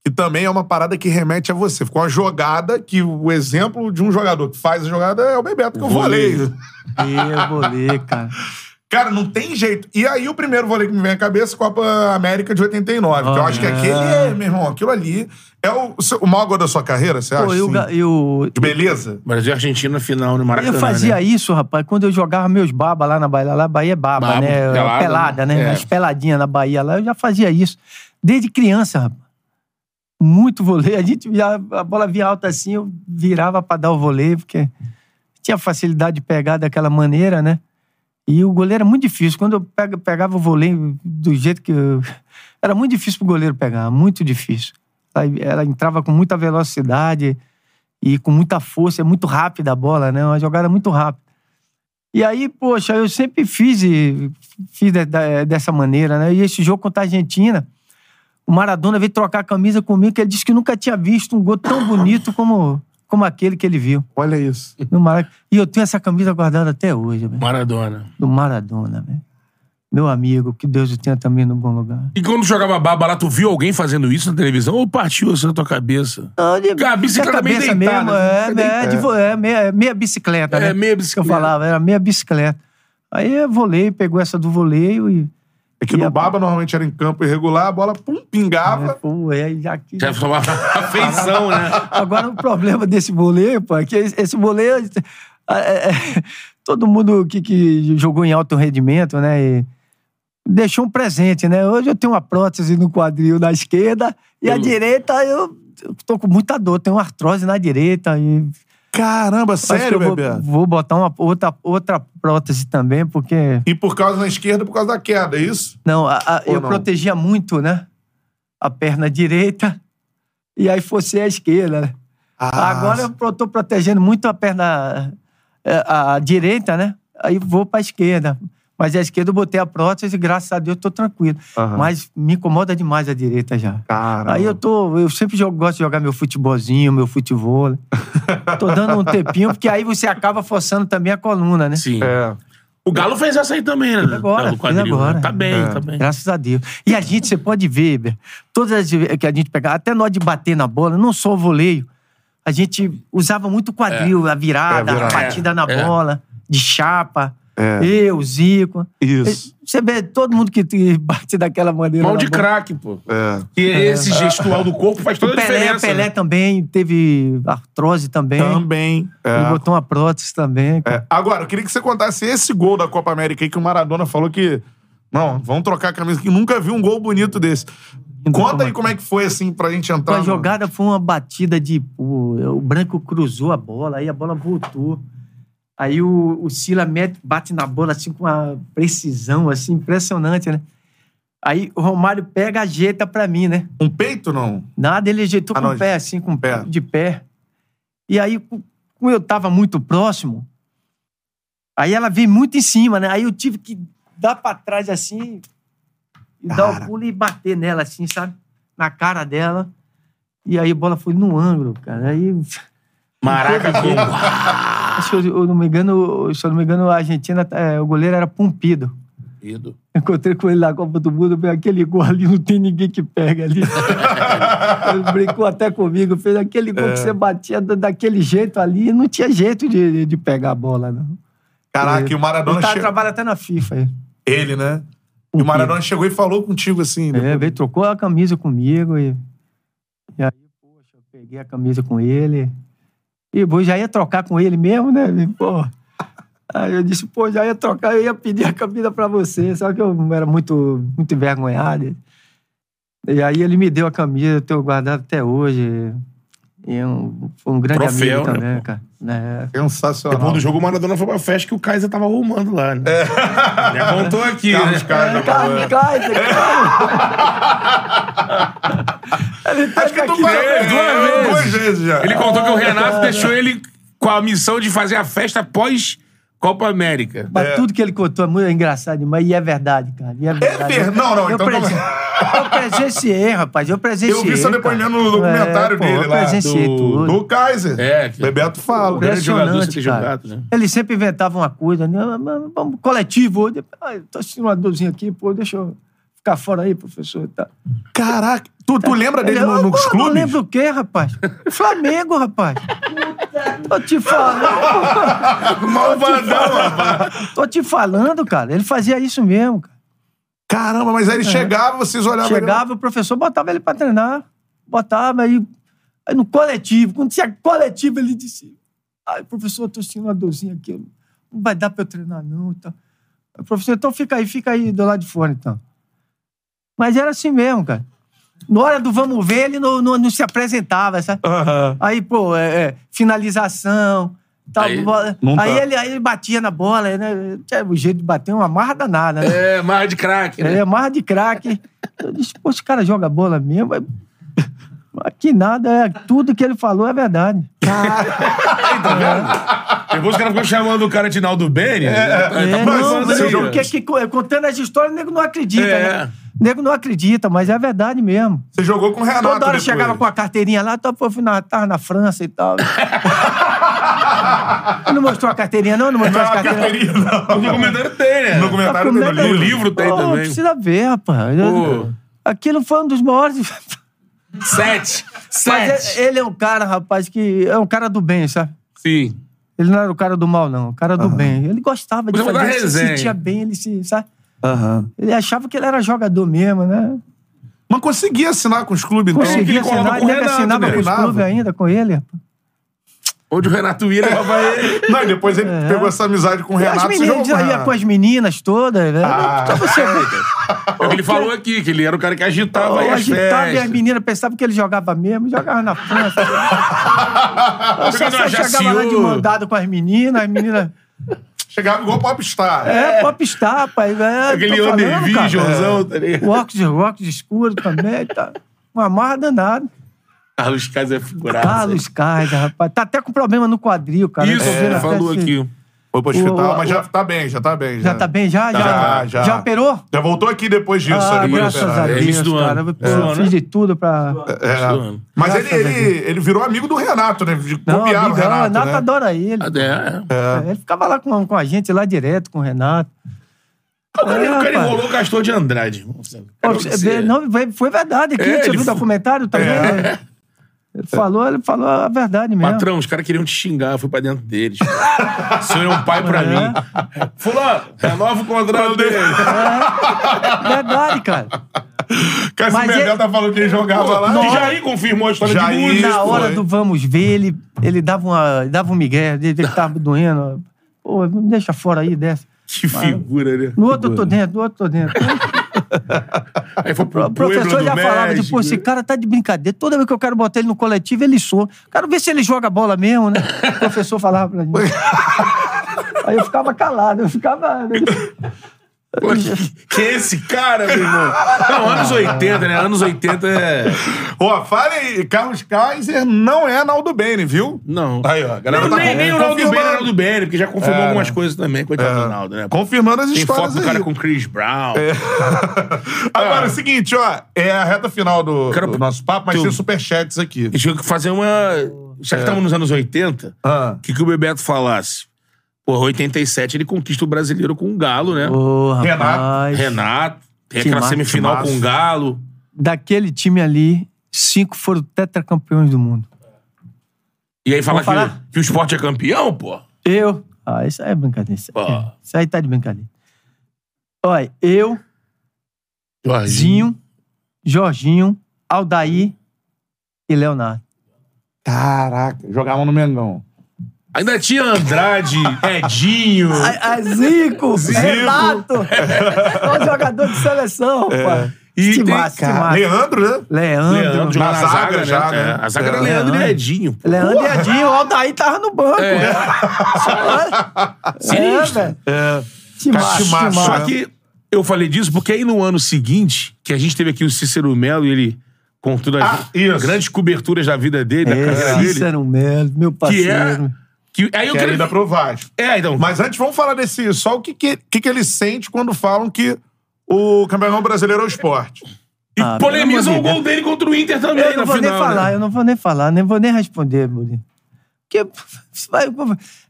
que também é uma parada que remete a você. Ficou uma jogada que o exemplo de um jogador que faz a jogada é o Bebeto que eu Vôlei. falei. Eu vou ler, cara. Cara, não tem jeito. E aí, o primeiro vôlei que me vem à cabeça, Copa América de 89. que eu Ah, acho que é. aquele é, meu irmão, aquilo ali é o, seu- o maior gol da sua carreira, você acha? Pô, eu, assim? ga- eu, De beleza? Brasil e Argentina na final no eu Maracanã, fazia né? isso, rapaz, quando eu jogava meus babas lá na Bahia. Lá na Bahia é baba, Baba, né? pelada, Pelada, né? né? É. As peladinhas na Bahia lá, eu já fazia isso. Desde criança, rapaz. Muito vôlei. A gente já, a bola via alta assim, eu virava pra dar o vôlei, porque tinha facilidade de pegar daquela maneira, né? E o goleiro era muito difícil. Quando eu pega- pegava o vôlei do jeito que eu... Era muito difícil pro goleiro pegar, muito difícil. Aí Ela entrava com muita velocidade e com muita força, é muito rápida a bola, né? Uma jogada muito rápida. E aí, poxa, eu sempre fiz, e- fiz de- da- dessa maneira, né? E esse jogo contra a Argentina, o Maradona veio trocar a camisa comigo, que ele disse que nunca tinha visto um gol tão bonito como, como aquele que ele viu Olha isso. no Maracanã. E eu tenho essa camisa guardada até hoje, velho. Maradona. Do Maradona, velho. Meu amigo, que Deus o tenha também no bom lugar. E quando jogava baba lá, tu viu alguém fazendo isso na televisão ou partiu isso na tua cabeça? Não, de, Cara, a bicicleta meio deitada, né? É, é, de vo- é, meia, meia bicicleta, né? É, meia Isso que eu bicicleta. falava, era meia bicicleta. Aí eu volei, pegou essa do voleio e. É que E no a- Baba normalmente era em campo irregular, a bola pum, É, pingava. pô, é, já que- Já tomava afeição, né? Agora, o problema desse voleio, pô, é que esse esse voleio. é, é, é, todo mundo que, que jogou em alto rendimento, né? e deixou um presente, né? Hoje eu tenho uma prótese no quadril na esquerda e a direita eu, eu tô com muita dor, tenho artrose na direita e Caramba, acho que sério, eu vou, Bebeto? vou botar uma outra, outra prótese também, porque E por causa da esquerda, por causa da queda, é isso? Não, a- a- Ou eu não? protegia muito, né? A perna direita e aí fosse a esquerda. né? Ah, Agora eu pro- tô protegendo muito a perna é, a, a direita, né? Aí vou pra esquerda. Mas a esquerda eu botei a prótese e graças a Deus tô tranquilo. Aham. Mas me incomoda demais a direita já. Caramba. Aí eu tô. Eu sempre jogo- gosto de jogar meu futebolzinho, meu futebol. tô dando um tempinho, porque aí você acaba forçando também a coluna, né? Sim. É. O Galo fez essa aí também, né? agora, Do quadril, fez agora. né? Tá bem, É. tá bem. Graças a Deus. E a gente, você pode ver, Ber, todas as vezes que a gente pegava, até nós de bater na bola, não só o voleio, a gente usava muito o quadril, a virada, É, a virada. a batida na É. bola, de chapa, É. eu, Zico. Isso. Você vê todo mundo que te bate daquela maneira. Mão na de bola. craque, pô. É. E esse gestual do corpo faz toda O a Pelé, diferença. né? Pelé também teve artrose também. Também. É. Ele botou uma prótese também. cara. É. Agora, eu queria que você contasse esse gol da Copa América aí que o Maradona falou que Não, vamos trocar a camisa, que nunca vi um gol bonito desse. Conta aí como é que foi, assim, pra gente entrar. A no- jogada foi uma batida de. O, o Branco cruzou a bola, aí a bola voltou. Aí o, o Sila mete, bate na bola assim com uma precisão assim, impressionante, né? Aí o Romário pega, ajeita pra mim, né? Um peito, não? Nada, ele ajeitou Ah, com não, o pé, assim, com o pé. pé. de pé. E aí, co- como eu tava muito próximo, aí ela veio muito em cima, né? Aí eu tive que dar pra trás, assim, e dar Cara. o pulo e bater nela, assim, sabe? Na cara dela. E aí a bola foi no ângulo, cara. Aí, Maraca, como? acho que eu, eu não me engano, se eu não me engano, a Argentina, eh, o goleiro era Pompido. Encontrei com ele na Copa do Mundo, falei, aquele gol ali não tem ninguém que pega ali. ele brincou até comigo, fez aquele gol que você batia da- daquele jeito ali, não tinha jeito de, de pegar a bola, não. Caraca, e o Ele Maradona tá, chegou. trabalha até na FIFA. Ele. Ele, né? E o Maradona chegou e falou contigo, assim. né? É, veio, trocou a camisa comigo e, e aí, poxa, eu peguei a camisa com ele e pô, já ia trocar com ele mesmo, né? E, Pô. Aí eu disse, pô, já ia trocar, eu ia pedir a camisa pra você, só que eu era muito, muito envergonhado. E aí ele me deu a camisa, eu tenho guardado até hoje. E é um, foi um grande Troféu, né, amigo também, cara. É, Sensacional. Depois do Tá jogo, o Maradona foi pra festa que o Kaiser tava arrumando lá, né? Ele contou aqui, Carlos né? Kaiser, Carlos mano. Kaiser, cara. Ele Acho que teve tu aqui parou né? duas, Duas vezes. vezes. já. Ele contou que o Renato deixou ele com a missão de fazer a festa pós Copa América. Mas tudo que ele contou é muito engraçado demais. E é verdade, cara. E é verdade. ver- não, não, Eu, então presen- eu presenciei, rapaz. Eu presenciei. Eu vi seu cara. depoimento no documentário É, pô, dele eu lá, presenciei do- tudo. Do Kaiser. É, que- Bebeto fala. grande jogador Impressionante, sem ter cara. jogado, né? Ele sempre inventava uma coisa. Né? Ah, mas Vamos, coletivo. hoje. Ah, eu tô assistindo uma dorzinha aqui, pô, deixa eu ficar fora aí, professor. e tal. Caraca. Tu, tu lembra dele Ele, no- "Ah, nos pô, clubes? Não lembro o quê, rapaz? Flamengo, rapaz. Tô te falando. Malvadão, rapaz. Tô te falando, cara. Ele fazia isso mesmo, cara. Caramba, mas aí ele chegava, vocês olhavam... ele- É. Chegava, o professor botava ele pra treinar. Botava aí, aí no coletivo. Quando tinha coletivo, ele disse: Ai, professor, eu tô sentindo uma dorzinha aqui. Não vai dar pra eu treinar, não. e tal." Aí, Professor, então fica aí, fica aí do lado de fora, então. Mas era assim mesmo, cara. Na hora do vamos ver, ele não, não, não se apresentava, sabe? Aham. Aí, pô, é, é, finalização. Tal, Aí, bola. não aí, tá. ele, aí ele batia na bola, né? Tinha O jeito de bater é uma marra danada, né? É, mais de craque, né? É, marra de craque. Eu disse, pô, esse cara joga bola mesmo. mas- mas Que nada, é, tudo que ele falou é verdade. Depois o cara ficou chamando o cara de Naldo Bene. É, mas não, vamos mas dizer, eu- que- que- contando as histórias, o nego não acredita, É. né? O nego não acredita, mas é verdade mesmo. Você jogou com o Renato Toda hora depois. chegava com a carteirinha lá, tava, pô, fui na, tava na França e tal. não mostrou a carteirinha, não? Não mostrou Não, as a carteirinhas? carteirinha não. No documentário tem, né? No documentário Tá dele, é com no medo. livro. livro tem Pô, também. Precisa ver, rapaz. Pô. Aquilo foi um dos maiores. Sete. Sete. Mas ele ele é um cara, rapaz, que é um cara do bem, sabe? Sim. Ele não era o cara do mal, não. O cara do bem. Ele gostava de Gostava da fazer, ele se resenha. sentia bem, ele se, sabe? Aham. Ele achava que ele era jogador mesmo, né? Mas conseguia assinar com os clubes, então. Conseguia colava assinar, com o ele Renato, assinava né? com os Treinava. clubes ainda, com ele. rapaz. Onde o Renato ia, levava ele. Não, e depois ele É. pegou essa amizade com o E as Renato e jogou meninas, com o ia Renato. com as meninas todas, né? Ah. Então você É o que ele falou aqui, que ele era o cara que agitava aí Eu as agitava e as festas. meninas pensavam que ele jogava mesmo, jogava na França. Eu só, Jogando na só chegava lá de Jaciú. mandado com as meninas, as meninas. Chegava igual popstar. É, popstar, rapaz. É, Aquele tô falando, Under cara. Visionzão, tá ligado? O óculos, o óculos escuro também, tá. Uma marra danada. Carlos Kaiser é figurado. Carlos é Kaiser, rapaz. Tá até com problema no quadril, cara. Isso, Eu tô vendo ele até falou se- aqui. Foi pro hospital, O- o- mas já tá bem, já tá bem. Já tá bem? Já? Já, já, já. já operou? Já voltou aqui depois disso. Ah, depois graças do a operário. É Deus, início do cara. ano. Eu, É. eu fiz de tudo pra... É. Mas ele, Graças a ele, ele virou amigo do Renato, né? De Não, é copiar o amigão, Renato, Renato né? adora ele. É, é. É, Ele ficava lá com, com a gente, lá direto, com o Renato. O cara, o É, cara rapaz. enrolou o Castor de Andrade. irmão. Pô, Cara, você- você- Não, foi- foi verdade aqui. É, Você ele viu o foi- documentário também? É. Ele falou, ele falou a verdade mesmo. Patrão, os caras queriam te xingar, foi pra dentro deles. o senhor é um pai pra É. mim. Fulano, renova o contrato dele. Verdade, cara. Cássio Mas Bebel ele- tá falando que ele jogava lá. E Jair confirmou a história Jair, de música. Tá Na Isso, hora hein? do vamos ver, ele, ele dava, uma, dava um migué, ele que tava doendo. Pô, me deixa fora aí, desce. Que figura, né? No outro eu tô dentro, no outro eu tô dentro. Aí foi pro O professor Pueblo já do falava de, México. pô, esse cara tá de brincadeira. Toda vez que eu quero botar ele no coletivo, ele soa. Quero ver se ele joga bola mesmo, né? O professor falava pra mim. Aí eu ficava calado, eu ficava. né? Pô, que- Que é esse cara, meu irmão? Não, anos 80, né? Anos 80 é. Ó, fale aí, Carlos Kaiser não é Naldo Bene, viu? Não. Aí, ó, a galera Não, tá nem, nem o Ronaldo Bene, confirmando. Ronaldo Bene, porque já confirmou É. algumas coisas também, coitado do É. Ronaldo, né? Confirmando as Tem histórias foto do aí. cara com o Chris Brown. Agora Ah. é o seguinte, ó, é a reta final do, Quero- do nosso papo, mas Tu- tem superchats aqui. A gente tinha que fazer uma. Já que estamos nos anos 80, Ah. o que, que o Bebeto falasse? Porra, 87 ele conquista o brasileiro com o Galo, né? Ô, rapaz. rapaz. Renato, tem Que aquela massa, semifinal massa. com o Galo. Daquele time ali, cinco foram tetracampeões do mundo. E aí fala Vamos falar? que, que o esporte é campeão, pô. Eu. Ah, isso aí é brincadeira. Isso, aí- Ó. isso aí tá de brincadeira. Olha, eu, Zinho, Jorginho, Aldair e Leonardo. Caraca, jogavam no Mengão. Ainda tinha Andrade, Edinho. A, a Ah, Zico, Renato. É um jogador de seleção, pô. É. E tem- Timaço, Cara, timaço. Leandro, né? Leandro. Leandro Leandro, jogava Na na zaga zaga, já, né? né? É, A zaga era É. Leandro e Leandro. Edinho. pô. e Adinho, o Aldair tava no banco. É, Sinistro. né? velho. Timaço, Timaço, timaço. só Só que eu falei disso porque aí no ano seguinte, que a gente teve aqui o Cícero Melo e ele contou das Ah, isso. grandes coberturas da vida dele, da carreira É, dele. Cícero Melo, meu Que parceiro. é. Que, aí eu Que quero. ainda pro Ah, Vasco. É, então. Mas antes, vamos falar desse. Só o que, que, que, que ele sente quando falam que o campeão brasileiro é o esporte. e Ah, polemizam pelo amor de o gol dele contra o Inter também Eu não na vou final. nem falar, né? eu não vou nem falar, nem vou nem responder, Bolinho. Porque vai-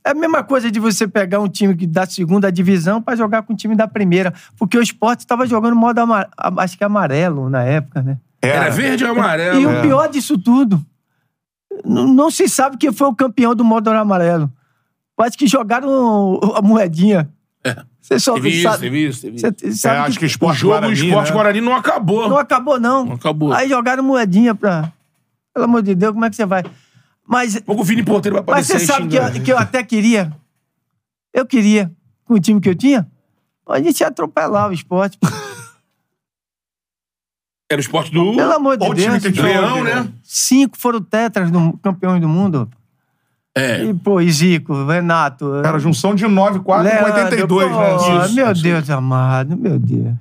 é a mesma coisa de você pegar um time que- da segunda divisão pra jogar com o time da primeira. Porque o esporte tava jogando modo ama- a- acho que amarelo na época, né? É, Era verde ou amarelo? E É. o pior disso tudo, n- não se sabe quem foi o campeão do modo amarelo. Parece que jogaram o- a moedinha. É. Você só Teve isso, sabe, teve isso, teve isso. você É, sabe acho que que O esporte jogo Guarani, Esporte né? Guarani não acabou. não acabou não. Não acabou. Aí jogaram moedinha pra... Pelo amor de Deus, como é que você vai? Mas, Pouco o Vini Porteiro vai mas aparecer você aí sabe que xingando. eu, que eu até queria. Eu queria, com o time que eu tinha, a gente ia atropelar o esporte. Era o esporte do Pelo amor de Ou o time Deus. que tinha. Leão, né? Cinco foram tetras do, campeões do mundo. É. E, pô, e Zico, Renato. Cara, junção de 9, 4 com 82, pô, né? É. Meu Deus amado, meu Deus.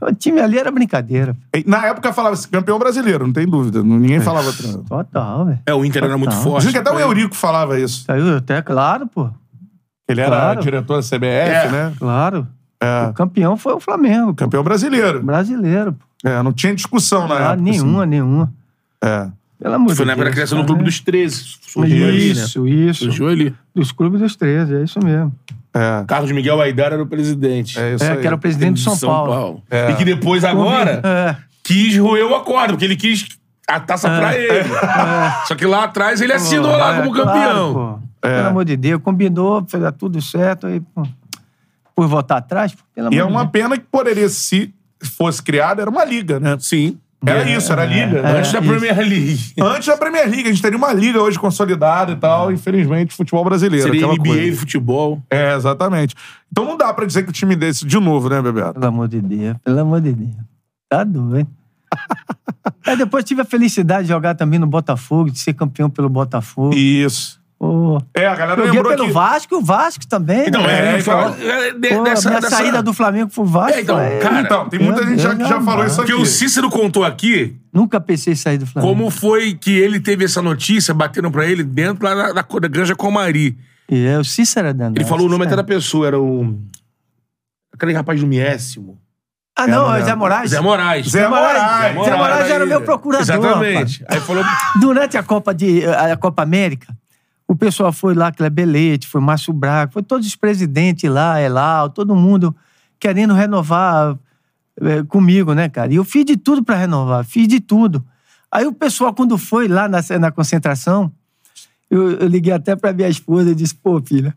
O time ali era brincadeira. E Na época falava assim, campeão brasileiro, não tem dúvida. É. Ninguém falava outra. Total, velho. É, o Inter era muito Não. forte. Dizem que até o Eurico falava isso. Saiu até, claro, pô. Ele era Claro. diretor da CBF, É. né? Claro. É. O campeão foi o Flamengo, pô. Campeão brasileiro. brasileiro. Pô. É, não tinha discussão na Ah, época. nenhuma, nenhuma. assim. É. Pelo amor Foi de na época da Deus, criação do cara, Clube né? dos 13. Surgiu ali, né? Isso, isso. Surgiu ali. Dos clubes dos 13, é isso mesmo. É, Carlos Miguel Aidar era o presidente. é isso é, aí. que era o presidente de São, Paulo. É. E que depois, agora, É, quis roer o acordo, porque ele quis a taça pra ele. Só que lá atrás ele assinou lá é, como claro, campeão. pô. Pelo amor de Deus, combinou, fez tudo certo. Aí, pô, por voltar atrás, pô, pelo amor E é de uma Deus. pena que poderia, se fosse criada, era uma liga, né? Sim. Era isso, era a liga. É. Antes da isso. Premier League. Antes da Premier League, a gente teria uma liga hoje consolidada e tal, infelizmente, futebol brasileiro. Seria aquela NBA coisa. futebol. É, exatamente. Então não dá pra dizer que o time desse de novo, né, Bebeto? Pelo amor de Deus, pelo amor de Deus. Tá doido. Aí depois tive a felicidade de jogar também no Botafogo, de ser campeão pelo Botafogo. Isso. Pô, É, a galera joguei lembrou pelo que... Vasco, o Vasco também. Então, né? é, é, ele fala. é, de- Pô, dessa, minha dessa- saída do Flamengo pro Vasco. É, então, foi- cara, Então, tem muita Meu gente já, Deus, que já amado. falou isso aqui. Porque o Cícero contou aqui Nunca pensei em sair do Flamengo. como foi que ele teve essa notícia, bateram pra ele dentro lá da, da, da Granja Comari. E é, o Cícero é danado. Ele falou o nome até Cícero. da pessoa, era o. Aquele rapaz do Miésimo. Ah, não, É, é o Zé Moraes. Zé Moraes. Zé Moraes. Zé Moraes era o meu procurador. Exatamente. rapaz. Aí falou. Durante a Copa, de, eh, a Copa América, o pessoal foi lá, Kleber Leite, foi Márcio Braga, foi todos os presidentes lá, Elal, todo mundo querendo renovar eh, comigo, né, cara? E eu fiz de tudo pra renovar, fiz de tudo. Aí o pessoal, quando foi lá na, na concentração, eu, eu liguei até pra minha esposa e disse, pô, filha,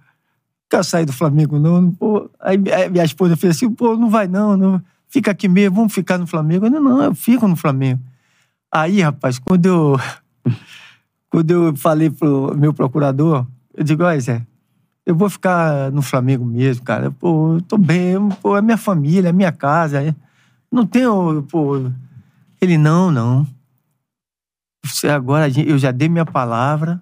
quer sair do Flamengo não? não pô. Aí, mi- aí minha esposa fez assim, pô, não vai não, não. fica aqui mesmo, vamos ficar no Flamengo. Eu, não, não, eu fico no Flamengo. Aí, rapaz, quando eu, quando eu falei pro meu procurador, eu digo, olha, Zé, eu vou ficar no Flamengo mesmo, cara. Pô, eu tô bem, eu- pô, é minha família, é minha casa. é- Não tenho, pô. Ele, não, não. Você agora, a gen- eu já dei minha palavra.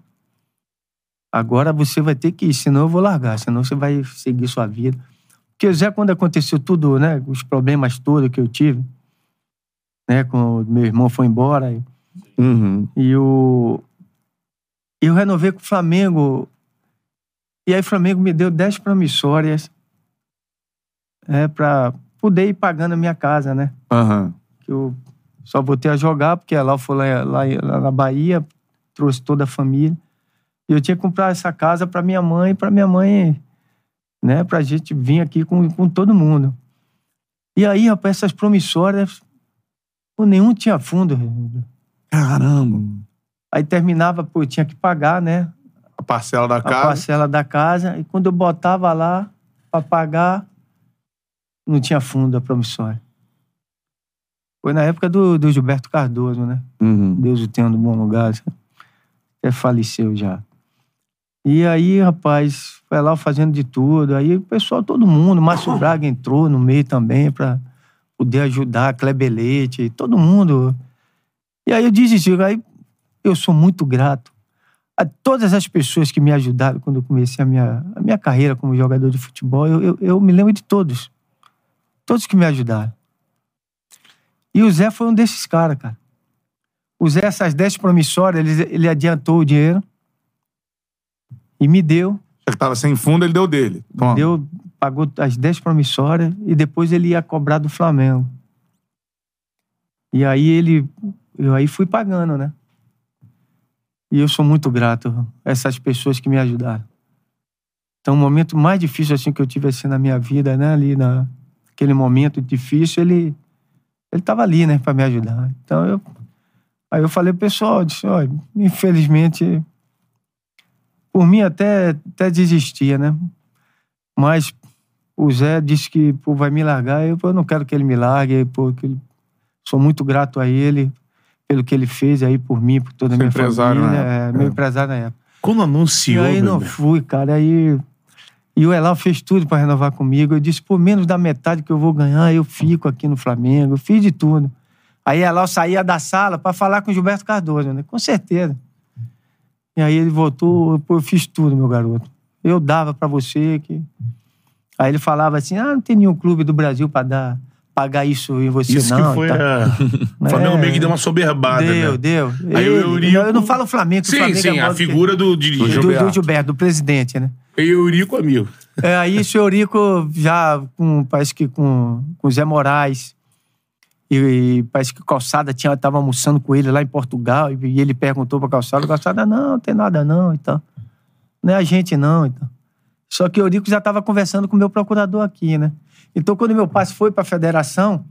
Agora você vai ter que ir, senão eu vou largar, senão você vai seguir sua vida. Porque já quando aconteceu tudo, né, os problemas todos que eu tive, né, com meu irmão foi embora, e- Uhum. e o. Eu renovei com o Flamengo. E aí o Flamengo me deu 10 promissórias é, para poder ir pagando a minha casa, né? Aham. Que eu só voltei a jogar, porque lá eu fui lá, lá, lá na Bahia, trouxe toda a família. E eu tinha que comprar essa casa para minha mãe, para minha mãe, né? Pra gente vir aqui com, com todo mundo. E aí, rapaz, essas promissórias, pô, nenhum tinha fundo. Caramba. Aí terminava, pô, eu tinha que pagar, né? A parcela da A casa. parcela da casa. E quando eu botava lá pra pagar, não tinha fundo a promissória. Foi na época do, do Gilberto Cardoso, né? Uhum. Deus o tenha no bom lugar. Até faleceu já. E aí, rapaz, foi lá fazendo de tudo. Aí o pessoal, todo mundo, Márcio Braga entrou no meio também pra poder ajudar, Kleber Leite, todo mundo. E aí eu desisti. Aí eu sou muito grato a todas as pessoas que me ajudaram quando eu comecei a minha, a minha carreira como jogador de futebol. Eu, eu, eu me lembro de todos. Todos que me ajudaram. E o Zé foi um desses caras, cara. O Zé, essas 10 promissórias, ele, ele adiantou o dinheiro e me deu. Já que tava sem fundo, ele deu dele. Toma. Deu, pagou as 10 promissórias e depois ele ia cobrar do Flamengo. E aí ele. Eu aí fui pagando, né? E eu sou muito grato a essas pessoas que me ajudaram. Então, o momento mais difícil assim que eu tive assim na minha vida, né? Ali na, naquele momento difícil, ele ele tava ali, né, para me ajudar. Então eu aí eu falei pro pessoal, eu disse, olha, infelizmente por mim até até desistia, né? Mas o Zé disse que pô, vai me largar. Eu, pô, eu não quero que ele me largue. Pô, que ele- Sou muito grato a ele pelo que ele fez aí por mim, por toda Seu a minha empresário na família. época, É, meu é. empresário na época. Quando E anunciou, aí meu não irmão, fui, cara. Aí, e o Elal fez tudo pra renovar comigo. Eu disse, por menos da metade que eu vou ganhar, eu fico aqui no Flamengo. Eu fiz de tudo. Aí Elal saía da sala pra falar com o Gilberto Cardoso, né? Com certeza. E aí ele voltou, pô, eu fiz tudo, meu garoto. Eu dava pra você que... Aí ele falava assim, ah, não tem nenhum clube do Brasil pra dar, pagar isso em você isso não. que foi. tá? É. a- O Flamengo meio que deu uma soberbada, Deu, né? deu. Aí o Ele- Eurico- Eu não falo Flamengo, que o Sim, Flamengo sim, é a maior do que- figura do, de, do, de do Gilberto, do presidente, né? E o Eurico, amigo. É, aí o Senhorico já, com, parece que com, com o Zé Moraes, e, e parece que o Calçada tinha, tava almoçando com ele lá em Portugal, e, e ele perguntou pra Calçada, o Calçada, não, não tem nada não, então. Não é a gente não, então. Só que o Eurico já estava conversando com o meu procurador aqui, né? Então, quando meu passe foi para a federação,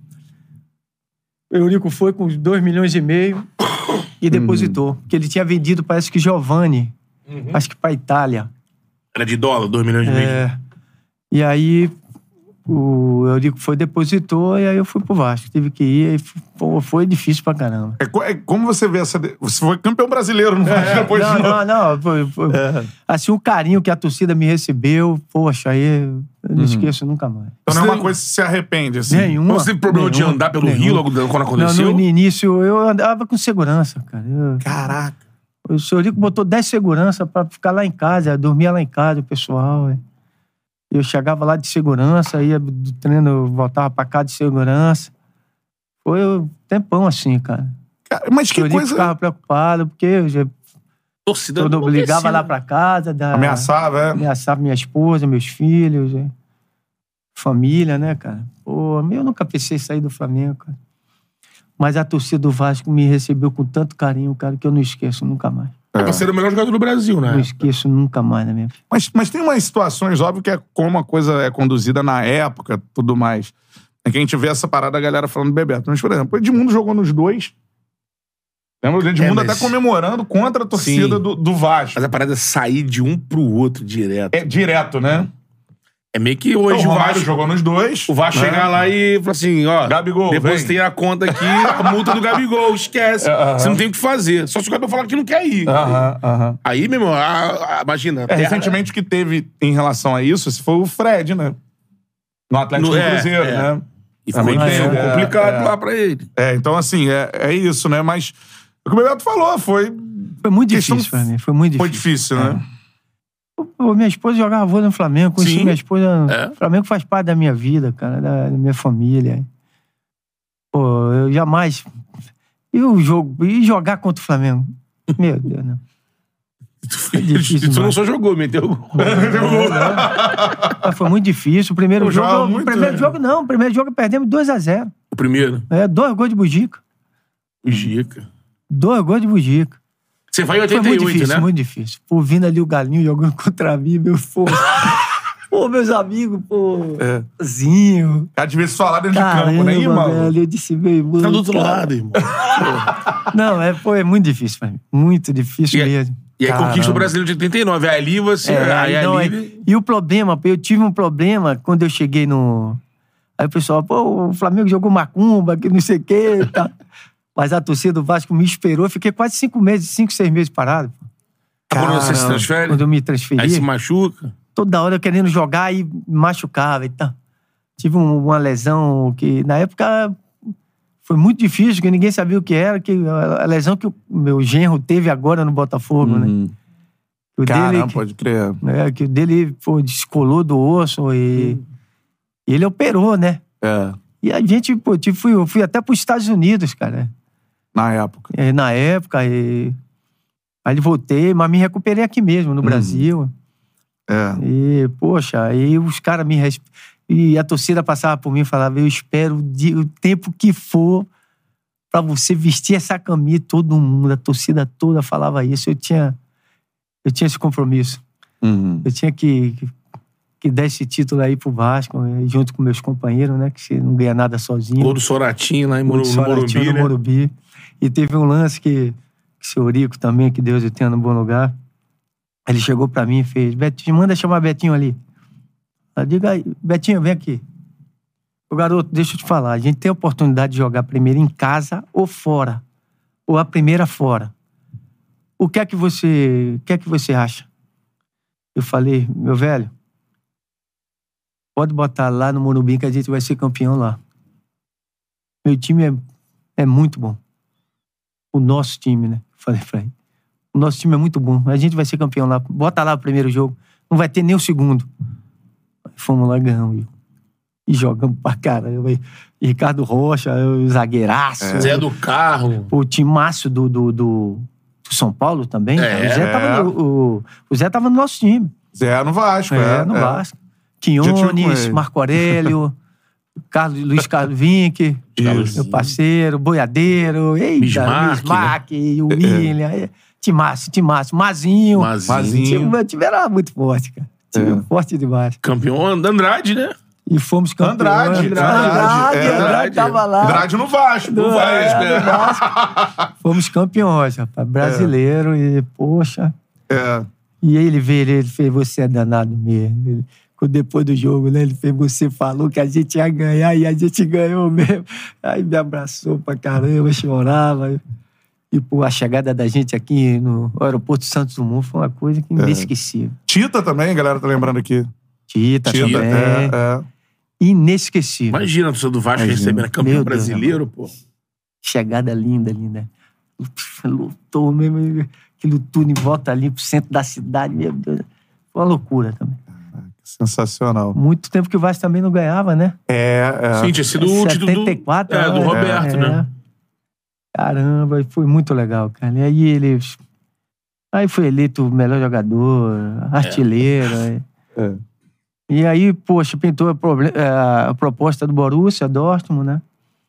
o Eurico foi com os 2 milhões e meio e depositou. Porque ele tinha vendido, parece que Giovanni, acho que para Itália. Era de dólar, 2 milhões de meio. É. E aí o Eurico foi depositou e aí eu fui pro Vasco. Tive que ir e f- pô, foi difícil pra caramba. É, co- é como você vê essa. de- Você foi campeão brasileiro no Vasco depois É. não, de novo. não, não, foi- foi- Assim, o carinho que a torcida me recebeu, poxa, aí eu não esqueço nunca mais. Então não é Você- uma coisa que se arrepende, assim. Nenhuma. Você teve problema de nenhuma, andar pelo nenhuma. rio logo da- quando Não, aconteceu? no, no início eu andava com segurança, cara. Eu- Caraca. O senhor Rico botou 10 segurança pra ficar lá em casa, dormia lá em casa, o pessoal. é. Eu chegava lá de segurança, ia do treino, voltava pra cá de segurança. Foi um tempão assim, cara. Cara, mas O que senhor Rico coisa. ficava preocupado, porque eu já, Torcida quando eu ligava enlouquecida. lá pra casa, né? da, Ameaçava, é. ameaçava minha esposa, meus filhos, é. família, né, cara? Pô, eu nunca pensei em sair do Flamengo, cara. Mas a torcida do Vasco me recebeu com tanto carinho, cara, que eu não esqueço nunca mais. É pra ser o melhor jogador do Brasil, Não né? esqueço nunca mais na minha vida. Mas, mas tem umas situações, óbvio, que é como a coisa é conduzida na época tudo mais. É que a gente vê essa parada, a galera falando do Bebeto. Mas, por exemplo, o Edmundo jogou nos dois. Lembra? O Edmundo É, mas- até comemorando contra a torcida Sim. do, do Vasco. Mas a parada é sair de um pro outro direto. É direto, né? É meio que hoje o o Romário Vasco, jogou nos dois. o Vasco né? chegar lá e falar assim, ó... Gabigol, Depositei a conta aqui, a multa do Gabigol, esquece. Aham. Você não tem o que fazer. Só se o Gabigol falar que não quer ir. Aham, aham. Aí, meu irmão, a- a- imagina. É, terra- recentemente o que teve em relação a isso, esse foi o Fred, né? No Atlético No- do é, Cruzeiro, é. né? E foi Também difícil, teve, é, complicado é. lá pra ele. É, então assim, é, é isso, né? Mas o que o Bebeto falou, foi, Foi muito Questão- difícil pra mim. Foi muito difícil. foi difícil, né? Pô, minha esposa jogava vôlei no Flamengo. Conheci Sim. minha esposa. É. O Flamengo faz parte da minha vida, cara, da, da minha família. Pô, eu jamais. E o jogo? E jogar contra o Flamengo? Meu Deus, né? Foi difícil. Tu não demais. só jogou, meteu gol. Mas foi muito difícil. O primeiro Pô, jogo. joga o muito, primeiro né? jogo, não. O primeiro jogo perdemos 2x0. O primeiro. É, dois gols de Bujica. O Gica. Dois gols de Bujica. Você vai em Foi 88, muito difícil, né? muito difícil. Pô, vindo ali o Galinho jogando contra mim, meu pô. pô, meus amigos, pô. É. Zinho. Cara, devia se É falar dentro de campo, É. Caramba, né, Ih, mano? velho. Eu disse, meu irmão. Tá do outro cara. lado, irmão. Não, é, pô, é muito difícil pra mim. Muito difícil E- é- mesmo. E aí Caramba. conquista o brasileiro de 89. Ali você. É, aí, aí não, ali. aí- E o problema, pô, eu tive um problema quando eu cheguei no. Aí o pessoal, pô, o Flamengo jogou macumba, que não sei o quê. Tá. Mas a torcida do Vasco me esperou. Eu fiquei quase cinco meses, cinco, seis meses parado. pô. Quando você se Caramba. transfere, Quando eu me aí transferi, se machuca. toda hora eu querendo jogar e me machucava e tal. Tive um- uma lesão que, na época, foi muito difícil, que ninguém sabia o que era, que a a lesão que o meu genro teve agora no Botafogo, né? Uhum. O dele, Caramba, que- pode crer. né? Que o dele pô, descolou do osso e, e ele operou, né? Uhum. É, E a gente, pô, tipo, fui, eu fui até para os Estados Unidos, cara, na época. eh, na época. E... Aí voltei, mas me recuperei aqui mesmo, no Brasil. É. E, poxa, aí os caras me. respe- E a torcida passava por mim e falava: Eu espero o, dia- o tempo que for pra você vestir essa camisa. Todo mundo, a torcida toda falava isso. Eu tinha, eu tinha esse compromisso. Eu tinha que, que, que dar esse título aí pro Vasco, né, junto com meus companheiros, né? Que você não ganha nada sozinho. Gol do Soratinho lá em Moro, no Muito Soratinho Morumbi, no né? Morumbi. E teve um lance que, que o seu Rico também, que Deus o tenha no bom lugar. Ele chegou pra mim e fez: Betinho, manda chamar Betinho ali. Eu digo aí, Betinho, vem aqui. O garoto, deixa eu te falar, a gente tem a oportunidade de jogar primeiro em casa ou fora. Ou a primeira fora. O que é que você, o que é que você acha? Eu falei, meu velho, pode botar lá no Morumbi que a gente vai ser campeão lá. Meu time é, é muito bom. O nosso time, né? Falei pra ele. O nosso time é muito bom. A gente vai ser campeão lá. Bota lá o primeiro jogo. Não vai ter nem o segundo. Aí Fomos lá e ganhamos. viu? E jogamos pra caramba. E Ricardo Rocha, o zagueiraço. Zé do Carro. O timaço do, do, do, do São Paulo também. É, cara. o, Zé é. tava no, o, o Zé tava no nosso time. Zé no Vasco, é. É, no é. Vasco. Já tive com Quinones, ele. Marco Aurélio, Carlos, Luiz Carlos Vinck, Isso. meu parceiro, Boiadeiro, eita, né? Bismarck, Bismarck, o William, é. Timácio, Timácio, Mazinho. Mazinho. É. Mazinho. Time- Meu time era muito forte, cara. Time forte demais. Campeão da Andrade, né? E fomos campeões. Andrade, Andrade, Andrade, Andrade, é, Andrade. tava lá. Andrade no Vasco, no Do- Vasco, é, do né? Vasco. Fomos campeões, rapaz. Brasileiro e, poxa, É. E ele veio, ele, ele fez, você é danado mesmo. Ele, quando depois do jogo, né? Ele fez, você falou que a gente ia ganhar e a gente ganhou mesmo. Aí me abraçou pra caramba, chorava. E, pô, a chegada da gente aqui no aeroporto Santos Dumont foi uma coisa É. que inesquecível. Tita também, a galera tá lembrando aqui. Tá Tita, Tita, também. é, é. Inesquecível. Imagina a torcida do Vasco Imagina. recebendo a campeão Meu Deus, brasileiro, pô. Chegada linda, linda. Lutou mesmo, aquele túnel em volta ali pro centro da cidade, meu Deus. Foi uma loucura também. Sensacional. Muito tempo que o Vasco também não ganhava, né? É, é. Sim, tinha sido o título do. 74, é, do né? Roberto, né? Caramba, e foi muito legal, cara. E aí ele... Aí foi eleito o melhor jogador, artilheiro. né? É. E aí, poxa, pintou a, proble- eh, a proposta do Borussia, Dortmund, né?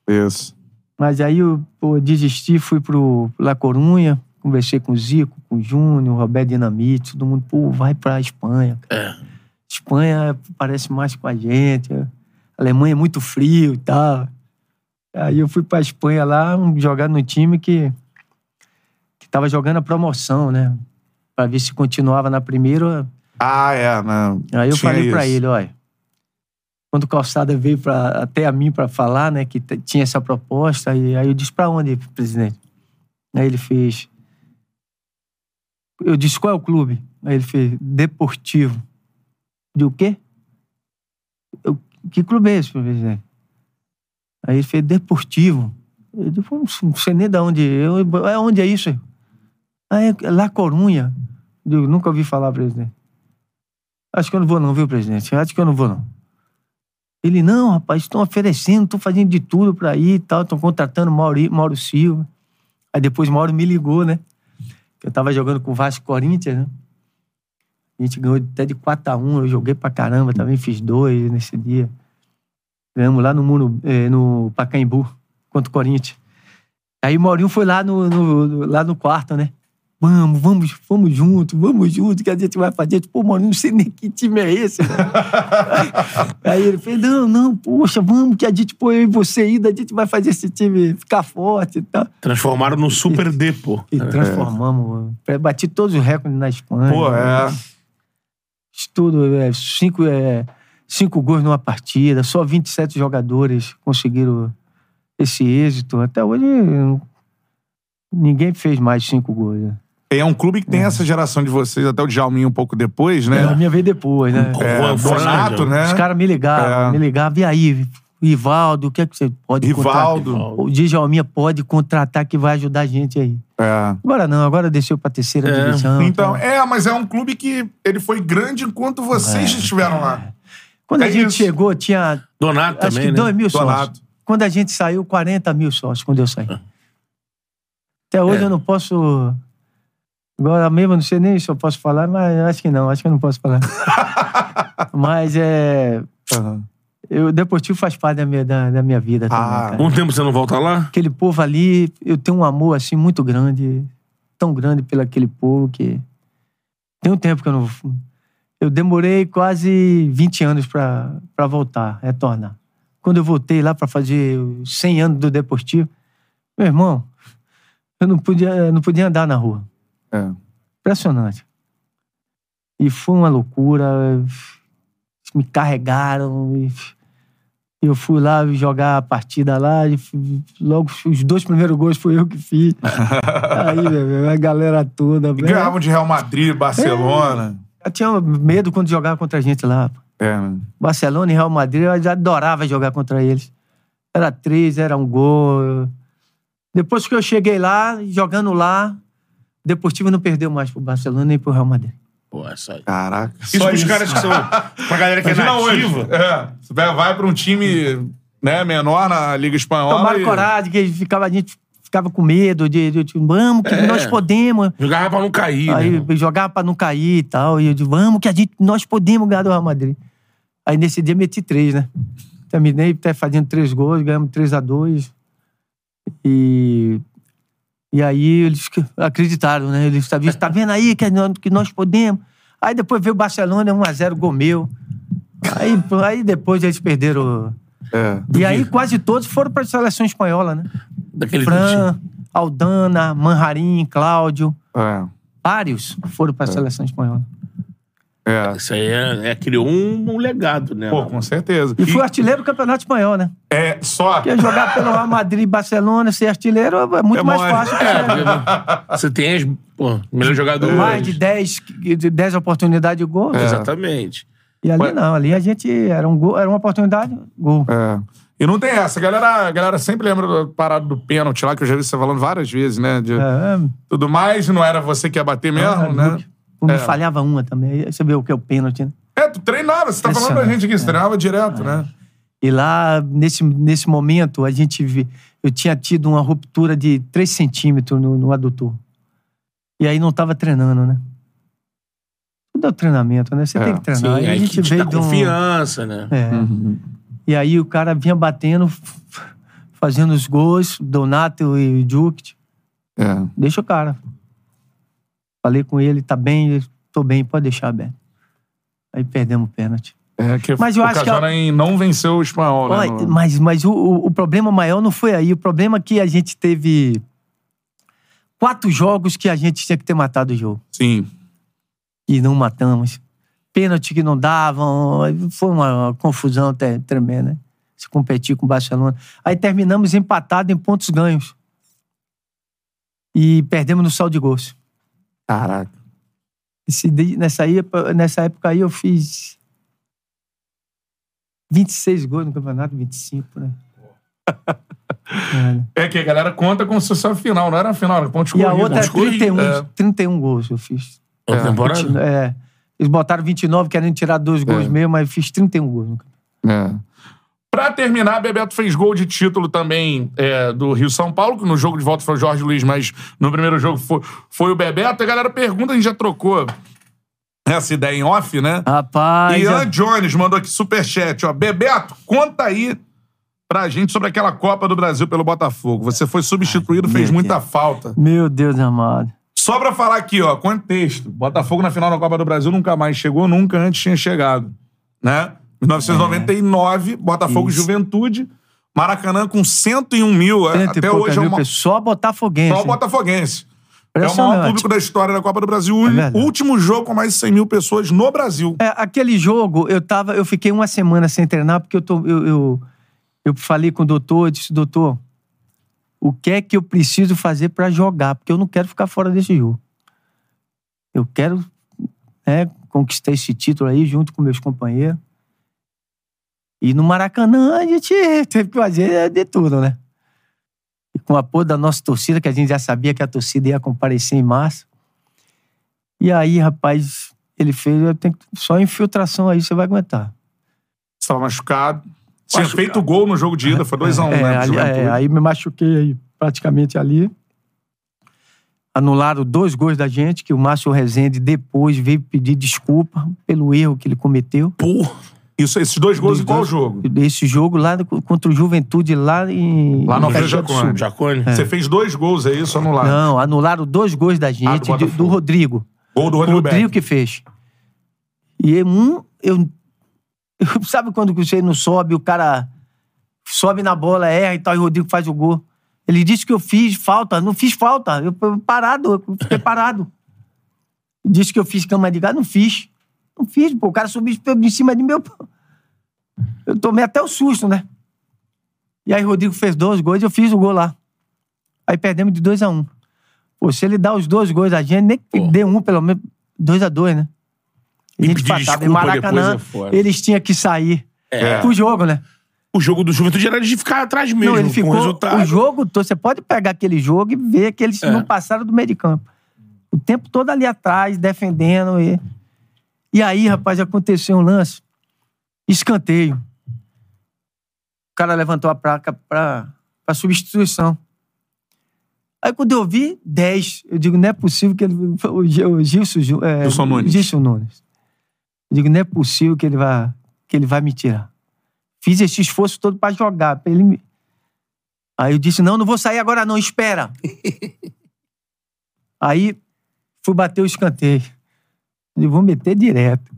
Isso. Mas aí eu pô, desisti, fui pro La Corunha, conversei com o Zico, com o Júnior, Roberto Dinamite, todo mundo, pô, vai pra Espanha. É. Espanha parece mais com a gente. A Alemanha é muito frio e tal. Aí eu fui pra Espanha lá um- jogar no time que, que tava jogando a promoção, né? Pra ver se continuava na primeira. Ah, é, né? Aí eu Tinha falei pra isso. ele, olha, quando o Calçada veio pra, até a mim para falar, né, que t- tinha essa proposta, e aí eu disse, para onde, presidente? Aí ele fez... Eu disse, qual é o clube? Aí ele fez, Deportivo. Eu disse, o quê? Eu, que clube é esse, presidente? Aí ele fez, Deportivo. Eu disse, "Pô, não sei nem de onde... Eu, é onde é isso? Ah, é La Corunha. Eu digo, nunca ouvi falar, presidente. Acho que eu não vou não, viu, presidente? Acho que eu não vou não. Ele, não, rapaz, estão oferecendo, estão fazendo de tudo pra ir e tal, estão contratando Mauri, Mauro Silva. Aí depois Mauro me ligou, né? Que eu tava jogando com o Vasco e Corinthians, né? A gente ganhou até de 4x1, eu joguei pra caramba também, fiz dois nesse dia. Ganhamos lá no, Muro, eh, no Pacaembu, contra o Corinthians. Aí o Maurinho foi lá no, no- no- lá no quarto, né? Vamos, vamos, vamos junto, vamos junto, que a gente vai fazer. Eu disse, Pô, Maurinho, não sei nem que time é esse. Aí ele fez, não, não, poxa, vamos que a gente põe eu e você ainda, a gente vai fazer esse time ficar forte e tal. Transformaram no Super D, pô. E É. transformamos. eh, Bati todos os recordes na Espanha. Pô, é. Tudo, eh, cinco, eh, cinco gols numa partida, só 27 jogadores conseguiram esse êxito. Até hoje, eh, ninguém fez mais cinco gols. né? É um clube que tem essa geração de vocês, até o Djalminha um pouco depois, né? A minha veio depois, né? É, Juan Donato, Fernandes. né? Os caras me ligavam, É. me ligavam, e aí, Rivaldo, o que é que você pode Rivaldo. contratar? O Djalminha pode contratar que vai ajudar a gente aí. É. Agora não, agora desceu pra terceira É, divisão. Então, tá? é, mas é um clube que ele foi grande enquanto vocês estiveram lá. Quando a é gente isso. chegou, tinha Donato acho também, que né? 2 mil Donato. sócios. Quando a gente saiu, 40 mil sócios, quando eu saí. Até hoje É. eu não posso. Agora mesmo, eu não sei nem se eu posso falar, mas acho que não, acho que eu não posso falar. mas é. tá. Eu, o Deportivo faz parte da minha, da, da minha vida Ah, também. Cara. Um tempo você não volta lá? Aquele povo ali, eu tenho um amor assim muito grande, tão grande pelo aquele povo que. Tem um tempo que eu não. Eu demorei quase 20 anos pra pra voltar, retornar. Quando eu voltei lá pra fazer os 100 anos do Deportivo, meu irmão, eu não podia, eu não podia andar na rua. É. Impressionante. E foi uma loucura. Me carregaram. e Eu fui lá jogar a partida lá. e fui- Logo, os dois primeiros gols foi eu que fiz. Aí, meu, meu, a galera toda. E velho. Ganhavam de Real Madrid, Barcelona. Eu tinha medo quando jogava contra a gente lá. É, né? Barcelona e Real Madrid, eu adorava jogar contra eles. Era três, era um gol. Depois que eu cheguei lá, jogando lá, o Deportivo não perdeu mais pro Barcelona nem pro Real Madrid. Pô, é só isso. Caraca. Isso Só pros caras que são. Pra galera que é Imagina hoje. nativa. É. Você vai vai pra um time né, menor na Liga Espanhola. Tomaram e- coragem, que ficava, a gente ficava com medo de, de, de- vamos, que É. nós podemos. Jogava pra não cair, Aí né? jogava pra não cair e tal. E eu disse, vamos, que a gente, nós podemos ganhar do Real Madrid. Aí nesse dia meti três, né? Terminei até fazendo três gols, ganhamos 3 a 2 E. E aí eles que- acreditaram, né? Eles sabiam, tá vendo aí que nós, que nós podemos. Aí depois veio o Barcelona, 1x0, gol meu. Aí, aí depois eles perderam. É. E aí quase todos foram pra seleção espanhola, né? Daquele time. Fran, Aldana, Manharim, Cláudio. É. Vários foram pra seleção espanhola. É. Isso aí é, é, criou um, um legado, né? Pô, com certeza. E foi artilheiro do Campeonato Espanhol, né? É, só. Porque jogar pelo Real Madrid e Barcelona, ser artilheiro é muito É mais mole. fácil. cara. Você tem as. Pô, melhor jogador. Mais de 10, de 10 oportunidades de gol. É. Exatamente. E ali Ué. não, ali a gente era um gol, era uma oportunidade, gol. É. E não tem essa. A galera, a galera sempre lembra da parada do pênalti lá, que eu já vi você falando várias vezes, né? De É, tudo mais, não era você que ia bater mesmo, né? Não É. falhava uma também. Aí Você vê o que é o pênalti, né? É, tu treinava, você tá falando pra gente é. aqui, você treinava direto, né? E lá, nesse, nesse momento, a gente vi- eu tinha tido uma ruptura de 3 centímetros no, no adutor. E aí não estava treinando, né? Tudo é o treinamento, né? Você É, tem que treinar. Sim, e aí a gente te dá veio de um... confiança, né? É. Hum. Uhum. E aí o cara vinha batendo, fazendo os gols, Donato e o Duke. É. Deixa o cara. Falei com ele, tá bem, ele, tô bem, pode deixar, Ben. Aí perdemos o pênalti. É que Mas eu acho que a- ocasiona em não venceu o espanhol, né? Olha, No- Mas, mas o, o- o problema maior não foi aí. O problema é que a gente teve quatro jogos que a gente tinha que ter matado o jogo. Sim. E não matamos. pênalti que não davam. aí Foi uma, uma confusão te- tremenda, né? Se competir com o Barcelona. Aí terminamos empatado em pontos ganhos. E perdemos no saldo de gols. Caraca. Esse di- nessa, aí- nessa época aí eu fiz 26 gols no campeonato, 25, né? É. É que a galera conta como se fosse a final, não era a final, era pontos E a corridos. outra é Pontos corridos, 31, é. 31 gols eu fiz. Outra temporada? É, eles botaram 29, querendo tirar dois gols É. mesmo, mas eu fiz 31 gols. no campeonato. É. Pra terminar, Bebeto fez gol de título também é, do Rio-São Paulo, que no jogo de volta foi o Jorge Luiz, mas no primeiro jogo foi, foi o Bebeto. A galera pergunta, a gente já trocou essa ideia em off, né? Rapaz, Ian Ah, é- Jones mandou aqui superchat, ó. Bebeto, conta aí pra gente sobre aquela Copa do Brasil pelo Botafogo. Você foi substituído, fez muita falta. meu Deus amado. Só pra falar aqui, ó, contexto. Botafogo na final da Copa do Brasil nunca mais chegou, nunca antes tinha chegado, né? 1999, Botafogo e Isso. Juventude, Maracanã com 101 mil, é, Cento e até poucas hoje é mil uma... pessoas, só botafoguense. Só o Botafoguense. É o maior Impressionante. público da história da Copa do Brasil. É verdade. último jogo com mais de 100 mil pessoas no Brasil. É, aquele jogo, eu tava, eu fiquei uma semana sem treinar, porque eu, tô, eu, eu, eu falei com o doutor, eu disse, doutor, o que é que eu preciso fazer pra jogar? Porque eu não quero ficar fora desse jogo. Eu quero né, conquistar esse título aí junto com meus companheiros. E no Maracanã a gente teve que fazer de tudo, né? E com o apoio da nossa torcida, que a gente já sabia que a torcida ia comparecer em março. E aí, rapaz, ele fez, eu tenho que- só infiltração aí você vai aguentar. Você tava machucado. Tinha Machucado. feito gol no jogo de ida, foi 2x1, É, né? pro ali- Juventude. é, aí me machuquei aí, praticamente ali. Anularam dois gols da gente, que o Márcio Rezende depois veio pedir desculpa pelo erro que ele cometeu. Porra. Isso, esses dois gols Dos em qual dois- jogo? Esse jogo lá do- contra o Juventude, lá em. Lá no em Rio Caxias do Sul. Jacone. Jacone. Você fez dois gols, é isso? Anulado. Não, anularam dois gols da gente, de- do, Ah, Botafogo. Rodrigo. Gol do O Rodrigo Rodrigo Beck. que fez. E um, eu. eu- sabe quando você não sobe, o cara sobe na bola, erra e tal, e o Rodrigo faz o gol. Ele disse que eu fiz falta, não fiz falta, eu eu parado, eu fiquei parado. Disse que eu fiz cama de gado, não fiz. Não fiz, pô, o cara subiu em cima de meu. Eu tomei até o susto, né? E aí o Rodrigo fez dois gols, eu fiz o gol lá. Aí perdemos de 2 a 1 um. Pô, se ele dá os dois gols a gente, nem que dê um, pelo menos, 2 a 2 né? E A gente pedir empatava em desculpa depois Maracanã, é foda. eles tinham que sair É. pro jogo, né? O jogo do Juventude era de ficar atrás mesmo, não, ele com ficou o resultado. o jogo todo. Você pode pegar aquele jogo e ver que eles É. não passaram do meio de campo. O tempo todo ali atrás, defendendo. E, e aí, rapaz, aconteceu um lance. Escanteio. O cara levantou a placa pra, pra substituição. Aí quando eu vi, 10. Eu digo, não é possível que ele... O Gil- o Gilson... Ju- É, Gilson Nunes. Gilson Nunes. Eu digo, não é possível que ele vai, que ele vai me tirar. Fiz esse esforço todo pra jogar. pra ele me- Aí eu disse, não, não vou sair agora não, espera. Aí fui bater o escanteio. Falei, vou meter direto.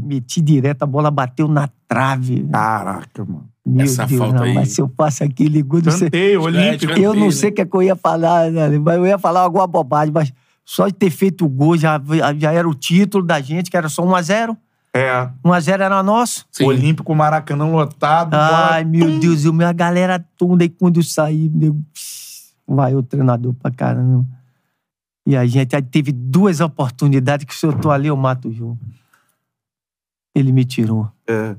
Meti direto, a bola bateu na trave. Caraca, mano. Meu Ah, essa Deus, falta não, aí. mas se eu passo aqui, ligou, não sei. Canteio, olímpico. É, Eu né? não sei o que, é que eu ia falar, né? mas eu ia falar alguma bobagem, mas só de ter feito o gol já, já era o título da gente, que era só 1x0. É. 1x0 era nosso. Sim. Olímpico, Maracanã lotado. Ai, bola- meu Deus, eu, minha galera toda. E quando eu saí, meu, vai o treinador pra caramba. E a gente aí teve duas oportunidades que se eu tô ali, eu mato o jogo. Ele me tirou. É.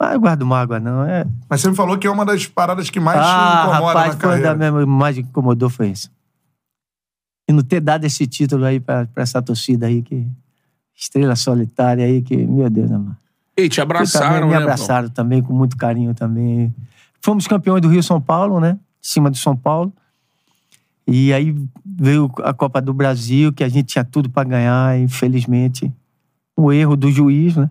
Mas eu guardo mágoa, não. É... Mas você me falou que é uma das paradas que mais te Ah, incomoda rapaz, na foi carreira. da mesma imagem que incomodou foi isso. E não ter dado esse título aí pra, pra essa torcida aí, que. Estrela solitária aí, que, meu Deus, né, amado. Ei, te Que também abraçaram, me né? abraçaram também, com muito carinho também. Fomos campeões do Rio São Paulo, né? Em cima do São Paulo. E aí veio a Copa do Brasil, que a gente tinha tudo para ganhar, infelizmente. Um erro do juiz, né?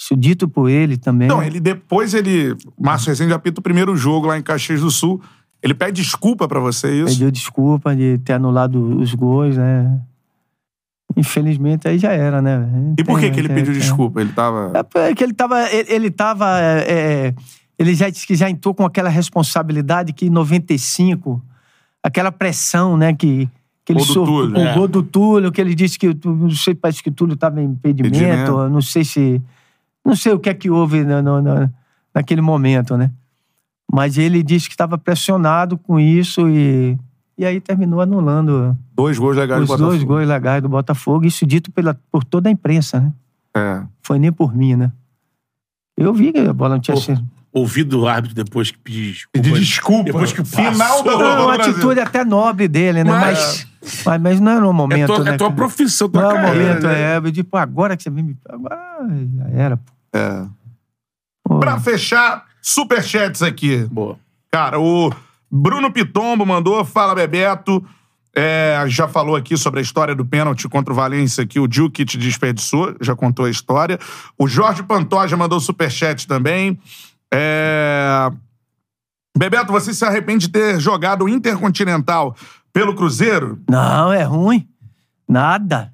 Isso dito por ele também. né? Não, Então, ele depois ele. Márcio Rezende apita o primeiro jogo lá em Caxias do Sul. Ele pede desculpa pra você, isso. Pediu desculpa de ter anulado os gols, né? Infelizmente aí já era, né? é, E por que, Tem- que ele tem- pediu tem- desculpa? Ele tava. É porque ele tava. Ele, ele tava, é, é, ele já disse que já entrou com aquela responsabilidade que em 95, aquela pressão, né, que, Que ele Gol do sofre- Túlio, o é. gol do Túlio, que ele disse que. o Tú- Não sei, parece que o Túlio estava em impedimento, Impedimento. ou não sei se. Não sei o que é que houve na- na- na- naquele momento, né? Mas ele disse que estava pressionado com isso e. E aí terminou anulando Dois gols legais os do dois Botafogo. gols legais do Botafogo, isso dito pela, por toda a imprensa, né? É. Foi nem por mim, né? Eu vi que a bola não tinha Pô, sido. Ouvi do árbitro depois que pedi desculpa. Pedir desculpa. Depois que Final passou. do Não, Copa Não, do uma Brasil. atitude até nobre dele, né? Mas, mas, mas não é no É momento, tua, né? é tua cara? profissão, tua Não é o carreira. momento, né? é. Eu digo, pô, agora que você vem me. Agora já era, pô. É. Pô, Pra fechar, superchats aqui. Boa. Cara, o Bruno Pitombo mandou, fala Bebeto. É, a gente já falou aqui sobre a história do pênalti contra o Valência que o Djukic desperdiçou, já contou a história. O Jorge Pantoja mandou superchat também. É, Bebeto, você se arrepende de ter jogado o Intercontinental pelo Cruzeiro? Não, é ruim. Nada.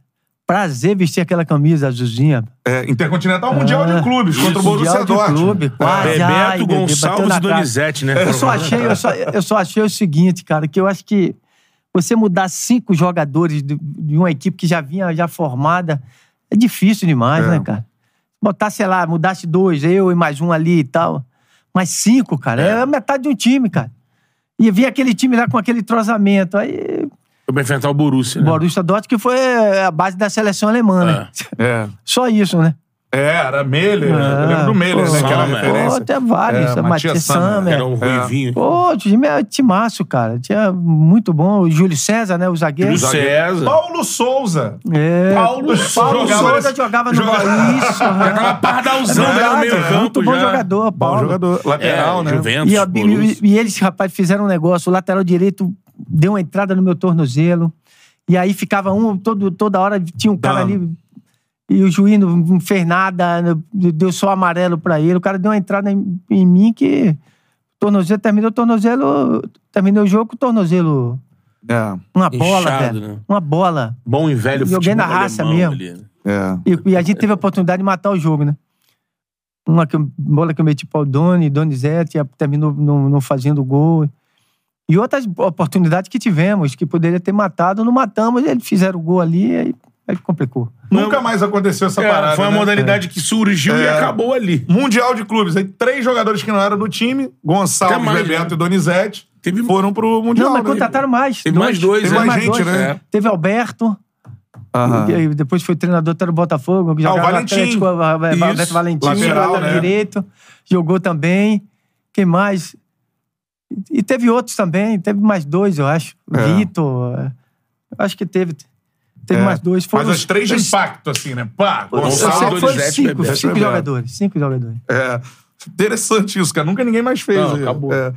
Prazer vestir aquela camisa azulzinha. É, Intercontinental Mundial de Clubes contra o Borussia Ah, Mundial de Dortmund. Clube, quase. Bebeto, Ai, bebê, bateu Gonçalves na e trave. Donizete, né? Eu só achei, eu só, eu só achei o seguinte, cara, que eu acho que você mudar cinco jogadores de, de uma equipe que já vinha já formada é difícil demais, né, cara? Botar, sei lá, mudasse dois, eu e mais um ali e tal. Mas cinco, cara, é, a metade de um time, cara. E vinha aquele time lá com aquele entrosamento. Aí, Eu vou enfrentar o Borussia, o né? Borussia Dortmund, que foi a base da seleção alemã, né? É. Só isso, né? É, era Miller. Ah, eu lembro do Miller, pô, né? Que era a Sommer. Pô, referência. até vários. É, Matias Matias Sammer, Sammer. Era um É. ruivinho. Pô, o time é timaço, cara. Tinha muito bom. O Júlio César, né? O zagueiro. Júlio César. Paulo Souza. É. Paulo Paulo Souza. Souza jogava no Bahia. Isso, Já tava né? pardalzão já no Verdade, meio é campo. Muito bom já. jogador, Paulo. Bom jogador. É, Lateral, né? Juventus, E, a- Borussia. e, e eles, rapaz, fizeram um negócio. O lateral direito deu uma entrada no meu tornozelo. E aí ficava um, todo, toda hora tinha um cara Dando. ali. E o juiz não- não fez nada, não- deu só amarelo pra ele. O cara deu uma entrada em, em mim que. Tornozelo, terminou o tornozelo. Terminou o jogo com o tornozelo. É, Uma bola, Inchado, velho. né? Uma bola. Bom e velho Joguei futebol na raça alemão mesmo. ali, né? é. E, e a gente teve a oportunidade de matar o jogo, né? Uma que eu- bola que eu meti para o Doni, Donizete, a- terminou não, não fazendo gol. E outras oportunidades que tivemos, que poderia ter matado, não matamos, eles fizeram o gol ali, aí, aí complicou. Nunca mais aconteceu essa É, parada. foi uma né? modalidade que surgiu e É. acabou ali. Mundial de clubes. Aí três jogadores que não eram do time, Gonçalves, Até mais, Bebeto né? e Donizete, Teve foram pro Mundial. não, mas tá né? contrataram mais. Teve mais dois, Teve né? mais gente, né? É. Teve Alberto, Aham. que aí depois foi treinador até no Botafogo, que Ah, o jogava no Valentim. Atlético, a- a- a- Isso. Alberto Valentim, Lateral, lateral né? direito, jogou também. Quem mais? E- E teve outros também, teve mais dois, eu acho. É. Vitor, é, acho que teve. Teve É. mais dois. Foram Mas os três de os- impacto, assim, né? Pá, os- Gonçalo, eu sei que Gonçalves. foram Donizete, cinco, Bebeto. cinco Bebeto. jogadores. Cinco jogadores. É. Interessante isso, cara. Nunca ninguém mais fez. Não, É. acabou. É.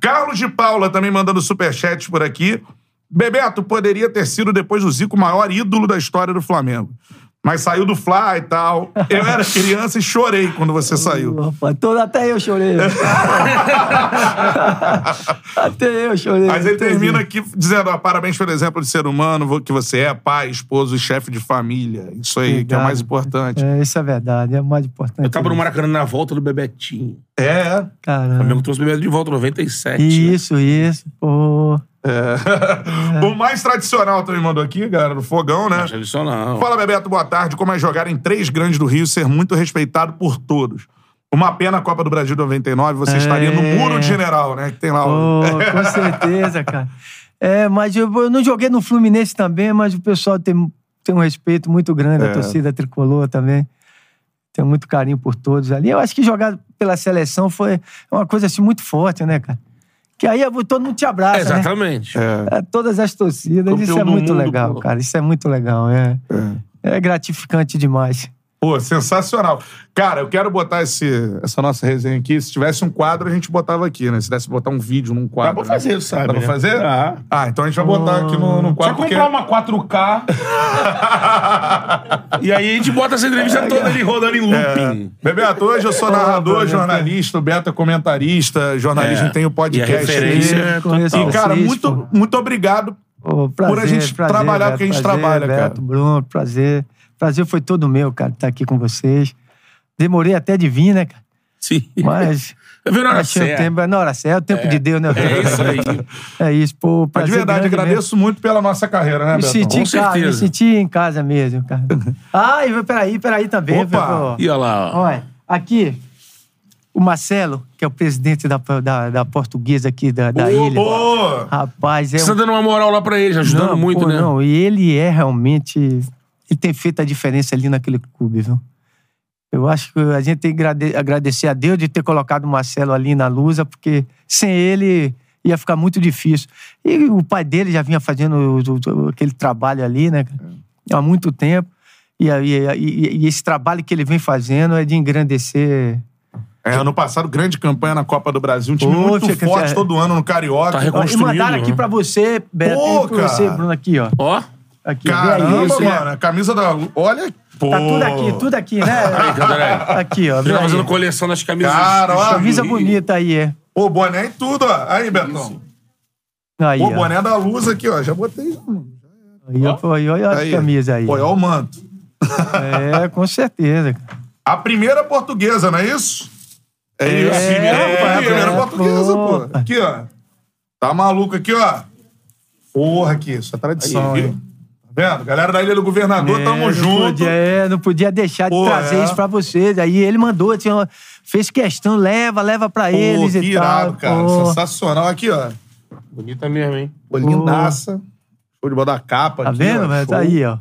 Carlos de Paula também mandando superchat por aqui. Bebeto poderia ter sido, depois do Zico, o maior ídolo da história do Flamengo. Mas saiu do Fla e tal. Eu era criança e chorei quando você saiu. Opa, todo, até eu chorei. até eu chorei. Mas ele Entendi. termina aqui dizendo: ó, parabéns pelo exemplo de ser humano vo- que você é, pai, esposo e chefe de família. Isso aí, que é o Obrigado. mais importante. É, isso é verdade, é o mais importante. um Eu tava no Maracanã na volta do Bebetinho. É, é. O Caramba. Flamengo trouxe o Bebeto de volta, 97. né? Isso, isso. Pô. É. O mais tradicional também mandou aqui, galera, do fogão, né? Mas tradicional. Fala, Bebeto, boa tarde. Como é jogar em três grandes do Rio e ser muito respeitado por todos? Uma pena a Copa do Brasil 99, você estaria no É. muro de general, né? Que tem lá o. Pô, com certeza, cara. É, mas eu, eu não joguei no Fluminense também, mas o pessoal tem, tem um respeito muito grande, É. a torcida tricolor também. Tem muito carinho por todos ali. Eu acho que jogar pela seleção foi uma coisa assim muito forte, né, cara? Que aí todo mundo te abraça, né? Exatamente. É, todas as torcidas. Campeão isso é do muito mundo, legal, pô. cara. Isso é muito legal. É, é gratificante demais. Pô, sensacional. Cara, eu quero botar esse, essa nossa resenha aqui. Se tivesse um quadro, a gente botava aqui, né? Se desse botar um vídeo num Dá quadro. pra fazer, sabe? Dá pra né? fazer? Dá. Ah, então a gente vai botar aqui no, no Só quadro. comprar uma 4K e aí a gente bota essa É. entrevista toda ali rodando em looping. Bebeto, hoje eu sou narrador, jornalista, o Beto é comentarista, jornalismo É. tem o E a podcast. referência dele. é Conheço E, cara, vocês, muito, pô. muito obrigado Ô, prazer, a gente prazer, trabalhar Beto, porque a gente prazer, trabalha, Beto, cara. Bruno, prazer. Prazer foi todo meu, cara, estar aqui com vocês. Demorei até de vir, né, cara? Sim. Mas. Eu vi na hora mas tinha certa. tempo, na hora certa, é o tempo de Deus, né? É isso aí. É isso, pô. Mas de prazer verdade, grande mesmo. agradeço muito pela nossa carreira, né, Me Beto? senti com em casa, me certeza. senti em casa mesmo, cara. Ah, e peraí, peraí também. Opa! pô. E olha lá, ó. Olha, aqui, o Marcelo, que é o presidente da, da, da portuguesa aqui da, da ilha. Boa! Rapaz, é Você tá um... dando uma moral lá pra eles, ajudando Não, muito, pô, né? Não, e ele é realmente... Ele tem feito a diferença ali naquele clube, viu? Eu acho que a gente tem que agrade- agradecer a Deus de ter colocado o Marcelo ali na lusa, porque sem ele ia ficar muito difícil. E o pai dele já vinha fazendo o- o- aquele trabalho ali, né? cara? É. Há muito tempo. E, aí- e- e esse trabalho que ele vem fazendo é de engrandecer É, ano passado, grande campanha na Copa do Brasil. Um time Pô, muito fica- forte é. todo ano no Carioca. Tá Tá Ó, E reconstruindo. mandaram aqui né? pra você, Beto, Pô, e pra você, cara. Bruno, aqui, ó. Ó. Aqui, ó. Vê aí, Caramba, isso, né? mano. A camisa da... Lu- Olha... Pô. Tá tudo aqui, tudo aqui, né? Cadê aí? aqui, ó. Você Vê tá aí. fazendo coleção das camisas. Cara, ó. Camisa Ih, bonita aí, é. Pô, boné e tudo, ó. Aí, Betão. Aí, Pô, ó. boné da luz aqui, ó. Já botei. já, mano. Aí, ó, pô, aí, olha a Aí. camisa aí. Pô, olha o manto. É, com certeza. cara. A primeira portuguesa, não é isso? É, isso. Primeira, É, é, a primeira é, portuguesa, pô. pô. Aqui, ó. Tá maluco aqui, ó. Porra, aqui. Isso é tradição, Aí, hein? Tá vendo? Galera da Ilha do Governador, É, tamo não junto. Podia, é, não podia deixar de Pô, trazer é. isso pra vocês. Aí ele mandou, tinha uma- fez questão, leva, leva pra Pô, eles que e irado, tal. cara. Pô. Sensacional. Aqui, ó. Bonita mesmo, hein? Pô, lindaça. Show de bola da capa Tá aqui, vendo, ó. velho? Tá Show. aí, ó.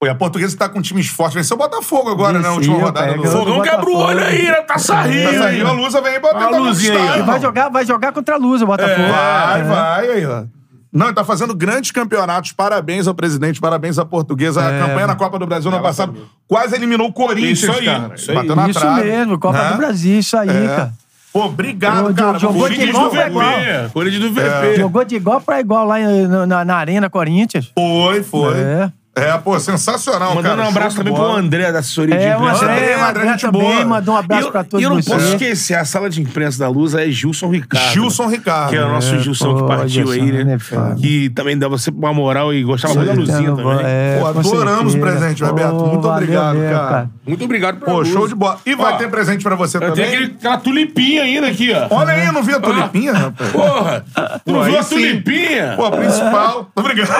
Pô, e a portuguesa tá com times fortes. Venceu o Botafogo agora, né? Na última Venceu, rodada. pega do- o- Fogão quebra o olho aí, né? Tá Tá saindo. saindo a Lusa, vem aí pra tentar luzinha aí, conquistar, ó. irmão. Vai jogar, É. vai jogar contra a luz, o Botafogo. É, Vai, vai, aí, ó. Não, ele tá fazendo grandes campeonatos. Parabéns ao presidente, parabéns à portuguesa. É. a campanha na Copa do Brasil ano passado quase eliminou o Corinthians, Isso aí, cara. isso aí. Bateu na Isso trave, mesmo, Copa né? do Brasil, isso aí, É. cara. Pô, obrigado, Ô, cara. Diogo, Corinthians de igual do pra VP. igual. Corinthians do VP. Jogou de igual pra igual lá em- na, na- na Arena Corinthians. Foi, foi. É, É. pô, sensacional, Mandando cara. um abraço Show de também pro bola. André da assessoria de É, o imprensa. André, André, André, André gente também boa. mandou um E abraço eu- pra né? E todos eu não vocês. posso esquecer, a sala de imprensa da Luz é Gilson Ricardo. Gilson Ricardo. Que era o nosso É, Gilson pô, que partiu Gilson, aí, né? né, cara? que também dava sempre uma moral e gostava muito da Luzinha também. É, Pô, com adoramos o certeza. presente, Roberto. Pô, Muito valeu obrigado, mesmo, cara. Muito obrigado pra Pô, Luz. show de bola. E vai Ó, ter presente pra você Eu também. tenho aquele- aquela tulipinha ainda aqui, ó. Olha aí, eu não vi a tulipinha, rapaz. Porra! Tu não aí viu a sim. tulipinha? Pô, a principal. Tô brincando.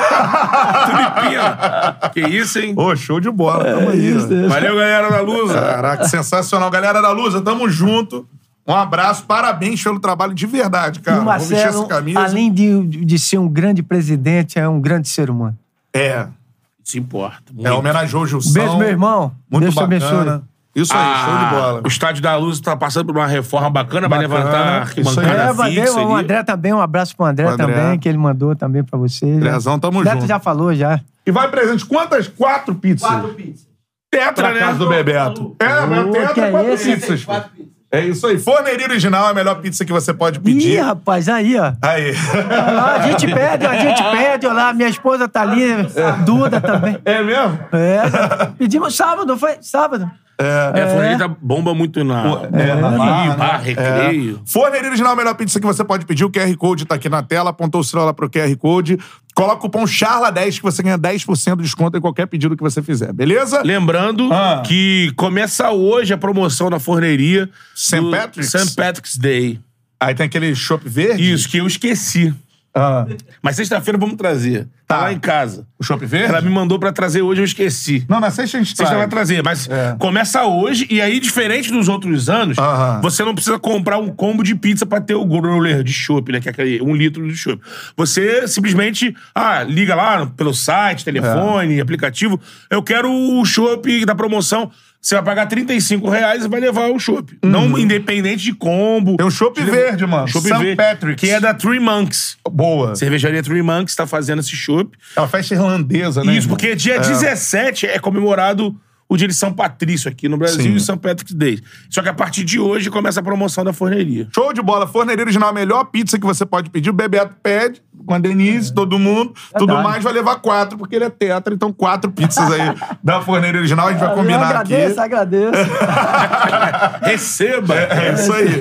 tulipinha. que isso, hein? Ô, show de bola. É Tamo aí. ó. Valeu, galera da Luz. Caraca, sensacional. Galera da Lusa, tamo junto. Um abraço, parabéns pelo trabalho de verdade, E cara. o Vou vestir essa Marcelo, camisa. além de, de ser um grande presidente, é um grande ser humano. É, Se importa. muito. é, homenageou o Gilson. Beijo, meu irmão. Muito Deus te abençoe. bacana. Isso aí, Ah, show de bola. O estádio da Luz tá passando por uma reforma bacana, vai Bacana, levantar a isso aí. É, arquibancada valeu, fixa o ali. André também, um abraço pro André, O André. também, que ele mandou também pra vocês. Andrezão, tamo o Neto junto. já falou, já. E vai presente quantas? Quatro pizzas. Quatro pizzas. Tetra, né? Casa do Bebeto. É, Ô, oh, que tetra, é quatro esse? pizzas. É isso aí. Forneria original é a melhor pizza que você pode Ih, pedir. rapaz, aí, ó. Aí. Olha lá, a gente pede, a gente pede, olha lá, minha esposa tá ali, Duda também. É mesmo? É, pedimos sábado, foi sábado. É, a forneria tá bomba muito na. É, né? na barra, Ih, barra, recreio. Forneria Original, a melhor pizza que você pode pedir. O QR Code tá aqui na tela. Apontou o sinal lá pro QR Code. Coloca o cupom CHARLA10 que você ganha 10% de desconto em qualquer pedido que você fizer, beleza? Lembrando É. Ah. que começa hoje a promoção na forneria. St. do Patrick's? St. Patrick's Day. Aí tem aquele chopp verde. Isso, que eu esqueci. Ah. Mas sexta-feira vamos trazer. Tá, Tá. lá em casa. O chopp Ela verde? me mandou pra trazer hoje, eu esqueci. Não, na sexta a gente Sexta traz. vai trazer, mas É. começa hoje e aí, diferente dos outros anos, Aham. você não precisa comprar um combo de pizza pra ter o growler de chopp, né? Que é aquele, um litro de chopp. Você simplesmente, ah, liga lá pelo site, É. telefone, aplicativo, eu quero o chopp da promoção. Você vai pagar R$ 35 reais e vai levar o chopp. Não independente de combo. Uhum. Tem um chopp verde, mano. Chopp St. verde, Patrick's. Que é da Three Monks. Boa. Cervejaria Three Monks tá fazendo esse chopp. É uma festa irlandesa, né? Isso, irmão? porque é dia 17 é comemorado o dia de São Patrício aqui no Brasil Sim. e São Patrick's Day. Só que a partir de hoje começa a promoção da forneria. Show de bola. Forneria Original, a melhor pizza que você pode pedir. O Bebeto pede, com a É. Denise, todo mundo. Tudo Verdade. mais vai levar quatro, porque ele é tetra. Então, quatro pizzas aí da Forneria Original. A gente vai eu combinar aqui. Tá agradeço, agradeço. Receba! é, É isso aí.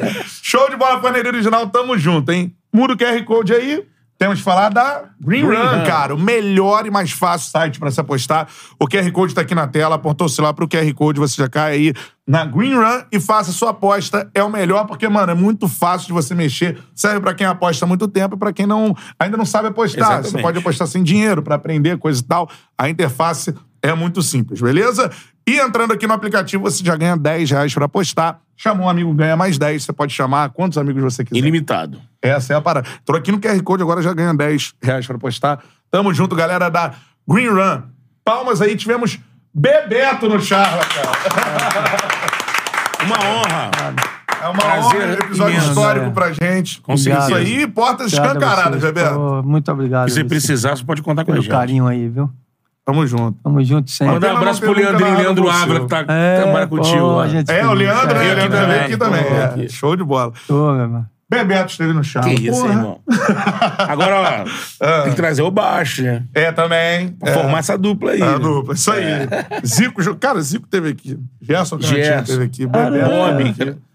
Show de bola, Forneria Original. Tamo junto, hein? Muda o QR Code aí. Temos que falar da Green Run, cara. O melhor e mais fácil site pra se apostar. O QR Code tá aqui na tela. Apontou-se lá pro QR Code. Você já cai aí na Green Run e faça sua aposta. É o melhor porque, mano, é muito fácil de você mexer. Serve pra quem aposta há muito tempo e pra quem não, ainda não sabe apostar. Você Exatamente. pode apostar tá sem dinheiro pra aprender, coisa e tal. A interface é muito simples, beleza? E entrando aqui no aplicativo, você já ganha 10 reais pra apostar. Chamou um amigo, ganha mais 10. Você pode chamar quantos amigos você quiser. é Ilimitado. Essa é a parada. Entrou aqui no QR Code, agora já ganha 10 reais pra postar. Tamo junto, galera da Green Run. Palmas aí, tivemos Bebeto no Charla, cara. Uma honra. Ah, É uma Prazer honra, episódio imenso. né? histórico É. pra gente. certeza. Isso aí, portas Obrigado a escancaradas, vocês. Bebeto. Pô, muito obrigado. Se você vocês precisar, você pode contar com a Pelo gente. carinho aí, viu? Tamo junto. Tamo junto sempre. Mandar um Pena abraço não pro ter nunca Leandrinho, nada Leandro com você. Ávila, que tá, É, trabalha pô, contigo lá. a gente É, fica o muito Leandro, feliz. né? aqui Leandro também, veio aqui também. pô, é. aqui. Show de bola. Tô, meu irmão. Bebeto esteve no Charla. Que isso, Porra. irmão. Agora, ó, tem que trazer o baixo, né? É, também. Pra formar essa dupla aí. né? É, a dupla, isso aí. Zico, jo- cara, Zico teve aqui. Gerson Cantinho É. Gerson. teve aqui. Bebeto. Bob. que-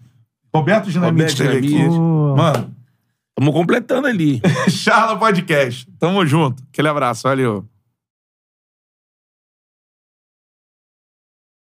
Roberto Dinamite Roberto teve aqui. Dinamite. Pô. Mano, Tamo completando ali. Charla Podcast. Tamo junto. Aquele abraço, valeu.